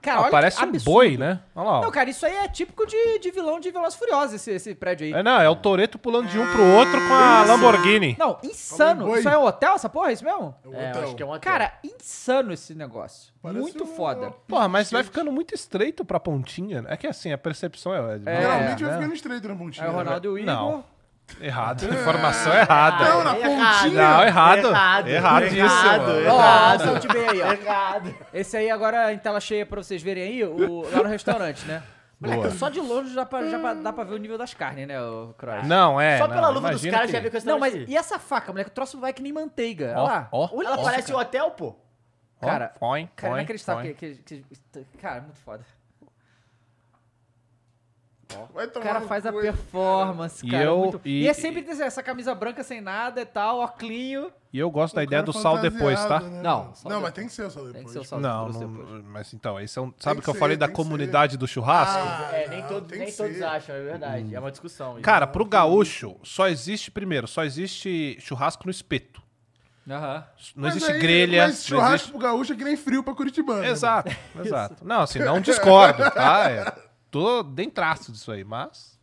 Cara,
Ah,
olha
parece
que
um
absurdo.
boi, né? Olha lá, ó.
Não, cara, isso aí é típico de, de vilão de Velozes Furiosos, esse, esse prédio aí.
É, não, é o Toreto pulando de um pro outro com a Lamborghini.
Não, insano.
Falou em
Isso
boi.
é um hotel, essa porra? É isso mesmo?
É, eu acho que é um hotel.
Cara, insano esse negócio.
Parece
Muito
um-
foda.
Porra, mas vai ficando muito estreito pra pontinha. né? É que assim, a percepção é. é,
Geralmente
é,
vai
né?
ficando estreito na pontinha.
Aí É, o Ronaldo e o Igor.
Não. é Errado. Informação errada.
Não, na
É
pontinha.
Não, errado.
Errado.
Erradíssimo.
Errado,
mano.
Ó,
Errado.
ó, o Salt Bay aí, ó.
Errado.
Esse aí agora em tela cheia pra vocês verem aí, o, lá no restaurante, né? Moleque, só de longe já, pra- já pra- dá pra ver o nível das carnes, né, o Croix?
Não, é.
Só
não,
pela luva dos
imagina
caras
que-
já vê que eu assim,
Não, mas e essa faca, moleque? O troço vai que nem manteiga. Olha
Ó,
lá.
ó,
Olha
Ela
isso,
parece um
cara.
hotel, pô.
Ó,
Cara,
põe,
é
Cara,
põe,
inacreditável.
põe.
Que, que, que, cara, é muito foda.
Vai
O
tomar
cara
no
faz a
cu,
performance,
E
cara.
eu-
muito- E,
e-
é sempre desse- essa camisa branca sem nada e tal, oclinho.
E eu gosto da
O
ideia
cara
do sal depois, tá?
fantasiado,
Não,
né?
sal
Não,
depois.
mas tem que ser o sal depois.
Tem que ser o saldo
Não,
grosso
não,
depois.
mas então, esse é um, sabe
que
o que eu
ser,
falei da
tem que
comunidade do churrasco?
Ah,
É, nem,
não,
todos,
tem
nem
que
todos
ser.
acham, é verdade. É uma discussão. isso.
Cara, pro gaúcho, só existe, primeiro, só existe churrasco no espeto.
Aham.
Não
Mas
existe
aí-
grelha.
Mas
não
churrasco
existe...
pro gaúcho é que nem frio pra né? Curitibano.
é
Exato, exato. Não, assim, não discordo, tá? É, tô dentro traço disso aí, mas.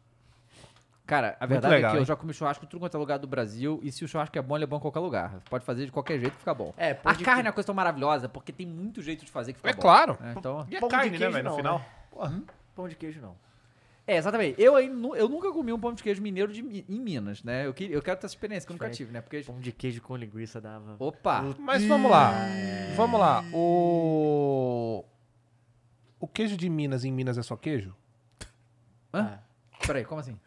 Cara, a verdade
legal,
é que eu
hein?
já comi churrasco em tudo quanto é lugar do Brasil. E se o churrasco é bom, ele é bom em qualquer lugar. Pode fazer de qualquer jeito que fica bom.
É,
a
pão de
carne
que-
é uma coisa tão maravilhosa, porque tem muito jeito de fazer que fica
É
bom.
claro.
É, então...
E é
Pão de
carne, né,
queijo
velho, no
não,
final.
né? Pão de queijo não.
é, exatamente. Eu, aí nu- eu nunca comi um pão de queijo mineiro de Mi- em Minas, né? Eu, que- eu quero ter essa experiência, que eu nunca
Diferente.
tive, né? Porque.
Pão de queijo com linguiça dava.
Opa!
Mas vamos lá. Vamos lá. O. O queijo de Minas em Minas é só queijo?
Hã? Peraí, como assim?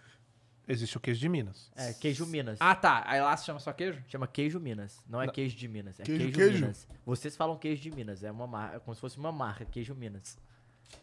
Existe o queijo de Minas.
É, queijo Minas.
Ah, tá. Aí lá se chama só queijo?
Chama queijo Minas. Não é queijo de Minas. É
Queijo,
queijo,
queijo.
Minas. Vocês falam queijo de Minas. É uma marca. É como se fosse uma marca, queijo Minas.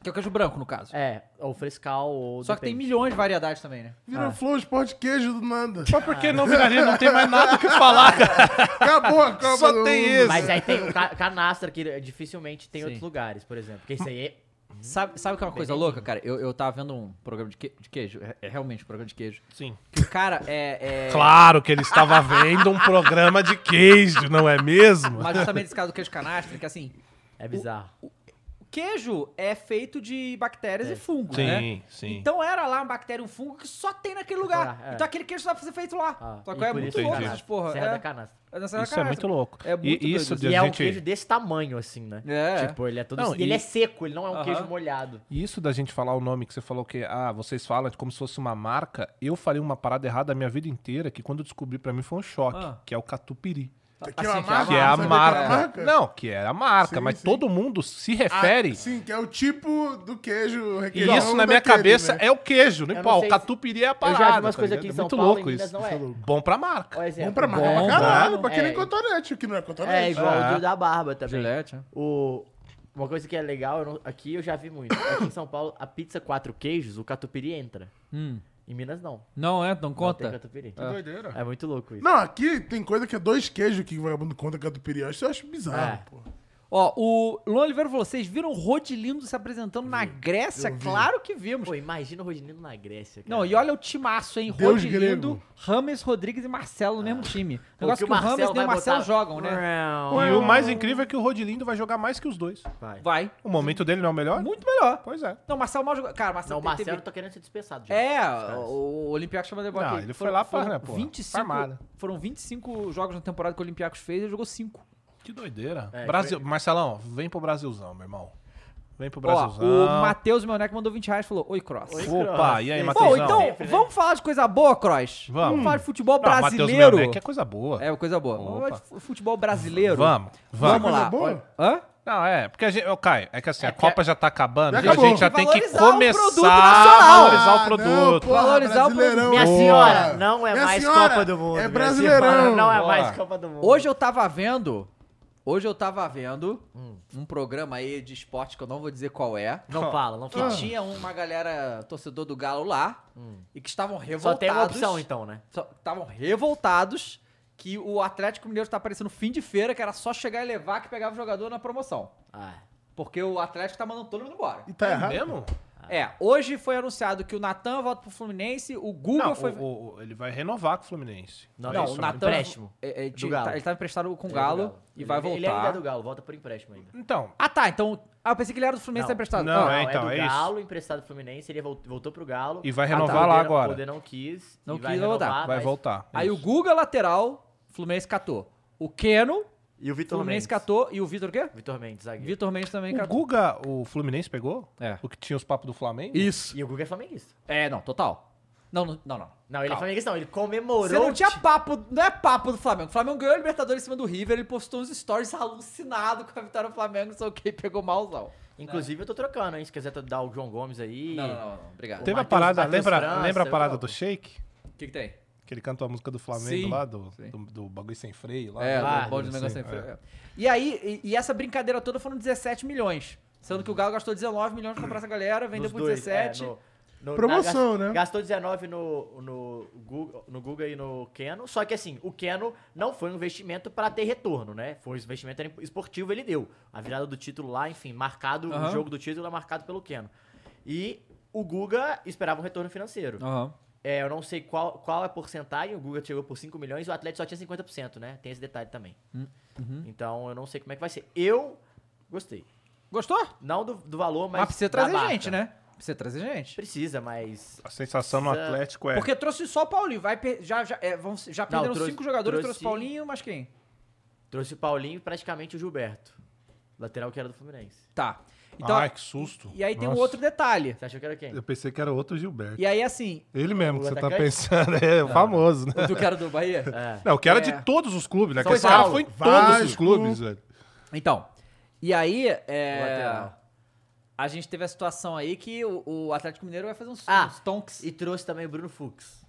Que é o queijo branco, no caso.
É, ou frescal, ou.
Só que tem milhões de variedades também, né?
Virou flor de pão de queijo do nada.
Mas por que não viraria? Não tem mais nada o que falar, cara.
Acabou a Copa
Só
do
tem
Mundo.
isso.
Mas aí tem o ca- canastra que dificilmente tem em
Sim.
outros lugares, por exemplo. Porque isso aí é.
Sabe, sabe o que é uma coisa
Bem-
louca, cara? Eu, eu tava vendo um programa de, que- de queijo, é, é realmente um programa de queijo.
Sim.
Que o cara é. é-
Claro que ele estava vendo um programa de queijo, não é mesmo?
Mas justamente esse caso do queijo canastra, que assim,
É bizarro.
o queijo é feito de bactérias e fungos,
É. Sim,
né?
sim.
Então era lá uma bactéria, um fungo que só tem naquele lugar.
Ah, é.
Então aquele queijo dá pra ser feito lá.
Ah,
só
e
que é
por
muito
isso
louco
tem
essas
canastra.
porra.
Serra
é.
da canastra.
É na Serra da
Isso é
Canastra.
muito louco.
É muito
e
doido
isso
isso.
de
E
a
é um
gente-
queijo desse tamanho, assim, né?
É.
Tipo, ele é todo.
Não,
ele
e-
é seco, ele não é um
Aham.
queijo molhado.
E Isso da gente falar o nome que você falou que, ah, vocês falam como se fosse uma marca, eu falei uma parada errada a minha vida inteira, que quando eu descobri pra mim foi um choque,
Ah.
que é o catupiry.
Que é uma
Assim, que é a
marca,
que é a
sabe qual
marca.
é a marca?
Não, que é a marca,
Sim,
mas
sim.
todo mundo se
Ah,
refere.
sim, que é o tipo do queijo
e
requeijão
isso na minha
daquele,
cabeça
né?
é o queijo, né?
Eu
Pô,
não
o
sei
catupiry é a
já vi
parada.
umas coisas aqui
ligado? É
em São
muito
Paulo,
louco
em Minas
isso.
não é.
Bom pra marca.
Por exemplo.
é Bom pra marca
Bom,
pra caralho,
bom.
pra que nem
É.
cotonete, o que não é cotonete.
É, igual
É.
o da barba também.
Gillette, né?
O... Uma coisa que é legal, eu não- aqui eu já vi muito. Aqui em São Paulo, a pizza quatro queijos, o catupiry entra.
Hum.
Em Minas, não.
Não é? Não
Não tem
conta?
catupiry.
Doideira.
É muito louco isso.
Não, aqui tem coisa que é dois queijos que o vagabundo conta catupiry. Eu acho- eu acho bizarro,
É.
pô.
Ó, o Luan Oliveira falou: vocês viram o Rodilindo se apresentando na Grécia? Claro que vimos.
Pô, imagina o Rodinino na Grécia. cara.
Não, e olha o timaço, hein?
Deus
Rodilindo,
grego.
Rames, Rodrigues e Marcelo no mesmo
Ah.
time.
Pô,
Negócio que o, Rames
Marcelo
nem o
vai
Marcelo
botar-
jogam, né?
E
um
o mais incrível é que o Rodilindo vai jogar mais que os dois.
Vai.
Vai.
O momento dele não é o melhor?
Muito melhor.
Pois é.
Não, o Marcelo mal jogou. Cara, o Marcelo
Não, o
teve-
Marcelo tá querendo ser dispensado. já.
É, o o Olympiacos chama de bola
Não,
aqui.
ele foi lá pra- né, porra,
25,
farmada.
foram 25 jogos na temporada que o Olympiacos fez e ele jogou 5.
Que doideira.
É,
Brasil... Marcelão, vem pro Brasilzão, meu irmão. Vem pro
Ó,
Brasilzão.
o Matheus Meonec mandou 20 reais e falou: Oi, Cross.
Oi,
Opa, e aí,
Bom,
Matheusão?
Bom, então,
Sempre, né?
vamos falar de coisa boa, Cross?
Vamos.
falar de futebol
Não, Matheus
brasileiro.
Melnec é coisa boa.
É, coisa boa. Vamos falar
Opa.
de fu- futebol brasileiro.
Vamos, vamos.
Vamos lá.
Coisa boa?
Olha- Hã?
Não, é, porque a gente. Ô, Caio, é que assim,
É
a
que
Copa já tá acabando,
Já
então a
acabou.
gente já tem que
Valorizar o produto
começar a
nacional.
valorizar o
Ah,
produto.
não, porra,
Valorizar o
brasileirão.
Minha
Boa.
senhora, não é
Minha
mais
senhora,
Copa do Mundo.
É
minha
brasileirão.
senhora, Não é
Ó.
mais Copa do Mundo.
Hoje eu tava vendo. Hoje eu tava vendo
Hum.
um programa aí de esporte que eu não vou dizer qual é.
Não fala, não
Que
fala.
tinha uma galera torcedor do Galo lá
Hum.
e que estavam
Só
revoltados.
tem uma opção, então, né?
só- Estavam revoltados que o Atlético Mineiro tá parecendo fim de feira, que era só chegar e levar que pegava o jogador na promoção.
Ah,
Porque o Atlético tá mandando todo mundo embora.
E tá errado.
mesmo?
Ah.
É, hoje foi anunciado que o Natan volta pro Fluminense, o Guga
Não,
foi.
o- o- o- ele vai renovar com o Fluminense.
Não, um
é
Não,
isso,
o
né?
Natan.
Empréstimo.
é- é de-
Do Galo.
tá- ele tá emprestado com o
ele é do
Galo, e
Ele-
vai
Ele ainda é do
voltar.
Galo, volta por empréstimo ainda.
Então,
Ah, tá. Então. Ah, eu pensei que ele era do Fluminense e tá emprestado.
Não,
Ah,
é, então,
do
é isso.
Galo, emprestado pro Fluminense, ele vol- voltou pro Galo.
E vai
Ah,
renovar lá
tá. O poder-
agora.
O poder não quis.
Não
e vai
quis voltar.
renovar,
vai
mas-
voltar.
Aí o
Isso.
Guga lateral, Fluminense catou. O Keno,
E o Vitor
Fluminense
Mendes.
catou. E o Vitor o quê?
Vitor Mendes, zagueiro.
Vitor Mendes também
O
catou.
Guga, o Fluminense pegou?
É.
O que tinha os papos do Flamengo?
Isso.
E o Guga é flamenguista.
É, não, total. Não, não, não. não.
Não, ele é
Calma.
flamenguista não, ele comemorou.
Você não tinha papo, não é papo do Flamengo. O Flamengo ganhou a Libertadores em cima do River, ele postou uns stories alucinado com a vitória do Flamengo, só que pegou malzão.
Inclusive, eu tô trocando, hein? Se quiser dar o João Gomes aí.
Não, não, não, não. Obrigado.
Teve a
Matheus-
parada,
Matheus
lembra,
França,
lembra a
eu
parada
jogo.
do Shake?
O que, que tem?
Que ele canta a música do Flamengo
Sim,
lá, do,
sim.
do, do bagulho sem freio lá.
É,
Ah,
do bonde do
sim,
negócio sem
é.
freio, é. E aí, e, e essa brincadeira toda foram 17 milhões. Sendo que o Galo gastou 19 milhões pra comprar essa galera, vendeu
Nos
por
dois,
17.
é, no- No-
Promoção,
gas-
né?
Gastou 19 no, no, Guga, no Guga e no Keno. Só que assim, o Keno não foi um investimento pra ter retorno, né? Foi um investimento esportivo, ele deu. A virada do título lá, enfim, marcado, o
Aham.
jogo do título é marcado pelo Keno. E o Guga esperava um retorno financeiro.
Aham.
É, eu não sei qual, qual é a porcentagem, o Guga chegou por 5 milhões e o Atlético só tinha 50%, né? Tem esse detalhe também.
Hum, uhum.
Então eu não sei como é que vai ser. Eu gostei.
Gostou? Mas,
Não do, do valor, mas.
Ah, precisa
da
trazer
marca.
gente, né? Precisa trazer gente.
Precisa, mas.
A sensação no
Precisa-
Atlético é.
Porque trouxe só o Paulinho. Vai per- já, já, é, vão- já perderam
trouxe-
cinco jogadores,
trouxe-
trouxe, Paulinho, mas quem?
Trouxe o Paulinho e praticamente o Gilberto. Lateral que era do Fluminense.
Tá.
Ai, que susto.
E aí tem um
Nossa.
outro detalhe.
Você achou que era quem?
Eu pensei que era outro Gilberto.
E aí, assim,
Ele mesmo que
O
você tá
atacante?
pensando. É, o famoso, né?
o do cara do Bahia.
É.
Não, que era
É.
de todos os clubes, né?
São
Que esse cara
Paulo,
foi em todos
Vasco.
os clubes, velho.
Então, e aí,
O
é,
lateral.
a gente teve a situação aí que o, o Atlético Mineiro vai fazer uns,
Ah,
uns tonks.
E trouxe também o Bruno Fux.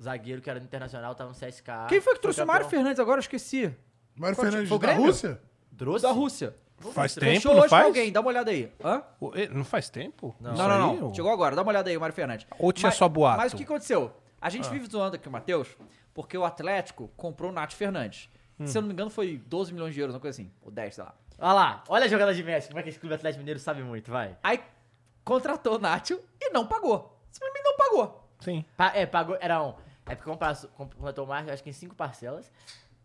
Zagueiro que era do Internacional, tava no CSK.
Quem foi que trouxe o Mário
campeão.
Fernandes agora? Eu esqueci.
Mário
Foi o
Fernandes
Grêmio?
da Rússia?
Trouxe?
Da Rússia.
Faz
Fechou
tempo,
hoje
não
com
faz?
alguém, dá uma olhada aí. Hã?
Ô, e- Não faz tempo?
Não.
Isso
Não, não,
aí,
não.
ô?
Chegou agora, dá uma olhada aí, Mário Fernandes.
Ou tinha
Mas-
só boato?
Mas o que aconteceu? A gente vive zoando aqui o Matheus, porque o Atlético comprou o Nath Fernandes. Se eu não me engano, foi 12 milhões de euros, uma coisa assim. Ou 10, sei lá.
Olha lá, olha a jogada de Messi. Como é que esse clube Atlético Mineiro sabe muito, vai.
Aí contratou o Nacho e não pagou. Simplesmente não pagou.
Sim.
Pa- é, pagou. Era um. É porque compras- contratou o Marcos, acho que em cinco parcelas.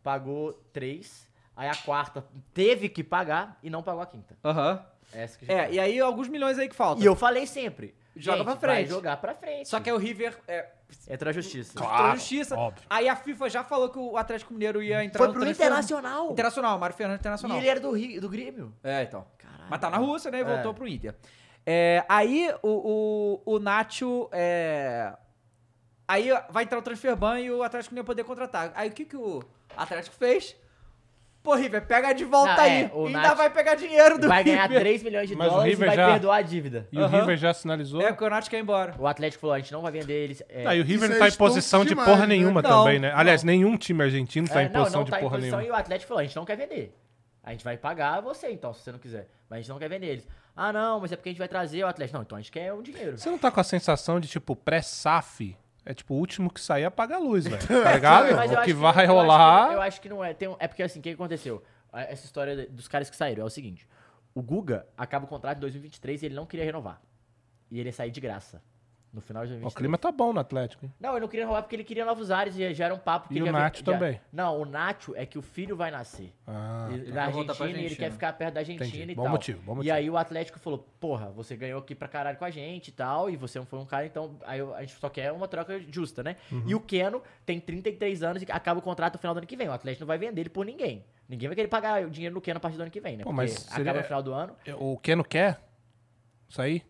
Pagou três. Aí a quarta teve que pagar e não pagou a quinta.
Aham.
Essa que
É, e aí alguns milhões aí que faltam.
E eu falei sempre.
Joga
gente,
pra frente.
Vai jogar pra frente.
Só que aí o River é,
Entra a justiça.
entrou na justiça.
óbvio.
Aí a FIFA já falou que o Atlético Mineiro ia entrar
Foi
no
pro
transfer-
Internacional.
Internacional, Mário Fernandes
E
Internacional.
ele era do, Rio, do Grêmio.
É, então.
Caralho.
Mas tá na Rússia, né? E
É.
voltou pro Inter. É, aí o, o, o Nacho. é, aí vai entrar o transfer ban e o Atlético não ia poder contratar. Aí o que, que o Atlético fez? Pô, River, pega de volta
Não, é,
aí.
o
ainda
Nacho
vai pegar dinheiro do
Vai ganhar
River.
3 milhões de
Mas o
dólares e
River
vai
já-
perdoar a dívida.
E o
Aham.
River já sinalizou?
É, porque o Nacho quer ir embora.
O Atlético falou, a gente não vai vender eles. é,
Aí o River
Isso
não
é
tá em
estonto
posição de
demais,
porra
né?
nenhuma
Não,
também, né?
não. tá
Aliás, nenhum time argentino tá
é,
em posição
não, não
de
tá em
porra
posição
nenhuma.
e o Atlético falou, a gente não quer vender. A gente vai pagar você então, se você não quiser. Mas a gente não quer vender eles. Ah, não, mas é porque a gente vai trazer o Atlético. Não, então a gente quer o dinheiro.
Você não tá com a sensação de, tipo, pré-SAF? É tipo, o último que sair apaga a luz, velho. Tá ligado?
Mas eu
o
acho
que
não-
vai
eu acho que
rolar.
não- Eu acho que não é. Tem um- é porque assim, o que aconteceu? A- Essa história de- dos caras que saíram é o seguinte: o Guga acaba o contrato em 2023 e ele não queria renovar. E ele ia sair de graça. No final de
O
2023.
clima tá bom no Atlético, hein?
Não, ele não queria renovar porque ele queria novos ares e já era um papo. que
E o
ele já-
Nacho
já-
também.
Não, o Nacho é que o filho vai nascer.
Ah,
E- da
Vai voltar
Argentina,
pra
e ele
Argentina.
quer ficar perto da Argentina
Entendi.
e
Bom
tal.
motivo, bom
E
motivo.
aí o Atlético falou, porra, você ganhou aqui pra caralho com a gente e tal, e você não foi um cara, então aí a gente só quer uma troca justa, né?
Uhum.
E o Keno tem 33 anos e acaba o contrato no final do ano que vem. O Atlético não vai vender ele por ninguém. Ninguém vai querer pagar o dinheiro no Keno a partir do ano que vem, né?
Pô,
Porque
mas seria-
acaba no final do ano.
É, o Keno quer? Isso aí?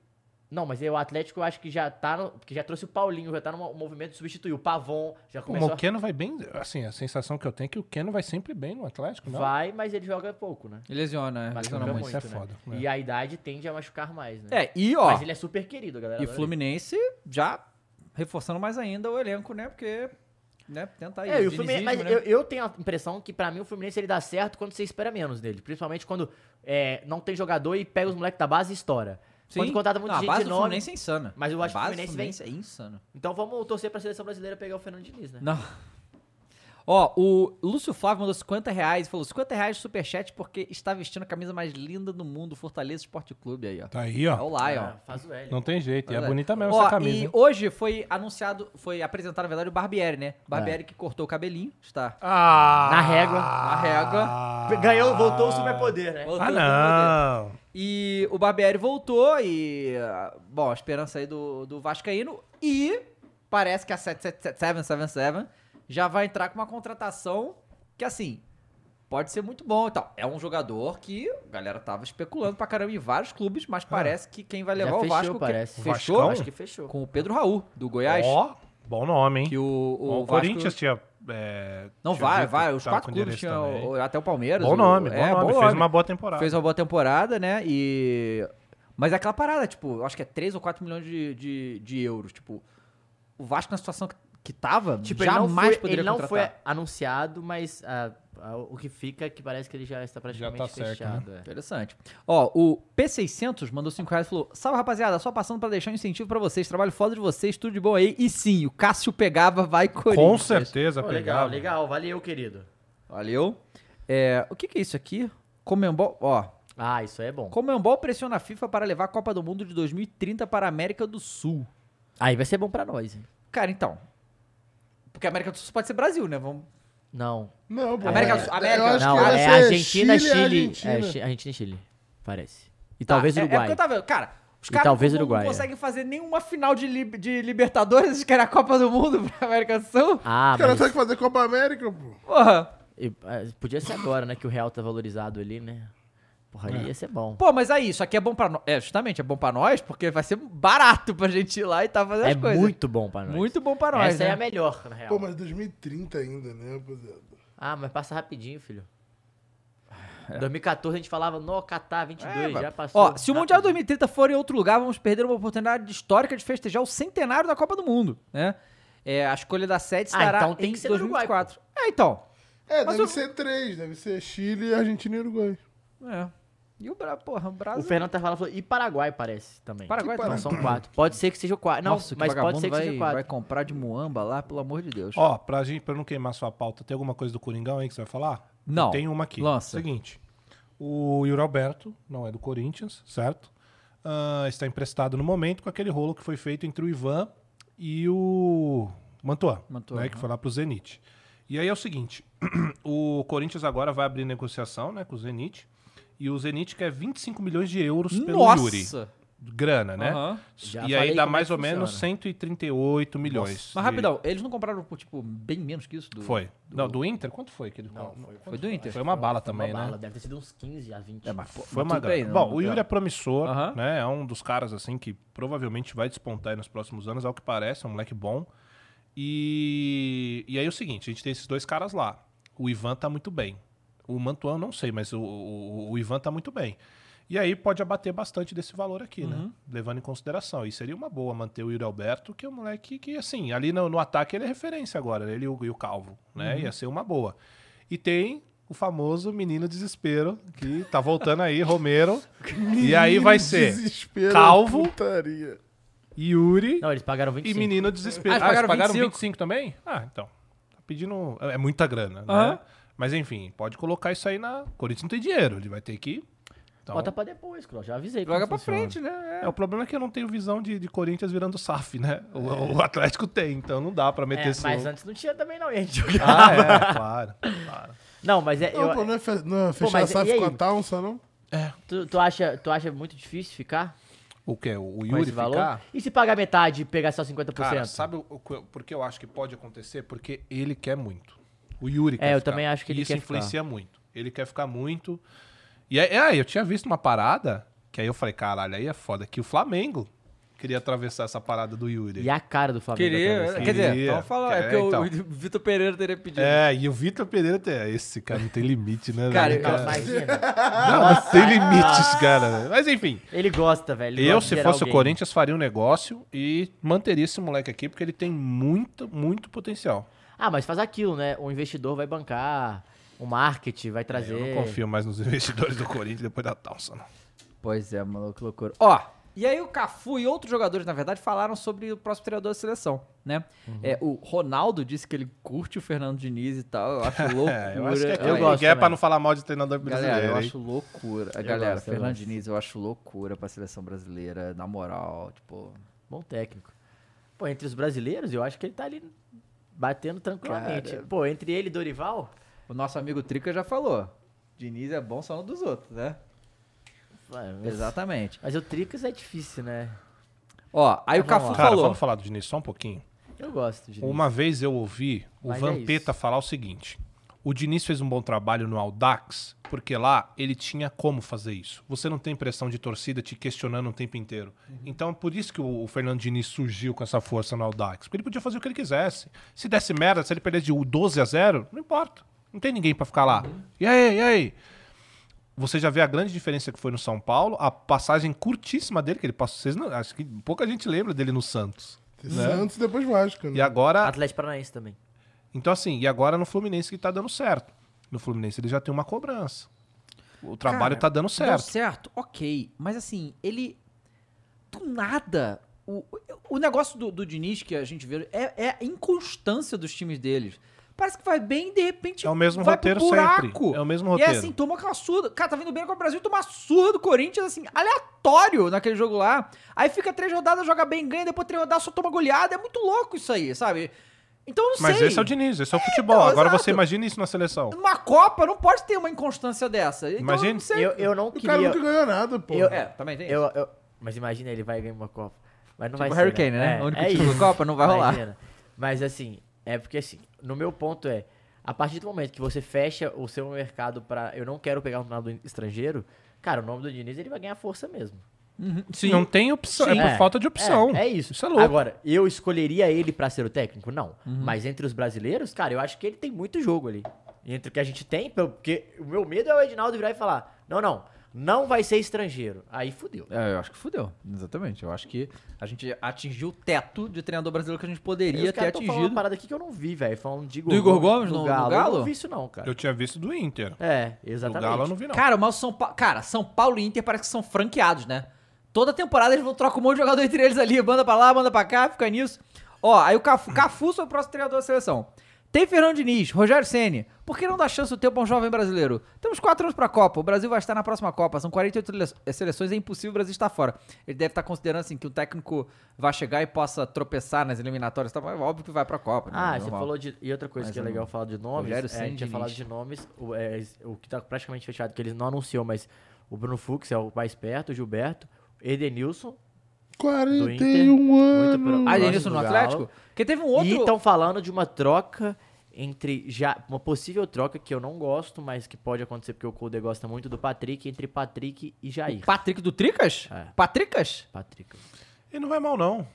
Não, mas aí o Atlético eu acho que já tá no... Porque já trouxe o Paulinho, já tá no mo- movimento de substituir. O Pavon já
Pô, mas
começou
o Keno vai bem. Assim, a sensação que eu tenho é que o Keno vai sempre bem no Atlético,
a...
não?
Vai, mas ele joga pouco, né?
Ele lesiona,
Mas
lesiona
joga
muito.
muito, isso é
né?
foda, né?
E a idade tende a machucar mais, né?
É, e ó,
Mas ele é super querido, a galera.
e o
adora ele.
Fluminense já reforçando mais ainda o elenco, né? Porque, né, tentar
É, e o Fluminense,
dinizismo,
mas
né?
eu, eu tenho a impressão que pra mim o Fluminense ele dá certo quando você espera menos dele. Principalmente quando é, não tem jogador e pega os moleques da base e estoura. Quando contrata muito
Não,
gente
a base do
enorme.
Fluminense é insana.
Mas eu acho que
a
o
base do
Fluminense
Fluminense é insana.
Então vamos torcer pra seleção brasileira pegar o Fernando Diniz, né?
Não. Ó, o Lúcio Flávio mandou 50 reais e falou 50 reais de superchat porque está vestindo a camisa mais linda do mundo, Fortaleza Esporte Clube aí, ó.
Tá aí,
É o
ó.
Lion.
Ah, faz o L.
Não tem jeito. E é
Olha.
bonita mesmo
Ó,
essa camisa.
E
hein?
hoje foi anunciado, foi apresentado, na verdade, o Barbieri, né? Barbieri que cortou o cabelinho, está
Ah!
Na régua.
na régua.
Ganhou, voltou o superpoder, né?
Voltou
Ah,
pro
não.
E o Barbieri voltou e. ah, Bom, a esperança aí do, do Vascaíno. E parece que a 777 777 já vai entrar com uma contratação que, assim, pode ser muito bom e tal. É um jogador que a galera tava especulando pra caramba em vários clubes, mas parece que quem vai
Ah, Já
levar o
fechou,
Vasco. que-
parece.
Fechou?
Vascão?
Acho que fechou.
Com o Pedro Raul, do Goiás.
Ó, bom nome, hein?
Que o, o,
Bom, o
Vasco-
Corinthians tinha. é,
Não,
tinha
vai,
dito
vai.
que
Os
tava
quatro
com
clubes
endereço também.
tinham. Até o Palmeiras.
Bom
o-
nome, bom
é,
nome. Fez uma boa temporada.
Fez uma boa temporada, né? E. Mas é aquela parada, tipo, eu acho que é 3 ou 4 milhões de, de, de euros. Tipo, o Vasco na situação que, que tava,
Tipo, ele não
jamais
foi,
poderia
ele não
contratar.
foi anunciado, mas ah, Ah, O que fica é que parece que ele já
tá
está praticamente
né?
certo,
fechado. é.
Interessante. Ó, o P600 mandou 5 reais e falou: Salve rapaziada, só passando pra deixar um incentivo pra vocês. Trabalho foda de vocês, tudo de bom aí. E sim, o Cássio pegava, vai Corinthians.
Com certeza,
Tá
Pô, legal,
pegava.
legal. Valeu, querido.
Valeu. É, o que, que é isso aqui? Comembol. Ó,
Ah, isso aí é bom.
Comembol pressiona a FIFA para levar a Copa do Mundo de 2030 para a América do Sul.
Aí vai ser bom pra nós, hein?
Cara, então. Porque a América do Sul pode ser Brasil, né? Vamos.
Não.
Não, pô.
América do
Eu
Sul. América.
acho
Não,
que vai
é
ser
Argentina, Chile.
Argentina.
É, Chi- Argentina e Chile. Parece. E
Tá,
talvez
é- É,
Uruguai.
porque eu tava vendo. Cara, os
E
caras
talvez
não, não
Uruguai, é.
conseguem fazer nenhuma final de, li- de Libertadores, eles querem a Copa do Mundo pra América do Sul.
Ah,
Os caras
mas
têm tá que fazer Copa América, pô.
Porra.
e- ah, podia ser agora, né? Que o real tá valorizado ali, né? Porra,
É.
aí ia ser bom.
Pô, mas aí, isso aqui é bom pra nós. É, justamente, é bom pra nós, porque vai ser barato pra gente ir lá e tá fazendo
É
as coisas.
muito bom pra nós.
Muito bom pra nós,
Essa aí é
né?
a melhor, na real.
Pô, mas 2030 ainda, né, rapaziada?
Ah, mas passa rapidinho, filho. 2014 a gente falava, no Catar 22, já passou.
É. Ó, se o Mundial
rápido.
2030 for em outro lugar, vamos perder uma oportunidade histórica de festejar o centenário da Copa do Mundo, né? É, a escolha da sede
Ah,
estará
então tem
em
que ser no Uruguai,
2024. é, então.
É,
Mas
deve
eu-
ser três. Deve ser Chile, Argentina e Uruguai.
É. E o Bra... Porra, o
O
Brasil...
Fernando tá falando, falou, e Paraguai parece também.
Paraguai
Tipo,
Então
também.
são quatro. Pode ser que seja o quatro. Não,
Nossa, que
mas pode
vagabundo
ser que
vai,
seja o quatro.
vai comprar de Moamba lá, pelo amor de Deus.
Ó, pra, gente, pra não queimar sua pauta, tem alguma coisa do Coringão aí que você vai falar?
Não.
Tem uma aqui.
Lança.
Seguinte, o Yuri Alberto não é do Corinthians, certo? Ah, está emprestado no momento com aquele rolo que foi feito entre o Ivan e o Mantua,
Mantua,
né,
aham.
que foi lá pro Zenit. E aí é o seguinte, o Corinthians agora vai abrir negociação né, com o Zenit, e o Zenit quer 25 milhões de euros pelo
Nossa!
Yuri. Grana, né?
Aham.
Já
e
falei
aí dá
como é
mais
que
ou menos
funciona.
138 milhões.
Mas
de-
rapidão, eles não compraram por, tipo, bem menos que isso? Do...
Foi. Não, do Inter? Quanto foi? Que ele... Não,
Foi do Inter?
Foi uma bala também,
uma
né?
bala, deve ter sido uns 15 a 20.
É, mas pô,
Foi
mas
uma
tudo bem,
grana.
não-
Bom, o Yuri é promissor,
Aham.
né? É um dos caras, assim, que provavelmente vai despontar aí nos próximos anos, ao que parece, é um moleque bom. E, e aí é o seguinte, a gente tem esses dois caras lá. O Ivan tá muito bem. O Mantuan, não sei, mas o, o- o Ivan tá muito bem. E aí pode abater bastante desse valor aqui, né? Levando em consideração. E seria uma boa manter o Yuri Alberto, que é um moleque que, assim, ali no, no ataque ele é referência agora, ele e o, e o Calvo, né? Ia ser uma boa. E tem o famoso menino desespero, que tá voltando aí, Romero. e aí vai ser
Desespero,
Calvo.
Putaria.
Yuri
Não, eles pagaram
e
25.
menino desespero.
Ah, eles pagaram 25.
25 também? Ah, então. Tá pedindo. É muita grana,
Aham.
né? Mas enfim, pode colocar isso aí na. Corinthians não tem dinheiro, ele vai ter que. Então,
Bota pra depois, Cló. Já avisei.
Joga
como
pra
funciona.
frente, né?
É, o problema é que eu não tenho visão de, de Corinthians virando SAF, né? O, o Atlético tem, então não dá pra meter
É,
esse.
mas antes não tinha também, não. E a gente jogava.
Ah, é, claro, claro.
Não, mas é.
Não,
eu-
pô, não é, fe... não é fechar
mas
a
e
SAF com a
aí?
Taunsa, não?
tu, tu acha, tu acha muito difícil ficar
O quê? O
com
Yuri
esse valor?
ficar?
E se pagar metade e pegar só 50%?
Cara, sabe o, o que eu- por que eu acho que pode acontecer? Porque ele quer muito. O Yuri quer
É, eu
ficar.
também acho que ele
E isso
quer
influencia muito. Ele quer ficar muito. E aí, ah, eu tinha visto uma parada, que aí eu falei, caralho, aí é foda, que o Flamengo queria atravessar essa parada do Yuri.
E a cara do Flamengo.
Queria,
atravessando.
quer dizer,
Queria.
então fala, é
É,
porque o-
então.
o Vitor Pereira teria pedido.
É, e o Vitor Pereira, tem- é esse cara não tem limite, né?
Cara,
velho?
eu-
Não, imagina.
não, não tem limites, cara. Mas enfim,
Ele gosta, velho. ele
eu,
gosta de
se
gerar
fosse o
alguém.
Corinthians, faria um negócio e manteria esse moleque aqui, porque ele tem muito, muito potencial.
Ah, mas faz aquilo, né? O investidor vai bancar, o marketing vai trazer.
É, Eu não confio mais nos investidores do Corinthians depois da Talsa, não.
Pois é, mano, que loucura. Ó, e aí o Cafu e outros jogadores, na verdade, falaram sobre o próximo treinador da seleção, né?
Uhum.
É, o Ronaldo disse que ele curte o Fernando Diniz e tal. Eu acho loucura.
É, eu acho que é,
Eu
eu
gosto
é
também.
pra não falar mal de treinador brasileiro.
Galera, eu
hein? É
acho loucura. A galera,
gosto, eu
Fernando
gosto.
Diniz, eu acho loucura pra seleção brasileira, na moral, tipo.
Bom técnico. Pô, entre os brasileiros, eu acho que ele tá ali batendo tranquilamente. Pô, entre ele e Dorival,
O nosso amigo Trica já falou. Diniz é bom só no dos outros, né?
ué, mas-
Exatamente.
Mas o Tricas é difícil, né?
Ó, aí o
Vamos
Cafu
Cara,
falou.
vamos falar do Diniz só um pouquinho.
Eu gosto de
Uma vez eu ouvi o
Mas é
Vampeta falar o seguinte: o Diniz fez um bom trabalho no Audax, porque lá ele tinha como fazer isso. Você não tem pressão de torcida te questionando o tempo inteiro.
Uhum.
Então, por isso que o o Fernando Diniz surgiu com essa força no Audax. Porque ele podia fazer o que ele quisesse. Se desse merda, se ele perdesse de 12 a 0, não importa. Não tem ninguém pra ficar lá.
Uhum.
E aí, e aí? Você já vê a grande diferença que foi no São Paulo, a passagem curtíssima dele, que ele passou. Vocês não, acho que pouca gente lembra dele no Santos.
Santos e depois Vasco, né?
E agora
Atlético Paranaense também.
então, assim, e agora no Fluminense que tá dando certo. no Fluminense, ele já tem uma cobrança. O trabalho tá dando
Deu
certo.
certo, ok. Mas assim, ele. Do nada. O, o negócio do, do Diniz que a gente vê é, é a inconstância dos times deles. Parece que vai bem e de repente.
É o mesmo
vai
roteiro
pro buraco.
sempre. É o
E
mesmo
é
roteiro.
assim, tomou aquela surra. Cara, tá vindo bem com o Brasil, toma uma surra do Corinthians, assim, aleatório naquele jogo lá. Aí fica três rodadas, joga bem, ganha, depois três rodadas, só toma goleada. É muito louco isso aí, sabe? Então eu não
Mas
sei.
esse é o Diniz, esse é o futebol.
então,
Agora
exato.
você imagina isso na seleção.
Numa Copa não pode ter uma inconstância dessa. Então,
Imagina.
Eu não sei.
Eu, eu não
O cara
queria.
nunca ganhou nada, pô.
eu-
É, também tem
eu- eu- mas imagina, ele vai ganhar uma Copa. Mas não vai
Tipo o
ser,
Harry Kane, né?
É,
o único
é
título
isso.
da Copa não vai rolar.
Imagina. Mas assim, é porque assim, no meu ponto é, a partir do momento que você fecha o seu mercado pra eu não quero pegar um treinador estrangeiro, cara, o nome do Diniz ele vai ganhar força mesmo.
Sim.
Não tem opção, é
Sim.
por falta de opção.
É, é isso.
Isso é louco. Uhum.
Agora, eu escolheria ele pra ser o técnico? Não. Mas entre os brasileiros, cara, eu acho que ele tem muito jogo ali. Entre o que a gente tem, pelo- porque o meu medo é o Edinaldo virar e falar: não, não, não vai ser estrangeiro. Aí fudeu.
É, eu acho que fudeu. Exatamente. Eu acho que a gente atingiu o teto de treinador brasileiro que a gente poderia
Os
ter
caras tão falando uma
atingido.
parada aqui que eu não vi, velho. Falando de
Do Igor Gomes
do
no- no
Galo. Eu
Galo?
não vi isso, não, cara.
Eu tinha visto do Inter.
É,
Do
exatamente.
Galo eu não vi, não.
Cara, mas o São Paulo. Cara, São Paulo e Inter parece que são franqueados, né? Toda temporada eles vão trocar um monte de jogador entre eles ali, manda pra lá, manda pra cá, fica nisso. Ó, aí o Cafu, Cafu foi o próximo treinador da seleção. Tem Fernando Diniz, Rogério Ceni. Por que não dá chance o tempo a um jovem brasileiro? Temos quatro anos pra Copa. O Brasil vai estar na próxima Copa. São 48 le- eh, seleções, é impossível o Brasil estar fora. Ele deve estar considerando assim que o técnico vai chegar e possa tropeçar nas eliminatórias. Tá, mas óbvio que vai pra Copa. né?
Ah, você
Normal.
falou de. E outra coisa
Mas
que é
eu não-
legal falar de nomes.
Rogério
é, a
Ceni,
gente tinha
Diniz.
falado de nomes. O, é, o que tá praticamente fechado, que eles não anunciou, mas o Bruno Fux é o mais perto, o Gilberto, Edenilson, do Inter.
41
muito pro-
anos.
Ah,
próximo
Denilson no
do
Atlético?
Galo.
Porque teve um outro.
E então- estão falando de uma troca entre. já Uma possível troca que eu não gosto, mas que pode acontecer porque o Colde gosta muito do Patrick, entre Patrick e Jair.
Patrick do Tricas?
É.
Patricas?
Patrick.
Ele não vai mal, não.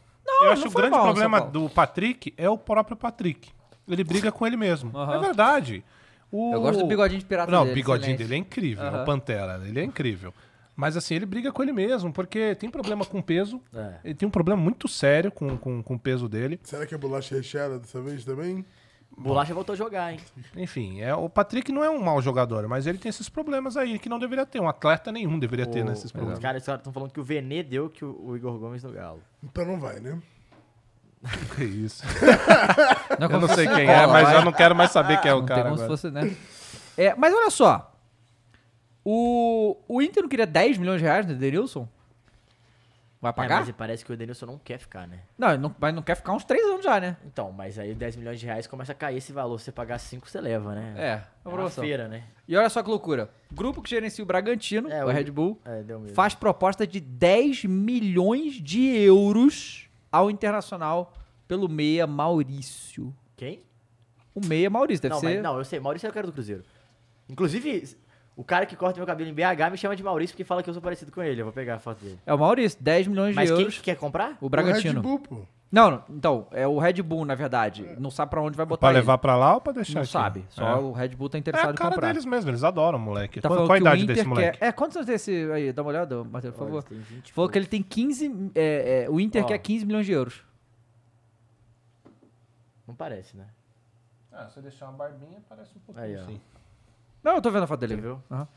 Eu acho
não
que o
foi
grande
mal,
problema
São
do Patrick é o próprio Patrick. Ele briga com ele mesmo. É verdade. O-
Eu gosto do bigodinho de pirata
Não,
dele,
o bigodinho
excelente.
dele é incrível.
Aham.
O Pantera, ele é incrível. Mas assim, ele briga com ele mesmo, porque tem problema com peso.
É.
Ele tem um problema muito sério com, com, com o peso dele.
Será que é bolacha recheada dessa vez também?
Bolacha voltou a jogar, hein?
Enfim, é, o Patrick não é um mau jogador, mas ele tem esses problemas aí que não deveria ter. Um atleta nenhum deveria ter, né?
é
Esses
Os
problemas.
caras estão falando que o Vene deu que o, o Igor Gomes no Galo.
Então não vai, né?
Que isso.
Não,
Eu não sei quem
cola,
é, mas
vai.
eu não quero mais saber quem é o
Não tem
cara
como se
agora.
fosse, né? É, mas olha só. O, o Inter não queria 10 milhões de reais no Denilson? Vai
É,
pagar?
mas parece que o Edenilson não quer ficar, né?
Não, ele não, mas não quer ficar uns 3 anos já, né?
Então, mas aí 10 milhões de reais começa a cair esse valor. Se você pagar 5, você leva, né?
É,
É
uma
uma
promoção.
feira, né?
E olha só que loucura. Grupo que gerencia o Bragantino,
É,
o
o-
Red Bull,
É, deu mesmo.
faz proposta de 10 milhões de euros ao Internacional pelo meia Maurício.
Quem?
O meia Maurício, deve
não,
ser...
mas não, eu sei. Maurício é o cara do Cruzeiro. Inclusive, o cara que corta meu cabelo em BH me chama de Maurício porque fala que eu sou parecido com ele. Eu vou pegar a foto dele.
É o Maurício, 10 milhões
Mas
de
quem
euros.
que quer comprar?
O
O Red
Bragantino.
Bull, pô.
Não, não, então, é o Red Bull, na verdade. Não sabe pra onde vai botar
Pra
ele.
levar pra lá ou pra deixar
Não
aqui?
sabe. Só
É.
o Red Bull tá
É a
interessado em
cara
comprar.
deles mesmo, eles adoram o moleque.
Tá
qual
falando
qual a
que o
idade
Inter
desse moleque?
quer... É, quantos anos tem esse aí? Dá uma olhada, Matheus, por favor.
Olha, tem 20 e
Falou que
pouco.
ele tem 15... é, é, o Inter
Ó.
quer 15 milhões de euros.
Não parece, né?
Ah, se deixar uma barbinha, parece um pouquinho
Aí, ó.
assim.
Não, eu tô vendo a foto dele.
Você viu?
Aham.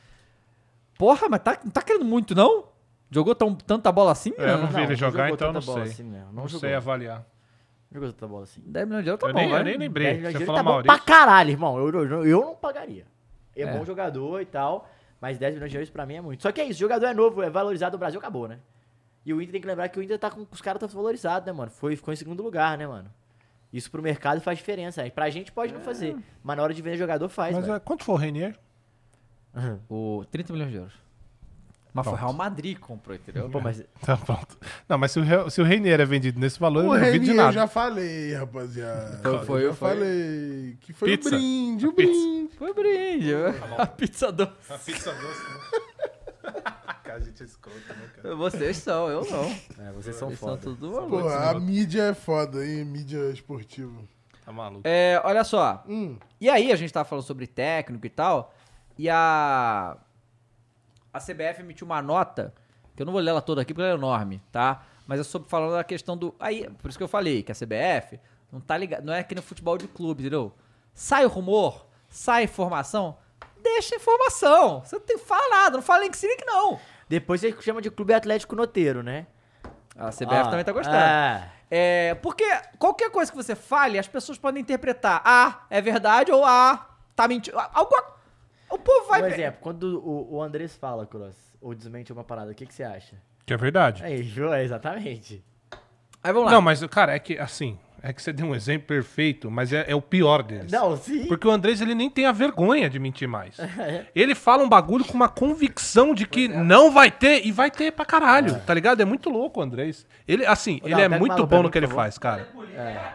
Porra, mas tá, não tá querendo muito, não? Jogou tão, tanta bola assim?
É, eu
né?
não vi ele jogar,
jogou
então eu não
tanta bola
sei.
assim, né? Não
Não
jogou.
sei
é-
avaliar.
tanta bola assim.
10 milhões de euros tá
eu,
bom,
nem,
né?
eu nem lembrei.
10 milhões de
Você
euros
falou
tá bom
Maurício.
pra caralho, irmão. Eu, eu, eu não pagaria. É,
É.
bom jogador e tal, mas 10 milhões de euros pra mim é muito. Só que é isso, jogador é novo, é valorizado, o Brasil acabou, né? E o Inter tem que lembrar que o Inter tá com os caras tá valorizados, né, mano? Foi, ficou em segundo lugar, né, mano? Isso pro mercado faz diferença. Aí pra gente
É.
pode não fazer, mas na hora de vender jogador faz,
Mas
velho.
é, quanto foi o Renier?
O 30 milhões de euros. Mas foi o Real Madrid que comprou, entendeu?
Pô, mas
Tá pronto. Não, mas se o, Re- se o Renier é vendido nesse valor, eu não
O
duvido de
Renier eu
nada.
já falei, rapaziada.
Foi- foi-
eu já
foi.
falei. Que foi
Pizza.
o brinde, o
Pizza.
brinde.
Foi brinde.
Tá
a pizza doce.
A pizza doce, a gente é escroto, né, cara?
Vocês são, eu não.
é, vocês são
Vocês são
foda.
tudo maluco.
Porra, a mídia é foda, hein? Mídia esportiva.
Tá maluco.
É, olha só.
Hum.
E aí a gente tava falando sobre técnico e tal, e a a CBF emitiu uma nota, que eu não vou ler ela toda aqui porque ela é enorme, tá? Mas é sobre falando da questão do aí, por isso que eu falei que a CBF não tá ligada, não é que no futebol de clube, entendeu? Sai o rumor, sai a informação, deixa a informação. Você não tem que falar nada, não fala Link não.
Depois você chama de Clube Atlético Noteiro, né?
A CBF também tá gostando.
Ah, É.
É, porque qualquer coisa que você fale, as pessoas podem interpretar. Ah, é verdade ou ah, tá mentindo. Ah, Alguma... O povo vai...
Por Um exemplo, quando o, o Andrés fala, Cross, ou desmente uma parada, o que, que você acha?
Que é verdade.
Aí, viu? É, exatamente.
Aí vamos lá.
Não, mas, cara, é que, assim, é que você deu um exemplo perfeito, mas é, é o pior deles.
Não, sim.
Porque o Andrés, ele nem tem a vergonha de mentir mais. Ele fala um bagulho com uma convicção de que não vai ter, e vai ter pra caralho, tá ligado? É muito louco o Andrés. Ele, assim,
Não,
ele é
pega o
muito
Malu
bom
pra
no
mim,
que ele
por favor.
faz, cara.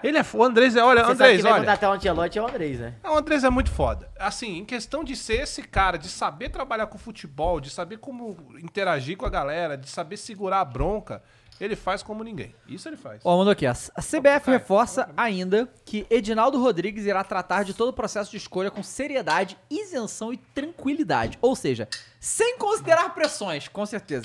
Ele é... f- O Andrés é... Olha,
Você sabe
Andrés,
quem vai
olha...
contratar o Antelote é o Andrés, né?
Ah, O Andrés é muito foda. Assim, em questão de ser esse cara, de saber trabalhar com futebol, de saber como interagir com a galera, de saber segurar a bronca, ele faz como ninguém. Isso ele faz.
Ó, mandou aqui. ó. A CBF reforça ainda que Edinaldo Rodrigues irá tratar de todo o processo de escolha com seriedade, isenção e tranquilidade. Ou seja, sem considerar pressões, com certeza.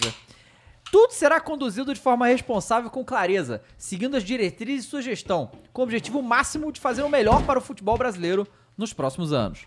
Tudo será conduzido de forma responsável e com clareza, seguindo as diretrizes de sua gestão, com o objetivo máximo de fazer o melhor para o futebol brasileiro nos próximos anos.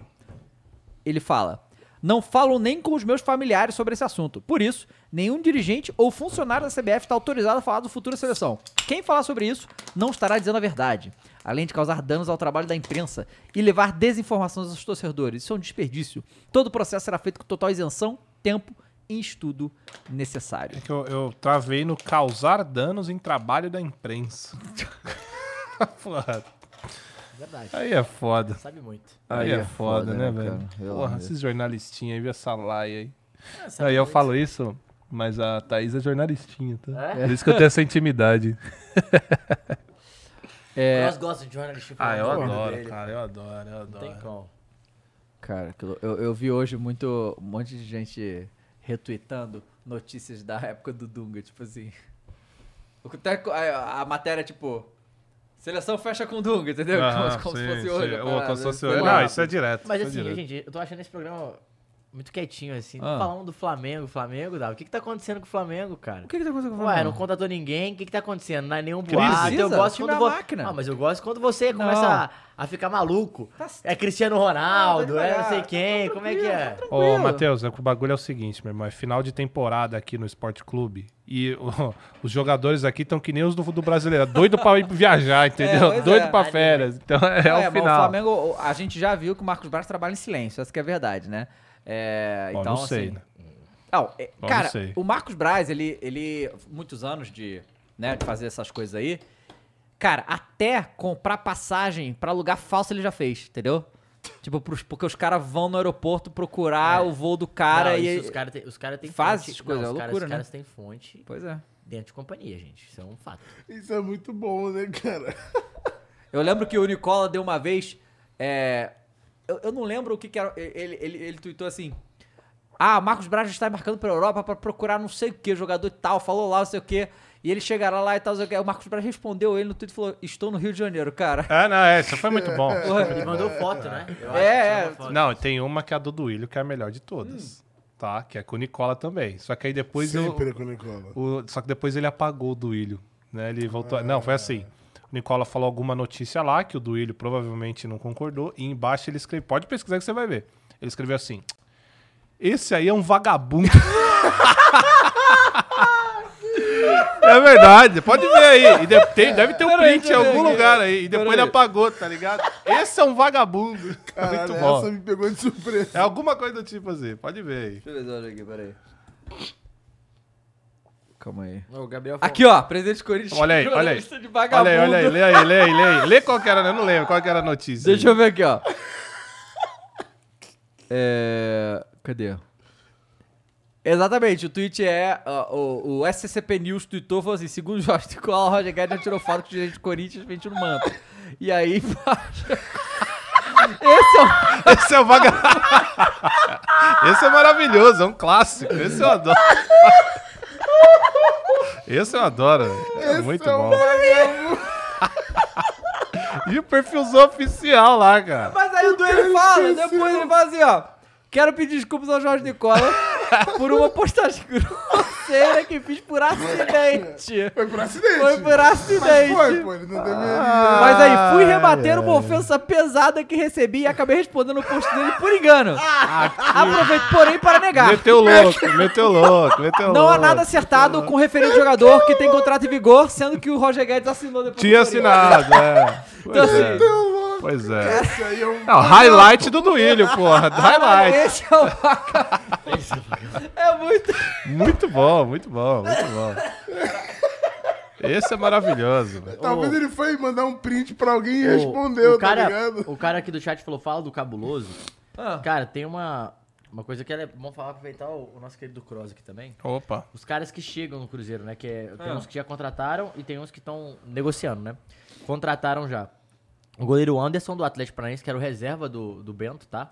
Ele fala: Não falo nem com os meus familiares sobre esse assunto. Por isso, nenhum dirigente ou funcionário da CBF está autorizado a falar do futuro da seleção. Quem falar sobre isso não estará dizendo a verdade, além de causar danos ao trabalho da imprensa e levar desinformações aos torcedores. Isso é um desperdício. Todo o processo será feito com total isenção, tempo e estudo necessário.
É que eu, eu travei no causar danos em trabalho da imprensa. Porra,
Verdade.
aí é foda.
Sabe muito.
Aí, é, foda, né,
cara?
velho?
Pelo
Porra,
amor de
esses jornalistinhas aí, viu essa laia aí.
É,
aí eu falo isso, mas a Thaís é jornalistinha, tá?
É?
Por isso que eu tenho essa intimidade.
É.
Cross gosta de jornalista.
Ah,
Porra, é um dele.
cara, Ah, eu adoro, eu
Não tem como.
Cara, que lou- eu, eu vi hoje muito, um monte de gente retweetando notícias da época do Dunga, tipo assim. O que tá co- a, a matéria, tipo. Seleção fecha com o Dunga, entendeu? como como se fosse hoje. Ah, a parada. Sei lá.
Não, isso é direto.
Mas
isso é
assim,
direto.
gente, eu tô achando esse programa muito quietinho, assim.
Ah.
Não falando do Flamengo, Flamengo, Dá. O que que tá acontecendo com o Flamengo, cara?
O que, que tá acontecendo com o
Ué, não
Flamengo?
contratou ninguém, o que que tá acontecendo? Não é nenhum
Precisa,
boato. Eu gosto
o time
quando
é
vo-
uma máquina.
Ah, mas eu gosto quando você começa
Não.
a, a ficar maluco.
Tá c-
É Cristiano
Ah,
Ronaldo,
tá
é não
devagar,
sei
tá
quem, como é que
tranquilo, tá
é?
tranquilo.
Ô, Matheus, é que o bagulho é o seguinte, meu irmão. É final de temporada aqui no Esporte Clube. E ó, os jogadores aqui estão que nem os do, do brasileiro. É Doido pra ir viajar, entendeu?
pois
Doido
é.
pra férias. Então é,
É,
o
mas
final.
O Flamengo, a gente já viu que o Marcos Braz trabalha em silêncio, essa que é a verdade, né? É,
Ó,
então,
não sei,
assim,
né?
Não, é-
Bom,
cara,
não sei.
o Marcos Braz, ele, ele muitos anos de, né, de fazer essas coisas aí. Cara, até comprar passagem pra lugar falso ele já fez, entendeu? Tipo, pros- porque os caras vão no aeroporto procurar o voo do cara
É. Não,
e
isso, os caras têm cara tem
faz essas
fonte.
coisas,
não,
é
os caras-
loucura,
os
né?
caras têm fonte
Pois é.
dentro de companhia, gente. Isso é um fato.
Isso é muito bom, né, cara?
Eu lembro que o Nicola deu uma vez. é, eu, eu não lembro o que, que era. Ele, ele, ele tweetou assim. Ah, Marcos Braz já está marcando pra Europa pra procurar não sei o que, jogador e tal, falou lá, não sei o que. E ele chegará lá e tal, não sei o que. O Marcos Braz respondeu ele no Twitter e falou: Estou no Rio de Janeiro, cara.
Ah, não, é, isso foi muito bom.
Ele mandou foto, né? Eu
É, é.
acho que tinha uma foto.
Não, tem uma que é a do Duílio, que é a melhor de
Hum.
todas. Tá? Que é com o Nicola também. Só que aí depois eu,
Sempre é com o Nicola.
O- só que depois ele apagou o Duílio, né? Ele voltou. Não, foi assim. O Nicola falou alguma notícia lá que o Duílio provavelmente não concordou. E embaixo ele escreveu. Pode pesquisar que você vai ver. Ele escreveu assim: Esse aí é um vagabundo. É verdade, pode ver aí. E de- tem- deve ter um print em algum lugar aí. E depois ele apagou, tá ligado? Esse é um vagabundo. É
Caralho,
Muito
essa
bom.
me pegou de surpresa.
É alguma coisa do tipo assim, pode ver aí.
Deixa eu ver se eu olho aqui, peraí. Calma aí.
O Gabriel falou-
Aqui, ó, presidente do Corinthians.
Olha aí, olha aí.
jornalista de vagabundo.
Olha aí, olha aí, lê aí, lê aí, lê aí. Lê qual que era, né? eu não lembro qual que era a notícia.
Deixa eu ver aqui, ó. É... Cadê? Exatamente, o tweet é. ó, o, o SCP News tweetou falou assim: segundo Jorge Nicolau, o Roger Guedes já tirou foto com o dirigente do Corinthians mentindo no manto. E aí. embaixo- Esse é o.
Esse é o vaga... Esse é maravilhoso, é um clássico. Esse eu adoro. Esse eu adoro. É muito
um
bom. e o perfilzão oficial lá, cara.
Mas aí o Duane fala, depois ele fala assim: ó. Quero pedir desculpas ao Jorge Nicola por uma postagem grosseira que fiz por acidente.
Foi por acidente.
Foi por acidente.
Ah,
Foi, pô, ele não deveria.
Mas aí, fui debatendo uma ofensa pesada que recebi e acabei respondendo o post dele por engano. Aproveito, porém, para negar.
Meteu louco, meteu louco, meteu louco.
Não há nada acertado com referente jogador que tem contrato em vigor, sendo que o Roger Guedes assinou depois. do
Tinha
Corinthians.
assinado, é.
Então,
Pois é.
assim,
Pois é.
Esse aí é um.
Não, highlight do Duílio, porra.
caralho,
Highlight.
esse é o vaca. É muito.
Muito bom, muito bom, muito bom. Esse é maravilhoso. velho.
Talvez ele foi mandar um print pra alguém e
O-
respondeu,
o cara,
tá ligado?
O cara aqui do chat falou, fala do cabuloso.
Ah.
Cara, tem uma, uma coisa que é bom falar, aproveitar o, o nosso querido Cross aqui também.
Opa.
Os caras que chegam no Cruzeiro, né? Que é-
Ah.
tem uns que já contrataram e tem uns que estão negociando, né? Contrataram já. O goleiro Anderson do Atlético Paranaense, que era o reserva do, do Bento, tá?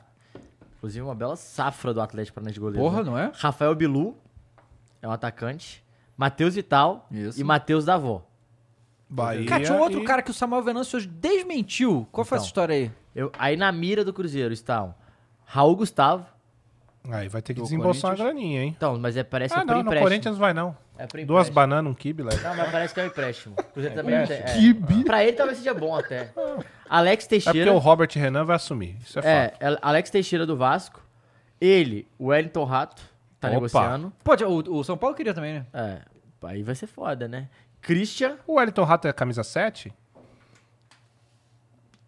Inclusive uma bela safra do Atlético Paranaense de goleiro.
Porra,
né?
não é?
Rafael Bilu é um atacante. Matheus Vital
Isso.
e Matheus Davó.
Bahia.
Cara, tinha um outro
e-
cara que o Samuel Venâncio hoje desmentiu. Qual foi
Então.
essa história aí?
Eu- aí na mira do Cruzeiro estão Raul Gustavo.
Aí vai ter que
Do
desembolsar uma
Corinthians.
graninha, hein?
Então, mas é, parece
Ah,
é por
não, no
empréstimo.
Corinthians não vai não.
É por
Duas
empréstimo.
bananas, um quibe, lá.
Não, mas parece que é um empréstimo. O Cruzeiro também não tem. É. Pra ele talvez seja bom até. Alex
É porque
Teixeira.
o Robert Renan vai assumir. Isso é,
É,
fato.
Ale- Alex Teixeira do Vasco. Ele, o Wellington Rato, tá
Opa.
negociando.
Pô, o, o São Paulo queria também, né?
É, aí vai ser foda, né? Christian.
O Wellington Rato é camisa 7?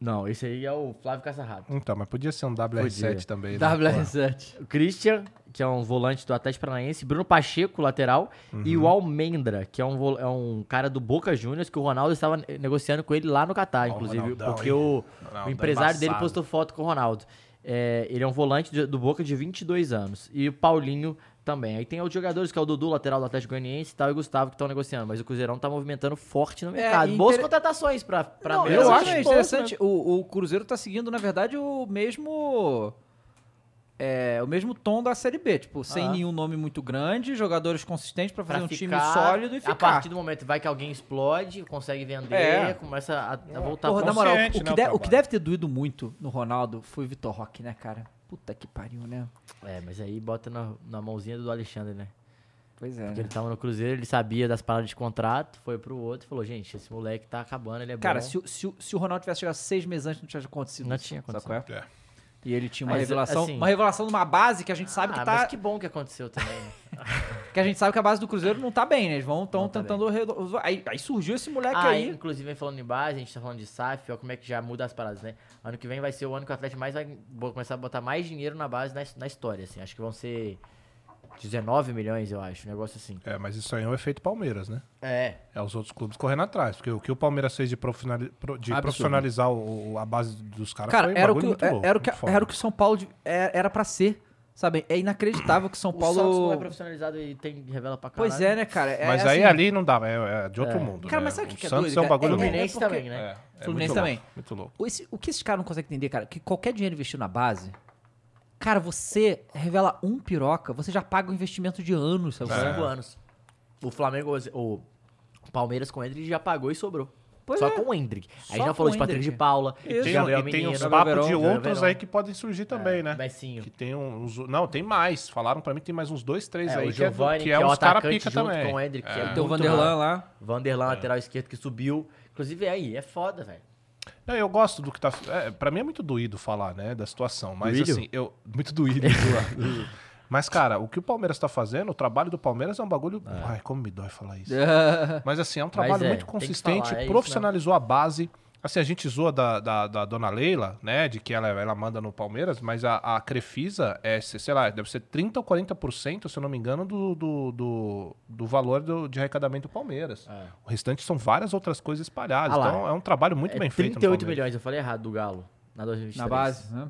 Não, esse aí é o Flávio Caçarrato.
Então, mas podia ser um WR7
Podia.
também. né?
WR7.
O Christian, que é um volante do Atlético Paranaense. Bruno Pacheco, lateral. E
Uhum.
o Almendra, que é um, vol- é um cara do Boca Juniors, que o Ronaldo estava ne- negociando com ele lá no Catar, inclusive.
Ronaldão,
porque
hein?
o,
Ronaldão
o empresário dele
embaçado.
postou foto com o Ronaldo. É, ele é um volante de- do Boca de 22 anos. E o Paulinho também. Aí tem outros jogadores, que é o Dudu, lateral do Atlético Goianiense e tal, e o Gustavo, que estão negociando. Mas o Cruzeirão tá movimentando forte no mercado.
É, e
Boas
inter-
contratações pra, pra
Não,
mesa,
eu
assim.
acho é interessante. O, o Cruzeiro tá seguindo, na verdade, o mesmo. é, o mesmo tom da Série B, tipo, sem
Ah.
nenhum nome muito grande, jogadores consistentes pra fazer
Pra
um time
ficar,
sólido e
A
ficar.
partir do momento vai que alguém explode, consegue vender,
É.
começa a, a voltar
Porra,
pro-
na moral, o
consciente,
que,
né, o
de- o que
trabalho.
deve ter doído muito no Ronaldo foi o Vitor Roque, né, cara? Puta que pariu, né?
É, mas aí bota na, na mãozinha do Alexandre, né?
Pois é.
Porque
né?
ele tava no Cruzeiro, ele sabia das paradas de contrato, foi pro outro e falou, gente, esse moleque tá acabando, ele é
Cara,
bom.
se, o- se o- se o Ronaldo tivesse chegado seis meses antes, não tinha acontecido.
Não
isso,
tinha
sabe
acontecido.
qual é? E ele tinha uma
Mas,
revelação,
assim-
uma revelação de uma base que a gente sabe
ah,
que tá
mas que bom que aconteceu também. né?
Que a gente sabe que a base do Cruzeiro não tá bem, né? Eles vão tão
Não tá
tentando redo- aí, aí surgiu esse moleque
ah,
É aí.
inclusive, vem falando em base, a gente tá falando de SAF, ó, como é que já muda as paradas, né? Ano que vem vai ser o ano que o Atlético mais vai bo- começar a botar mais dinheiro na base na, his- na história, assim. Acho que vão ser 19 milhões, eu acho, um negócio assim.
É, mas isso aí é um efeito Palmeiras, né?
É,
É os outros clubes correndo atrás. Porque o que o Palmeiras fez de, profinali- pro- de
Absurdo.
profissionalizar o- o- a base dos caras
Cara,
foi um
era o
bagulho
que
muito
é-
louco,
era o que
muito foda.
era o que o São Paulo de- é- era pra ser, sabe? É inacreditável que o São
o Santos não é
Paulo
profissionalizado e tem revela pra caralho.
Pois é, né, cara? É,
Mas
é
aí
assim,
ali não dava, é, é de outro mundo.
Cara,
né?
mas sabe o que que é
Santos
doido,
é um
cara?
bagulho
É
O
louco.
Fluminense
porque-
também, né?
É, é
Fluminense
muito louco,
também.
muito louco.
o- esse- o que esses caras não conseguem entender, cara, que qualquer dinheiro investido na base, cara, você revela um piroca, você já paga o investimento de anos,
É.
sabe?
Cinco anos. O Flamengo, o Palmeiras com o Hendrick já pagou e sobrou.
Pois
Só
é.
com o Hendrick. Aí
Só
já
com
falou de
o
Patrick
Hendrick.
de Paula,
Isso.
Tem, um-
Gabriel
e tem
Menino,
uns
Gabriel
papos
Verão,
de
Gabriel
outros
Verão.
aí que podem
É,
surgir também, né?
Messinho.
Que tem uns. Não, tem mais. Falaram pra mim que tem mais uns dois, três
É,
aí.
o Giovanni, que
que
é,
é,
o
uns cara
atacante
pica
junto
também. É.
com o Hendrick. Que é
Tem o
muito
Vanderlan
bom.
lá.
Vanderlan, lateral esquerdo, que subiu. Inclusive, aí, é foda, velho.
Não, eu gosto do que tá. É, pra mim é muito doído falar, né, da situação. Mas
Doído?
assim, eu. Muito doído. doído. mas, cara, o que o Palmeiras tá fazendo, o trabalho do Palmeiras é um bagulho. Ai, como me dói falar isso. Mas assim, é um trabalho
é,
muito
tem que
consistente,
falar, é isso
profissionalizou a base. Assim, a gente zoa da, da, da dona Leila, né? De que ela, ela manda no Palmeiras, mas a, a Crefisa é, se- sei lá, deve ser 30 ou 40%, se eu não me engano, do, do, do, do valor do, de arrecadamento do Palmeiras. O restante são várias outras coisas espalhadas.
É. Ah lá.
então é um trabalho muito
é
bem
38
feito. no Palmeiras.
milhões, eu falei errado, do Galo. Na 2023.
é
Na base, né?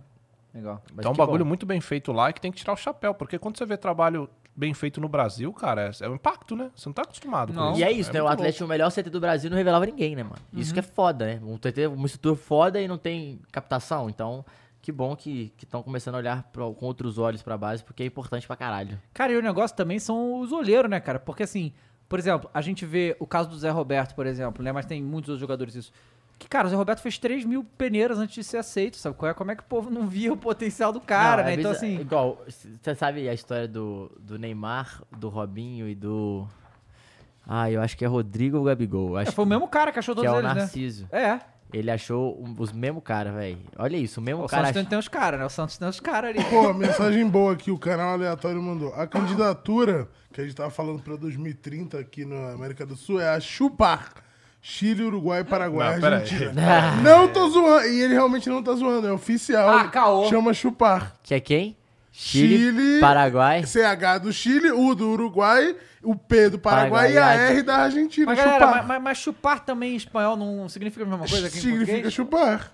Legal.
Mas
Então é um
que
bagulho
bom.
muito bem feito lá e que tem que tirar o chapéu, porque quando você vê trabalho bem feito no Brasil, cara, é é um impacto, né? Você não tá acostumado
Não.
com isso.
E é isso, né? O
muito
Atlético, o melhor CT do Brasil, não revelava ninguém, né, mano? Isso que é foda, né? Um CT, uma estrutura foda e não tem captação. Então, que bom que estão começando a olhar pro- com outros olhos pra base, porque é importante pra caralho.
Cara, e o negócio também são os olheiros, né, cara? Porque assim, por exemplo, a gente vê o caso do Zé Roberto, por exemplo, né? Mas tem muitos outros jogadores isso. Que, cara, o Zé Roberto fez 3 mil peneiras antes de ser aceito, sabe? qual é? Como é que o povo não via o potencial do cara,
Não,
né?
é às
Então,
vezes,
assim.
Igual, você sabe a história do, do Neymar, do Robinho e do. Ah, eu acho que é Rodrigo ou Gabigol. eu Acho
é, foi o mesmo cara que achou
que
todos
é o
eles, né?
Narciso.
É.
Ele achou um- os mesmo cara, velho. Olha isso, o mesmo
O
cara.
Santos tem, tem uns caras, né? O Santos tem uns caras ali.
Pô, mensagem boa aqui, o canal aleatório mandou. A candidatura que a gente tava falando pra 2030 aqui na América do Sul é a Chupar. Chile, Uruguai, Paraguai,
Não, pera aí.
Argentina. Não tô zoando. E ele realmente não tá zoando, é oficial.
Ah, caô.
Chama Chupar.
Que é quem? Chile,
Chile,
Paraguai.
CH do Chile, U do Uruguai, o P do Paraguai,
Paraguai,
e a
ai.
R da Argentina.
Mas,
chupar.
galera, mas- mas, mas chupar também em espanhol não significa a mesma coisa que em
Significa
português?
chupar.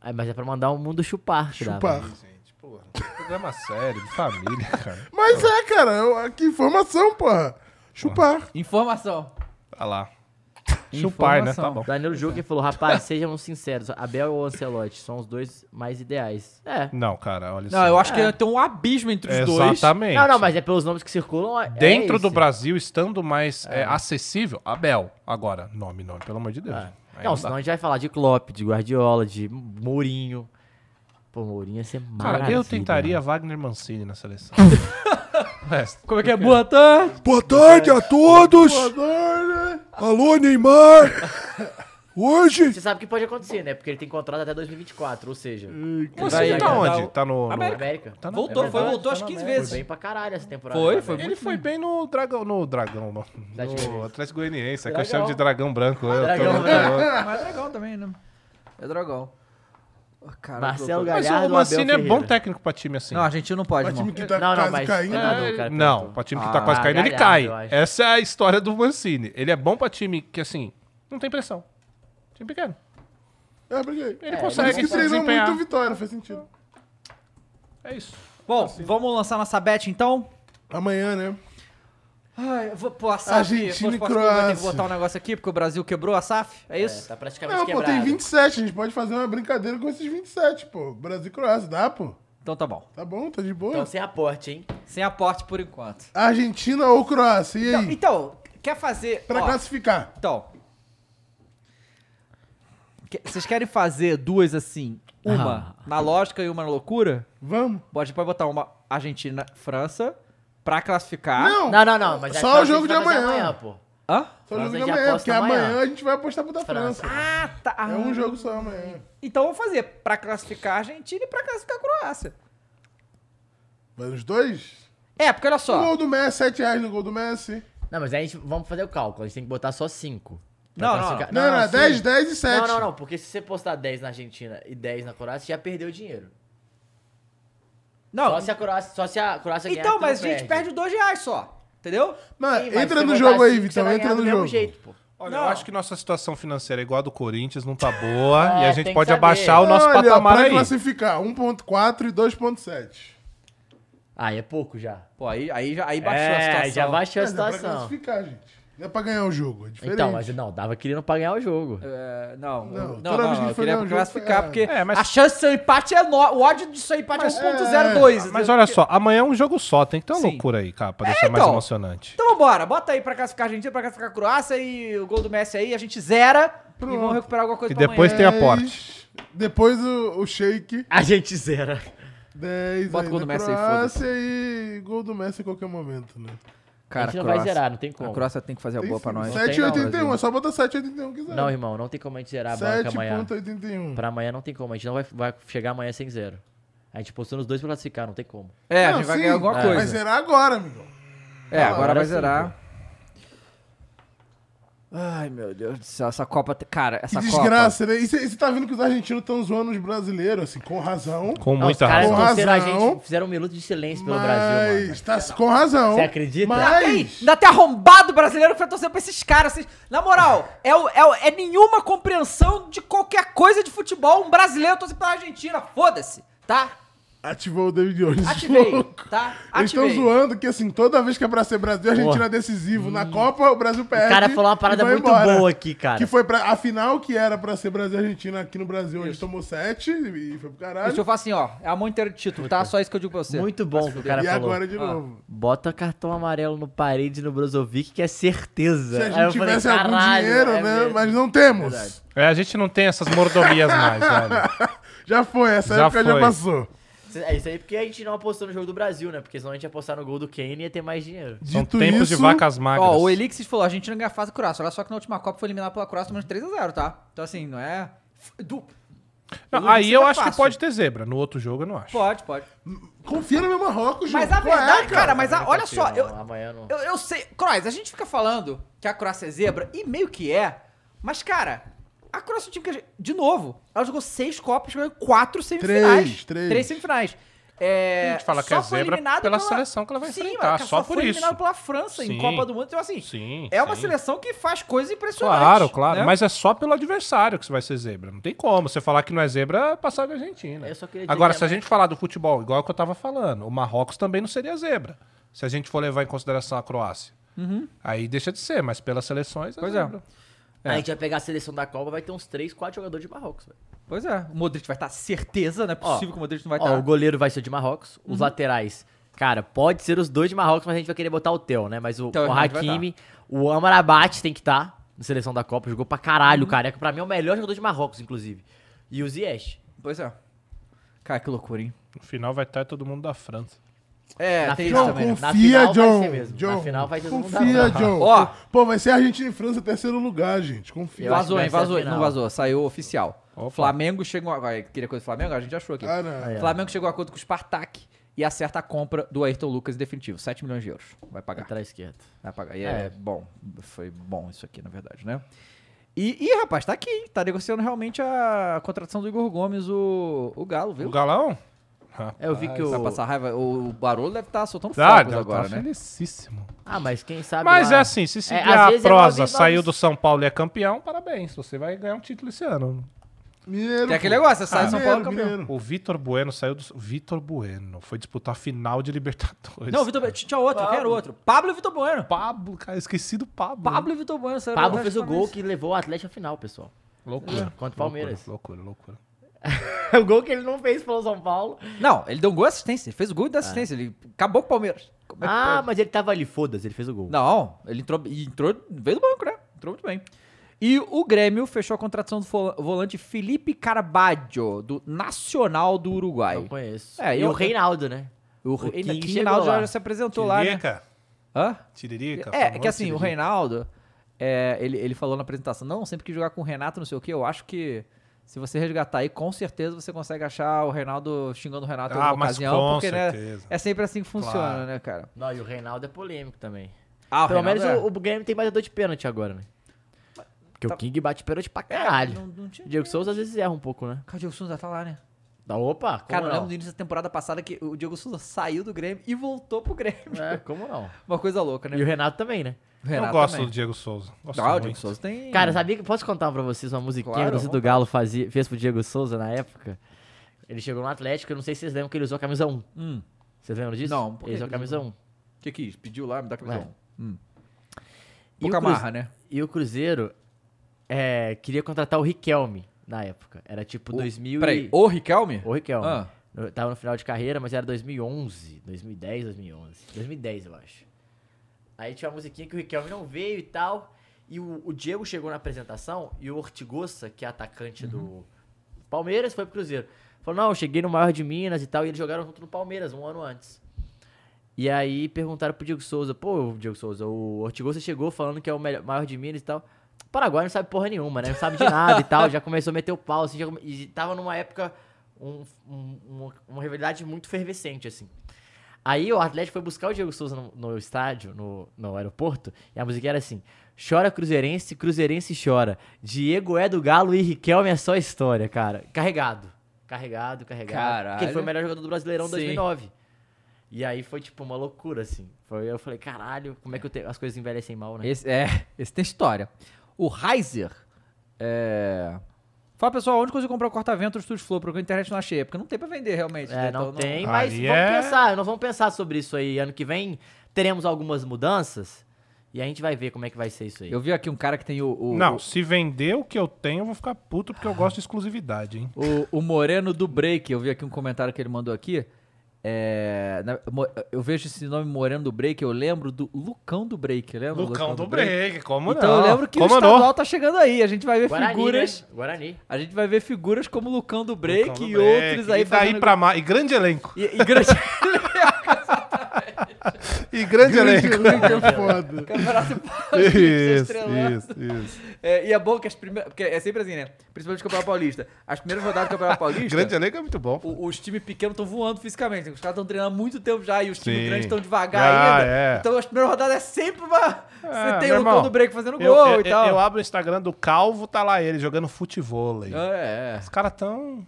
Ah, mas é pra mandar o mundo chupar. que dava.
Chupar.
Programa sério, de família, cara.
Mas é, cara, eu- que informação, porra.
Tá
Chupar.
Informação.
Olha
Tá
lá. Chupar, né? Tá
Informação.
bom.
Danilo Juque falou, rapaz, sejam sinceros, Abel ou Ancelotti são os dois mais ideais. É.
Não, cara, olha
Não, eu acho que tem um abismo entre os dois.
Exatamente.
Não, não, mas é pelos nomes que circulam. é
Dentro do
esse.
Brasil, estando mais é, acessível, Abel. Agora, nome, nome, pelo amor de Deus.
É.
Aí
Não,
dá.
senão a gente vai falar de Klopp, de Guardiola, de Mourinho. Pô, Mourinho ia ser maravilha. né?
Cara, eu tentaria Wagner Mancini na seleção. Resto.
Como é que é? Boa tarde.
Boa tarde a todos! Alô, Neymar! Hoje
Você sabe o que pode acontecer, né? Porque ele tem contrato até 2024, ou seja...
Mancini
vai
tá
agradar
onde? Tá no. no-
América.
América.
Tá na-
Voltou,
É
foi,
verdade.
voltou acho 15 vezes.
Foi bem pra caralho essa temporada.
Foi,
né,
foi
velho?
Ele foi bem no Dragão. No Dragão, não. No Atlético Goianiense. É que eu
Dragão.
chamo de Dragão Branco. eu tô
Dragão
muito
Branco.
louco.
Mas é dragão também, né? É dragão. Oh, cara,
Marcelo
que loucura.
Mas
Galhardo
o Mancini é
Abel
bom
Ferreira.
técnico pra time assim.
Não, a gente não pode,
Mas time
irmão.
que tá
Não, não,
quase
mas...
caindo.
treinador, o cara
né? Não,
perguntou.
pra time que é
Ah,
tá quase caindo, ele
Galhardo,
cai.
eu acho.
Essa é a história do Mancini. Ele é bom pra time que, assim, não tem pressão. Time pequeno.
É, briguei.
Ele
Por isso
consegue
que
se
treinou muito
desempenhar.
a vitória, faz sentido.
É isso.
Bom, vamos lançar nossa bet então?
Amanhã, né?
Ai, eu vou pôr a SAF.
Argentina e
vou- vou ter que
Croácia.
botar um negócio aqui, porque o Brasil quebrou a SAF. É
É,
isso?
tá praticamente
Não, pô,
quebrado.
tem 27. A gente pode fazer uma brincadeira com esses 27, pô. Brasil e Croácia, dá, pô.
Então tá bom.
Tá bom, tá de boa.
Então sem aporte, hein?
Sem aporte por enquanto.
Argentina ou Croácia, e
Então,
aí?
então, quer fazer.
Pra
ó,
classificar.
Então. Que- Vocês querem fazer duas assim?
Ah.
Uma na lógica e uma na loucura?
Vamos.
Pode, pode botar uma Argentina-França pra classificar.
Não,
Não, não, não. Mas
Só
acho que
o jogo
a gente
de
vai fazer
amanhã.
pô.
Hã?
só o
França
jogo de
já
amanhã,
aposta
porque
amanhã.
amanhã a gente vai apostar pro da França.
França.
Ah, tá.
É um jogo só amanhã.
Então vamos fazer pra classificar a Argentina e pra classificar a Croácia.
Vai os dois?
É, porque olha
O
só.
gol do Messi, 7 reais no gol do Messi.
Não, mas aí a gente, vamos fazer o cálculo. A gente tem que botar só 5.
Não, não,
Não, não, é
sim.
10, 10 e 7.
Não, não, não. Porque se você postar 10 na Argentina e 10 na Croácia, já perdeu dinheiro.
Não,
Só se a Croácia, só se a Croácia ganhar,
então,
tu
mas a
não
gente perde dois reais só. Entendeu?
Mano,
Sim, mas
Ah, entra
se
no
você
jogo
botar
aí,
cinco, você
Vitão,
vai
entra
ganhar
no
do mesmo
jogo.
jeito, pô.
Olha,
Não.
eu acho que nossa situação financeira é igual a do Corinthians, não tá boa. e
É,
a
tem que
gente pode
saber.
abaixar o nosso
Olha,
patamar
pra
aí.
classificar, 1.4 e 2.7.
Ah, é pouco já.
Pô, aí, aí, já- aí baixou a
É,
situação.
já baixou a
Mas é pra
situação.
classificar, gente. Não é pra ganhar o jogo, é diferente.
Então, mas não, dava querendo pra ganhar o jogo.
É, não, não,
Não,
não,
toda
não,
vez que
eu
foi
queria
ganhar o jogo,
classificar,
é.
porque
É, mas-
a chance de seu empate é no... O ódio de seu empate é 1.02.
Mas olha só, amanhã é um jogo só, tem que ter uma
Sim.
loucura aí, cara, pra deixar mais
então.
emocionante.
Então vambora, bota aí pra classificar a Argentina, pra classificar a Croácia e o gol do Messi aí, a gente zera e vamos recuperar alguma coisa
E
pra
depois
amanhã.
tem aporte.
Depois o, o shake,
A gente zera.
10
Bota o gol
aí
do
da
Messi aí,
Croácia e gol do Messi a qualquer momento, né?
a gente não vai zerar, não tem como.
A Croácia tem que fazer a boa pra nós.
Não tem não,
7,81, é só botar 7,81 que
Não,
quiser.
irmão, não tem como a gente zerar a banca amanhã.
7,81.
Pra amanhã não tem como, a gente não vai, vai chegar amanhã sem zero. A gente postou nos dois pra classificar, não tem como.
É, a
Não,
gente vai
sim,
ganhar alguma coisa.
Mas será agora, amigo.
É, agora
agora
vai
sim,
zerar. Ai, meu Deus do céu, essa Copa... te- Cara,
Que
essa Copa...
desgraça, né? E você tá vendo que os argentinos estão zoando os brbrasileiros, assim, com razão.
Com
Não,
muita
os caras
razão.
razão.
torceram a
Com razão.
gente, fizeram um minuto de silêncio pelo Brasil, mano.
Mas tá com razão.
Você acredita?
Mas...
Ainda até arrombado brasileiro que foi torcer pra esses caras. Vocês- Na moral, é, o- é, o- é nenhuma compreensão de qualquer coisa de futebol. Um brasileiro torcer pra Argentina, foda-se, tá?
Ativou o David Jones.
Ativei, tá?
Eles estão
Ativei.
zoando que, assim, toda vez que é pra ser Brasil, a Argentina é decisivo.
Hum.
Na Copa, o Brasil perde.
O cara falou uma
e
parada
vai
muito
embora.
boa aqui, cara.
Que foi pra. A final que era pra ser Brasil e Argentina aqui no Brasil, a gente tomou sete e
Deixa
foi pro
eu
caralho.
falar assim, ó, é a mão inteira de título, tá? Só isso que eu digo pra você.
Muito bom que o cara
E
falou.
agora
Ah.
de novo.
Bota cartão amarelo no parede e no Brozovic, que é certeza.
Se a
Aí
gente
eu falei,
tivesse algum
"Caralho,
dinheiro,
é
né?
mesmo."
Mas não temos.
É, a gente não tem essas mordomias mais, velho.
Já foi, essa
Já
época já
foi.
passou.
É isso aí porque a gente não apostou no jogo do Brasil, né? Porque senão a gente ia apostar no gol do Kane e ia ter mais dinheiro.
São
Dito
tempos de
isso-
vacas magras.
Ó, o Elixir falou, a Argentina ganha a fase do Croácia. Olha só que na última Copa foi eliminado pela Croácia, menos 3x0, tá? Então assim, não é... Do...
Não,
Pelo
aí
Luxemburgo
eu
é
acho que
fácil.
pode ter zebra. No outro jogo eu não acho.
Pode, pode.
Confia no meu Marrocos,
Mas
Ju.
a
Qual é,
verdade, cara, mas a-
Não,
olha
confio,
só,
não.
eu,
Amanhã não.
eu, eu sei. Croácia, a gente fica falando que a Croácia é zebra, e meio que é, mas, cara, a Croácia é um time que. a gente- De novo, ela jogou seis Copas, ganhou quatro semifinais.
Três, três.
semifinais. É,
A gente fala que
só
é
foi
zebra
eliminada
pela seleção que ela vai
Sim,
enfrentar,
mas, cara,
só por
foi
isso.
eliminada pela França em
Sim.
Copa do Mundo, então assim.
Sim.
É uma
sim.
seleção que faz coisas impressionantes.
Claro, claro.
né?
Mas é só pelo adversário que você vai ser zebra. Não tem como. Você falar que não é zebra, é passar da Argentina.
Eu só queria dizer
Agora,
né,
que
se a
é
gente falar do futebol, igual que eu tava falando, o Marrocos também não seria zebra. Se a gente for levar em consideração a Croácia. Aí deixa de ser, mas pelas seleções é
Uhum. Pois é.
zebra.
Aí A gente vai pegar a seleção da Copa, vai ter uns 3, 4 jogadores de Marrocos, velho.
Pois é, o Modric vai estar certeza, não é possível que o Modric não vai Uhum.
Ó,
estar.
o goleiro vai ser de Marrocos, os laterais. Cara, pode ser os dois de Marrocos, mas a gente vai querer botar o Theo, né? Mas o,
Theo
o
Hernandes vai tá.
Hakimi, o Amarabat tem que estar na seleção da Copa, jogou pra caralho,
Uhum.
cara. É que pra mim é o melhor jogador de Marrocos, inclusive. E o Ziyech.
Pois é. Cara, que loucura, hein?
No final vai estar todo mundo da França.
É, tem isso
final-
John,
também. né?
Na
confia,
final vai
John.
ser mesmo.
John.
Na final vai ser todo mundo da
Confia,
França.
John.
Ó.
Pô, vai ser Argentina e França terceiro lugar, gente. Confia.
Eu acho que
Vazou,
vai
hein?
ser a
Vazou,
final.
não vazou, saiu oficial.
Opa.
Flamengo chegou. Agora, queria coisa do Flamengo? A gente achou aqui.
Ah, não.
Aí, ó.
Flamengo chegou a acordo com o Spartak e acerta a compra do Ayrton Lucas em definitivo. 7 milhões de euros. Vai pagar.
Lateral esquerdo.
Vai pagar. E é,
É.
bom. Foi bom isso aqui, na verdade, né? E, ih, rapaz, tá aqui, hein? Tá negociando realmente a contratação do Igor Gomes, o, o Galo, viu? Ah,
O Galão?
É, eu vi que
Vai
o... tá
passar raiva. O Barolo deve estar soltando
Ah,
fogos agora, né?
felicíssimo.
Ah, mas quem sabe
Mas
lá-
é assim, se seguir
às
a
vezes é
prosa,
nove, nove.
saiu do São Paulo e é campeão, parabéns. Você vai ganhar um título esse ano.
Mineiro.
Tem aquele
pô.
Ah,
Ah,
negócio, você sai de São Paulo
Mineiro,
campeão.
mineiro.
O Vitor Bueno saiu do... Vitor Bueno foi disputar a final de Libertadores.
Não, o Vitor, tinha outro, quem era outro? Pablo e Vitor Bueno.
Pablo, cara, esqueci do Pablo.
Pablo e Vitor Bueno. saíram do
Pablo
Atlético
fez o gol
Paranaense.
que levou o Atlético à final, pessoal.
É.
Loucura.
Contra o Palmeiras.
Loucura, loucura.
o gol que ele não fez pelo São Paulo.
Não, ele deu um gol e assistência. Ele fez o gol e
Ah.
deu assistência. Ele acabou com o Palmeiras. Como é que
Ah,
pode?
mas ele tava ali, foda-se, ele fez o gol.
Não, ele entrou, e entrou, veio do banco, né? Entrou muito bem. E o Grêmio fechou a contratação do fol- volante Felipe Carbaggio, do Nacional do Uruguai.
Não conheço.
É,
e
eu-
o Reinaldo, né?
O
O
Re- ainda
King
que
chegou
Reinaldo já,
lá.
já se apresentou lá, né?
Tiririca,
Hã?
Tiririca.
É, é
famoso
que assim, o
Tiririca.
Reinaldo, é, ele, ele falou na apresentação, não, sempre que jogar com o Renato, não sei o que, eu acho que se você resgatar aí, com certeza você consegue achar o Reinaldo xingando o Renato em
Ah,
alguma
mas
ocasião,
com
porque né,
certeza.
é sempre assim que funciona,
Claro.
né, cara?
Não, e o Reinaldo é polêmico também.
Ah, o
Pelo
Reinaldo
menos
é. Tá
o, o Grêmio tem batedor de pênalti agora, né? Porque o King bate pênalti pra caralho.
É, Não, não tinha...
O Diego Souza às vezes erra um pouco, né?
Cara, o Diego Souza já tá lá, né?
Dá opa, como
Cara, eu lembro
não?
do início da temporada passada que o Diego Souza saiu do Grêmio e voltou pro Grêmio.
É, como não?
Uma coisa louca, né?
E o Renato também, né?
O
Eu
Renato
gosto
também.
do Diego Souza. Gosto
Não, o Diego
muito.
Souza tem...
Cara, sabia que posso contar pra vocês uma musiquinha
Claro,
que o Zito do Galo fazia, fez pro Diego Souza na época? Ele chegou no Atlético, eu não sei se vocês lembram que ele usou a camisa 1.
Hum,
Vocês lembram disso?
Não, por que
ele usou a
que ele
camisa
usou?
1.
o que que isso? Pediu lá, me dá
É.
camisão. Hum.
E o
Pouca
Cruz-
marra, né?
E o Cruzeiro é, queria contratar o Riquelme na época. Era tipo
O-
2000
Peraí,
e...
o Riquelme?
O Riquelme.
Ah.
Eu Tava no final de carreira, mas era 2011, 2010, 2011. 2010, eu acho. Aí tinha uma musiquinha que o Riquelme não veio e tal. E o, o Diego chegou na apresentação e o Ortigosa, que é atacante do Palmeiras, foi pro Cruzeiro. Falou, não, eu cheguei no maior de Minas e tal. E eles jogaram junto no Palmeiras um ano antes. E aí perguntaram pro Diego Souza, pô, Diego Souza, o Ortigosa chegou falando que é o melhor, maior de Minas e tal. O Paraguai não sabe porra nenhuma, né? Não sabe de nada e tal. Já começou a meter o pau, assim, já come- e tava numa época, um- um- uma, uma rivalidade muito fervescente, assim. Aí o Atlético foi buscar o Diego Souza no, no estádio, no, no aeroporto, e a música era assim: Chora Cruzeirense, Cruzeirense chora. Diego é do Galo e Riquelme é só história, cara. Carregado. Carregado, carregado.
Caralho.
Porque ele foi o melhor jogador do Brasileirão
Sim.
2009. E aí foi tipo uma loucura, assim. Foi, eu falei, caralho, como é que eu tenho- as coisas envelhecem mal, né?
Esse, é, esse tem história. O Heiser. É... Fala pessoal, onde consigo comprar é o corta-vento do Estúdio Flow? Porque a internet não achei. é Porque não tem pra vender realmente. né?
É, não
Então,
tem,
Ah,
mas
Aí
vamos
é-
pensar, nós vamos pensar sobre isso aí. Ano que vem teremos algumas mudanças e a gente vai ver como é que vai ser isso aí.
Eu vi aqui um cara que tem o. o
Não, se vender o que eu tenho, eu vou ficar puto porque eu gosto de exclusividade, hein?
O, o Moreno do Break, eu vi aqui um comentário que ele mandou aqui. É, na- mo- eu vejo esse nome Moreno do Break, eu lembro do Lucão do Break, lembra?
como
Então eu lembro que
como
o
não?
estadual tá chegando aí, a gente vai ver
Guarani,
figuras,
né? Guarani.
a gente vai ver figuras como Lucão do Break
Lucão do
e
Break,
outros aí
E daí
fazendo-
pra mais. E grande elenco.
E, e grande-
E,
E grande,
Grande
elenco.
elenco é foda.
Campeonato Paulista
Isso,
estrelando.
isso, isso.
É, e é bom que as primeiras. Porque é sempre assim, né? Principalmente o Campeonato Paulista. As primeiras rodadas do Campeonato Paulista.
Grande elenco é muito bom.
o- os times pequenos estão voando fisicamente. Os caras estão treinando há muito tempo já e os times
Sim.
grandes estão devagar
Ah,
ainda.
é.
Então as primeiras rodadas é sempre uma. Você
É,
tem
meu
o Lucão
irmão,
do break fazendo
Eu,
gol
eu-
e tal.
eu abro o Instagram do Calvo, tá lá ele jogando futevôlei.
É.
Os caras tão...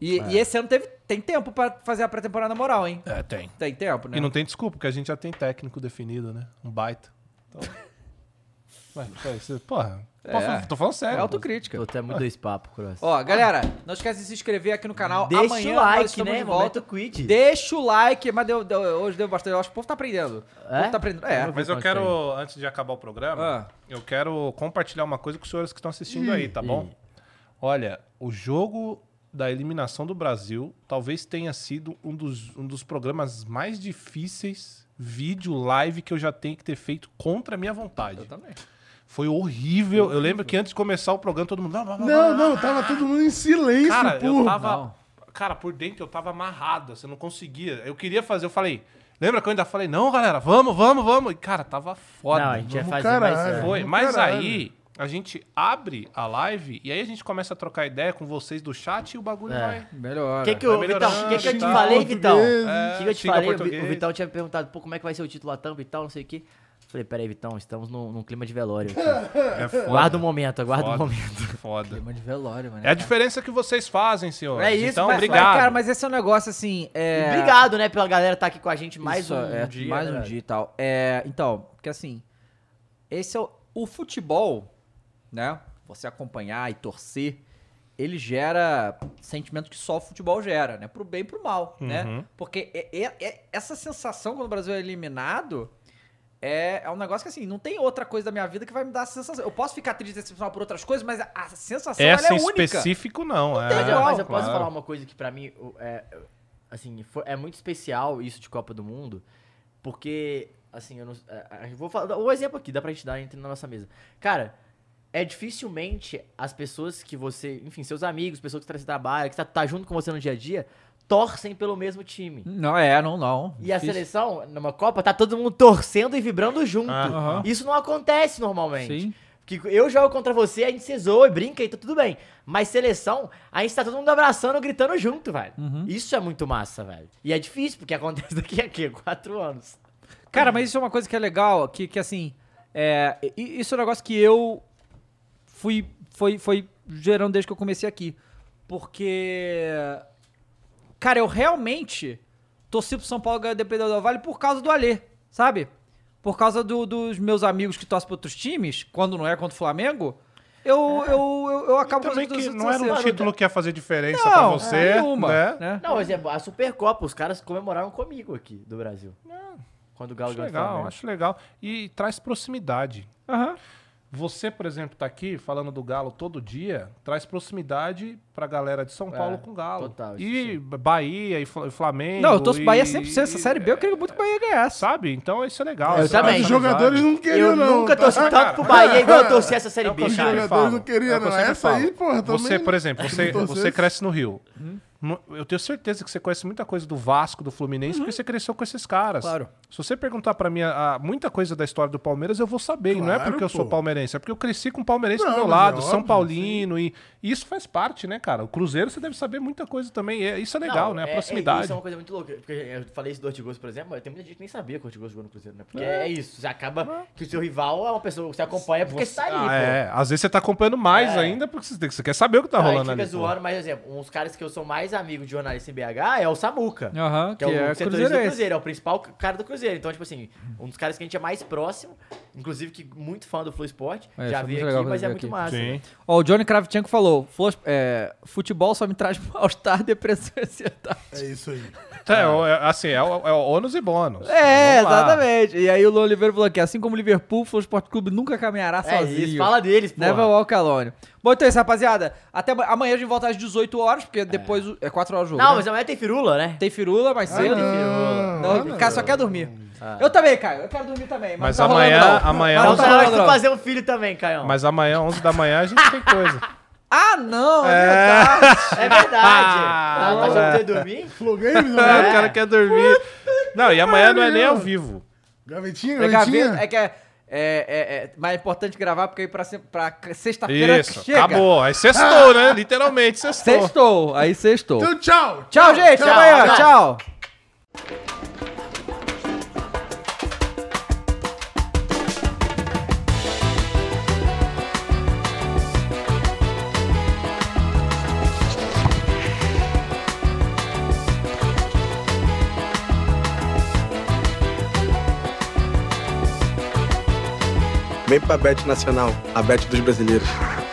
E, e esse ano teve, tem tempo pra fazer a pré-temporada moral, hein?
É, tem.
Tem tempo, né?
E não tem desculpa, porque a gente já tem técnico definido, né? Um baita. Então... Ué, pô, isso- porra, pô,
É.
tô falando sério.
É autocrítica.
Tu é muito dois papos, Cross.
Ó, galera, não esquece de se inscrever aqui no canal.
Deixa
Amanhã
o
nós
like,
estamos
né?
de volta.
Momento quid.
Deixa o like, mas deu- deu- hoje deu bastante. Eu acho que o povo tá aprendendo. O
É?
povo tá aprendendo. É.
Mas eu quero, antes de acabar o programa,
Ah.
eu quero compartilhar uma coisa com os senhores que estão assistindo aí, tá bom? Olha, o jogo da eliminação do Brasil talvez tenha sido um dos, um dos programas mais difíceis, vídeo, live, que eu já tenho que ter feito contra a minha vontade.
também.
Foi horrível. Eu lembro que antes de começar o programa, todo mundo. "Vá, vá, vá, vá".
Não, não, tava todo mundo em silêncio,
Cara, eu
porra.
tava.
Não.
Cara, por dentro eu tava amarrado, você não conseguia. Eu queria fazer, eu falei. Lembra que eu ainda falei, não, galera, vamos, vamos, vamos. E, cara, tava foda.
Não, a gente ia
Vamos,
fazer
caralho.
mais. né?
Foi,
Caralho.
mas aí a gente abre a live e aí a gente começa a trocar ideia com vocês do chat e o bagulho
É.
vai.
Melhor.
O que que
Vai
eu,
melhorando
Vitão, que que eu te
e tal.
falei, Vitão?
Português.
É,
O que que eu te
xinga
falei? O Vi-
português.
O Vitão tinha me perguntado, pô, como é que vai ser o título, a tampa e tal, não sei o quê. Falei, peraí, Vitão, estamos num, num clima de velório. aqui.
É foda.
Aguarda um momento, aguarda um
foda,
momento.
Foda.
Clima de velório, mano.
É a diferença que vocês fazem, senhor.
É isso,
então,
mas,
obrigado.
mas, cara, mas esse é um negócio assim. É...
Obrigado, né, pela galera estar aqui com a gente mais
Isso,
um
é,
dia.
Mais
né,
um dia e tal. É, então, porque assim, esse é o, o futebol, né? Você acompanhar e torcer, ele gera sentimento que só o futebol gera, né? Pro bem e pro mal, né? Porque é- é- é- essa sensação quando o Brasil é eliminado é, é um negócio que assim, não tem outra coisa da minha vida que vai me dar essa sensação. Eu posso ficar triste e decepcionado por outras coisas, mas a, a sensação
Essa
ela
em
é única.
específico não. é,
tem
Mas,
Legal,
mas eu posso
claro.
falar uma coisa que pra mim o- é, assim, foi- é muito especial isso de Copa do Mundo, porque assim, eu não é, é, eu vou falar o exemplo aqui, dá pra gente dar entre na nossa mesa. Cara, é dificilmente as pessoas que você, enfim, seus amigos, pessoas que você trabalha, que tá, tá junto com você no dia a dia, torcem pelo mesmo time.
Não, é, não, não.
E a
Difícil.
seleção, numa Copa, tá todo mundo torcendo e vibrando junto.
Aham.
Isso não acontece normalmente.
Ah, Sim.
Que eu jogo contra você, a gente se zoa e brinca e tá tudo bem. Mas seleção, a gente tá todo mundo abraçando, gritando junto, velho.
Uhum.
Isso é muito massa, velho. E é difícil, porque acontece daqui a quê? Quatro anos.
Cara, mas isso é uma coisa que é legal, que, que assim, é, i- isso é um negócio que eu fui, foi, foi gerando desde que eu comecei aqui. Porque, cara, eu realmente torci pro São Paulo ganhar o Independente do Vale por causa do Alê, sabe? Por causa do- dos meus amigos que torcem pra outros times, quando não é contra o Flamengo, eu, eu, eu, eu acabo
É. Também
torcendo
que
pro
não era um
Santos.
título que ia fazer diferença
né? Não,
pra você,
nenhuma,
né?
né?
Não, por exemplo, a Supercopa, os caras comemoraram comigo aqui do Brasil. Quando o Galo
Acho
ganhou do
legal,
Flamengo.
acho legal. E traz proximidade.
né? Aham.
Você, por exemplo, tá aqui falando do Galo todo dia, traz proximidade pra galera de São
É,
Paulo com o Galo.
total, isso
e Bahia, e Fla- e Flamengo.
Não, eu torço
e-
pro Bahia 100%, essa
e-
Série B eu queria muito que o Bahia ganhasse.
Sabe? Então isso é legal.
Eu
essa-
também.
essa
tá Os jogadores
amizade.
não queriam,
Eu
não.
nunca
tá?
torci
Ah,
tanto pro Bahia igual eu torci essa Série
É o que
B,
eu
Os
sempre
cara.
jogadores não
falo,
queriam,
é o que eu
não.
sempre
Essa aí,
falo.
porra, também.
Você, por exemplo, você,
torcesse.
você cresce no Rio.
Uhum.
No- Eu tenho certeza que você conhece muita coisa do Vasco, do Fluminense,
Uhum.
porque você cresceu com esses caras.
Claro.
Se você perguntar pra mim a- a- muita coisa da história do Palmeiras, eu vou saber. e não é
Claro,
porque eu sou
pô.
palmeirense, é porque eu cresci com o palmeirense do
Não,
meu
mas é
lado, São
óbvio,
Paulino. E, e isso faz parte, né, cara? O Cruzeiro você deve saber muita coisa também. e é- isso é legal,
Não,
né? A
é- é-
proximidade.
isso é uma coisa muito louca. Porque eu falei isso do Ortigoso, por exemplo, mas tem muita gente que nem sabia que o Ortigoso jogou no Cruzeiro, né? Porque é, isso, você acaba que o seu rival é uma pessoa que você acompanha porque você tá ali, pô.
Ah, é. Às vezes você tá acompanhando mais
É.
ainda porque você, tem- você quer saber o que tá
Não,
rolando
a gente fica
ali. pô.
zoando, mas, por exemplo, uns caras que eu sou mais amigo de jornalista em BH é o Samuca.
Aham,
Que, é o setorista do
cruzeirense.
Cruzeiro, é o principal cara do Cruzeiro. Então, tipo assim, um dos caras que a gente é mais próximo, inclusive que muito fã do Flu Esporte,
É,
já
foi
veio
muito
aqui,
legal
mas
quando
é
ele
muito
veio
massa.
Sim.
Ó, o Johnny Kravchenko falou: "Flos- é, futebol só me traz mal-estar, depressão e ansiedade.
É isso aí.
Tá, é o- é- assim, é o, é o ônus e bônus.
É,
Vamos lá.
exatamente. E aí o Luan Oliveira falou aqui: assim como o Liverpool, o Flow Sport Clube nunca caminhará
É
sozinho.
isso, fala deles, pô.
Never walk alone. Bom, então é isso, rapaziada. Até ama- amanhã a gente volta às 18 horas, porque depois o- é 4 horas o jogo.
Não,
né?
mas amanhã tem firula, né?
Ah, Tem firula mais cedo.
não.
Não, é. o cara só quer dormir. Eu também, Caio. Eu quero dormir também.
Mas
não tá
amanhã-
rolando, não.
amanhã-
Mas
Então
não tá
tá na hora
rolando,
de
não.
tu fazer um filho também, Caião.
Mas amanhã, 11 da manhã, a gente tem coisa.
Ah, não, é verdade.
É verdade. Ah, tá achando que eu ia dormir?
Flow Games, não
Ah,
é?
O cara quer dormir. Não, e amanhã não é nem ao vivo.
Gavetinha,
É
gavetinha?
gaveta, é que é, é, é- é mais importante gravar porque aí pra, se- pra sexta-feira
Isso,
chega.
acabou. Aí sextou, né? Literalmente sextou.
Sextou, aí sextou.
Então tchau!
Tchau, gente. Até amanhã. Tchau.
Vem pra Bet Nacional, a Bet dos brasileiros.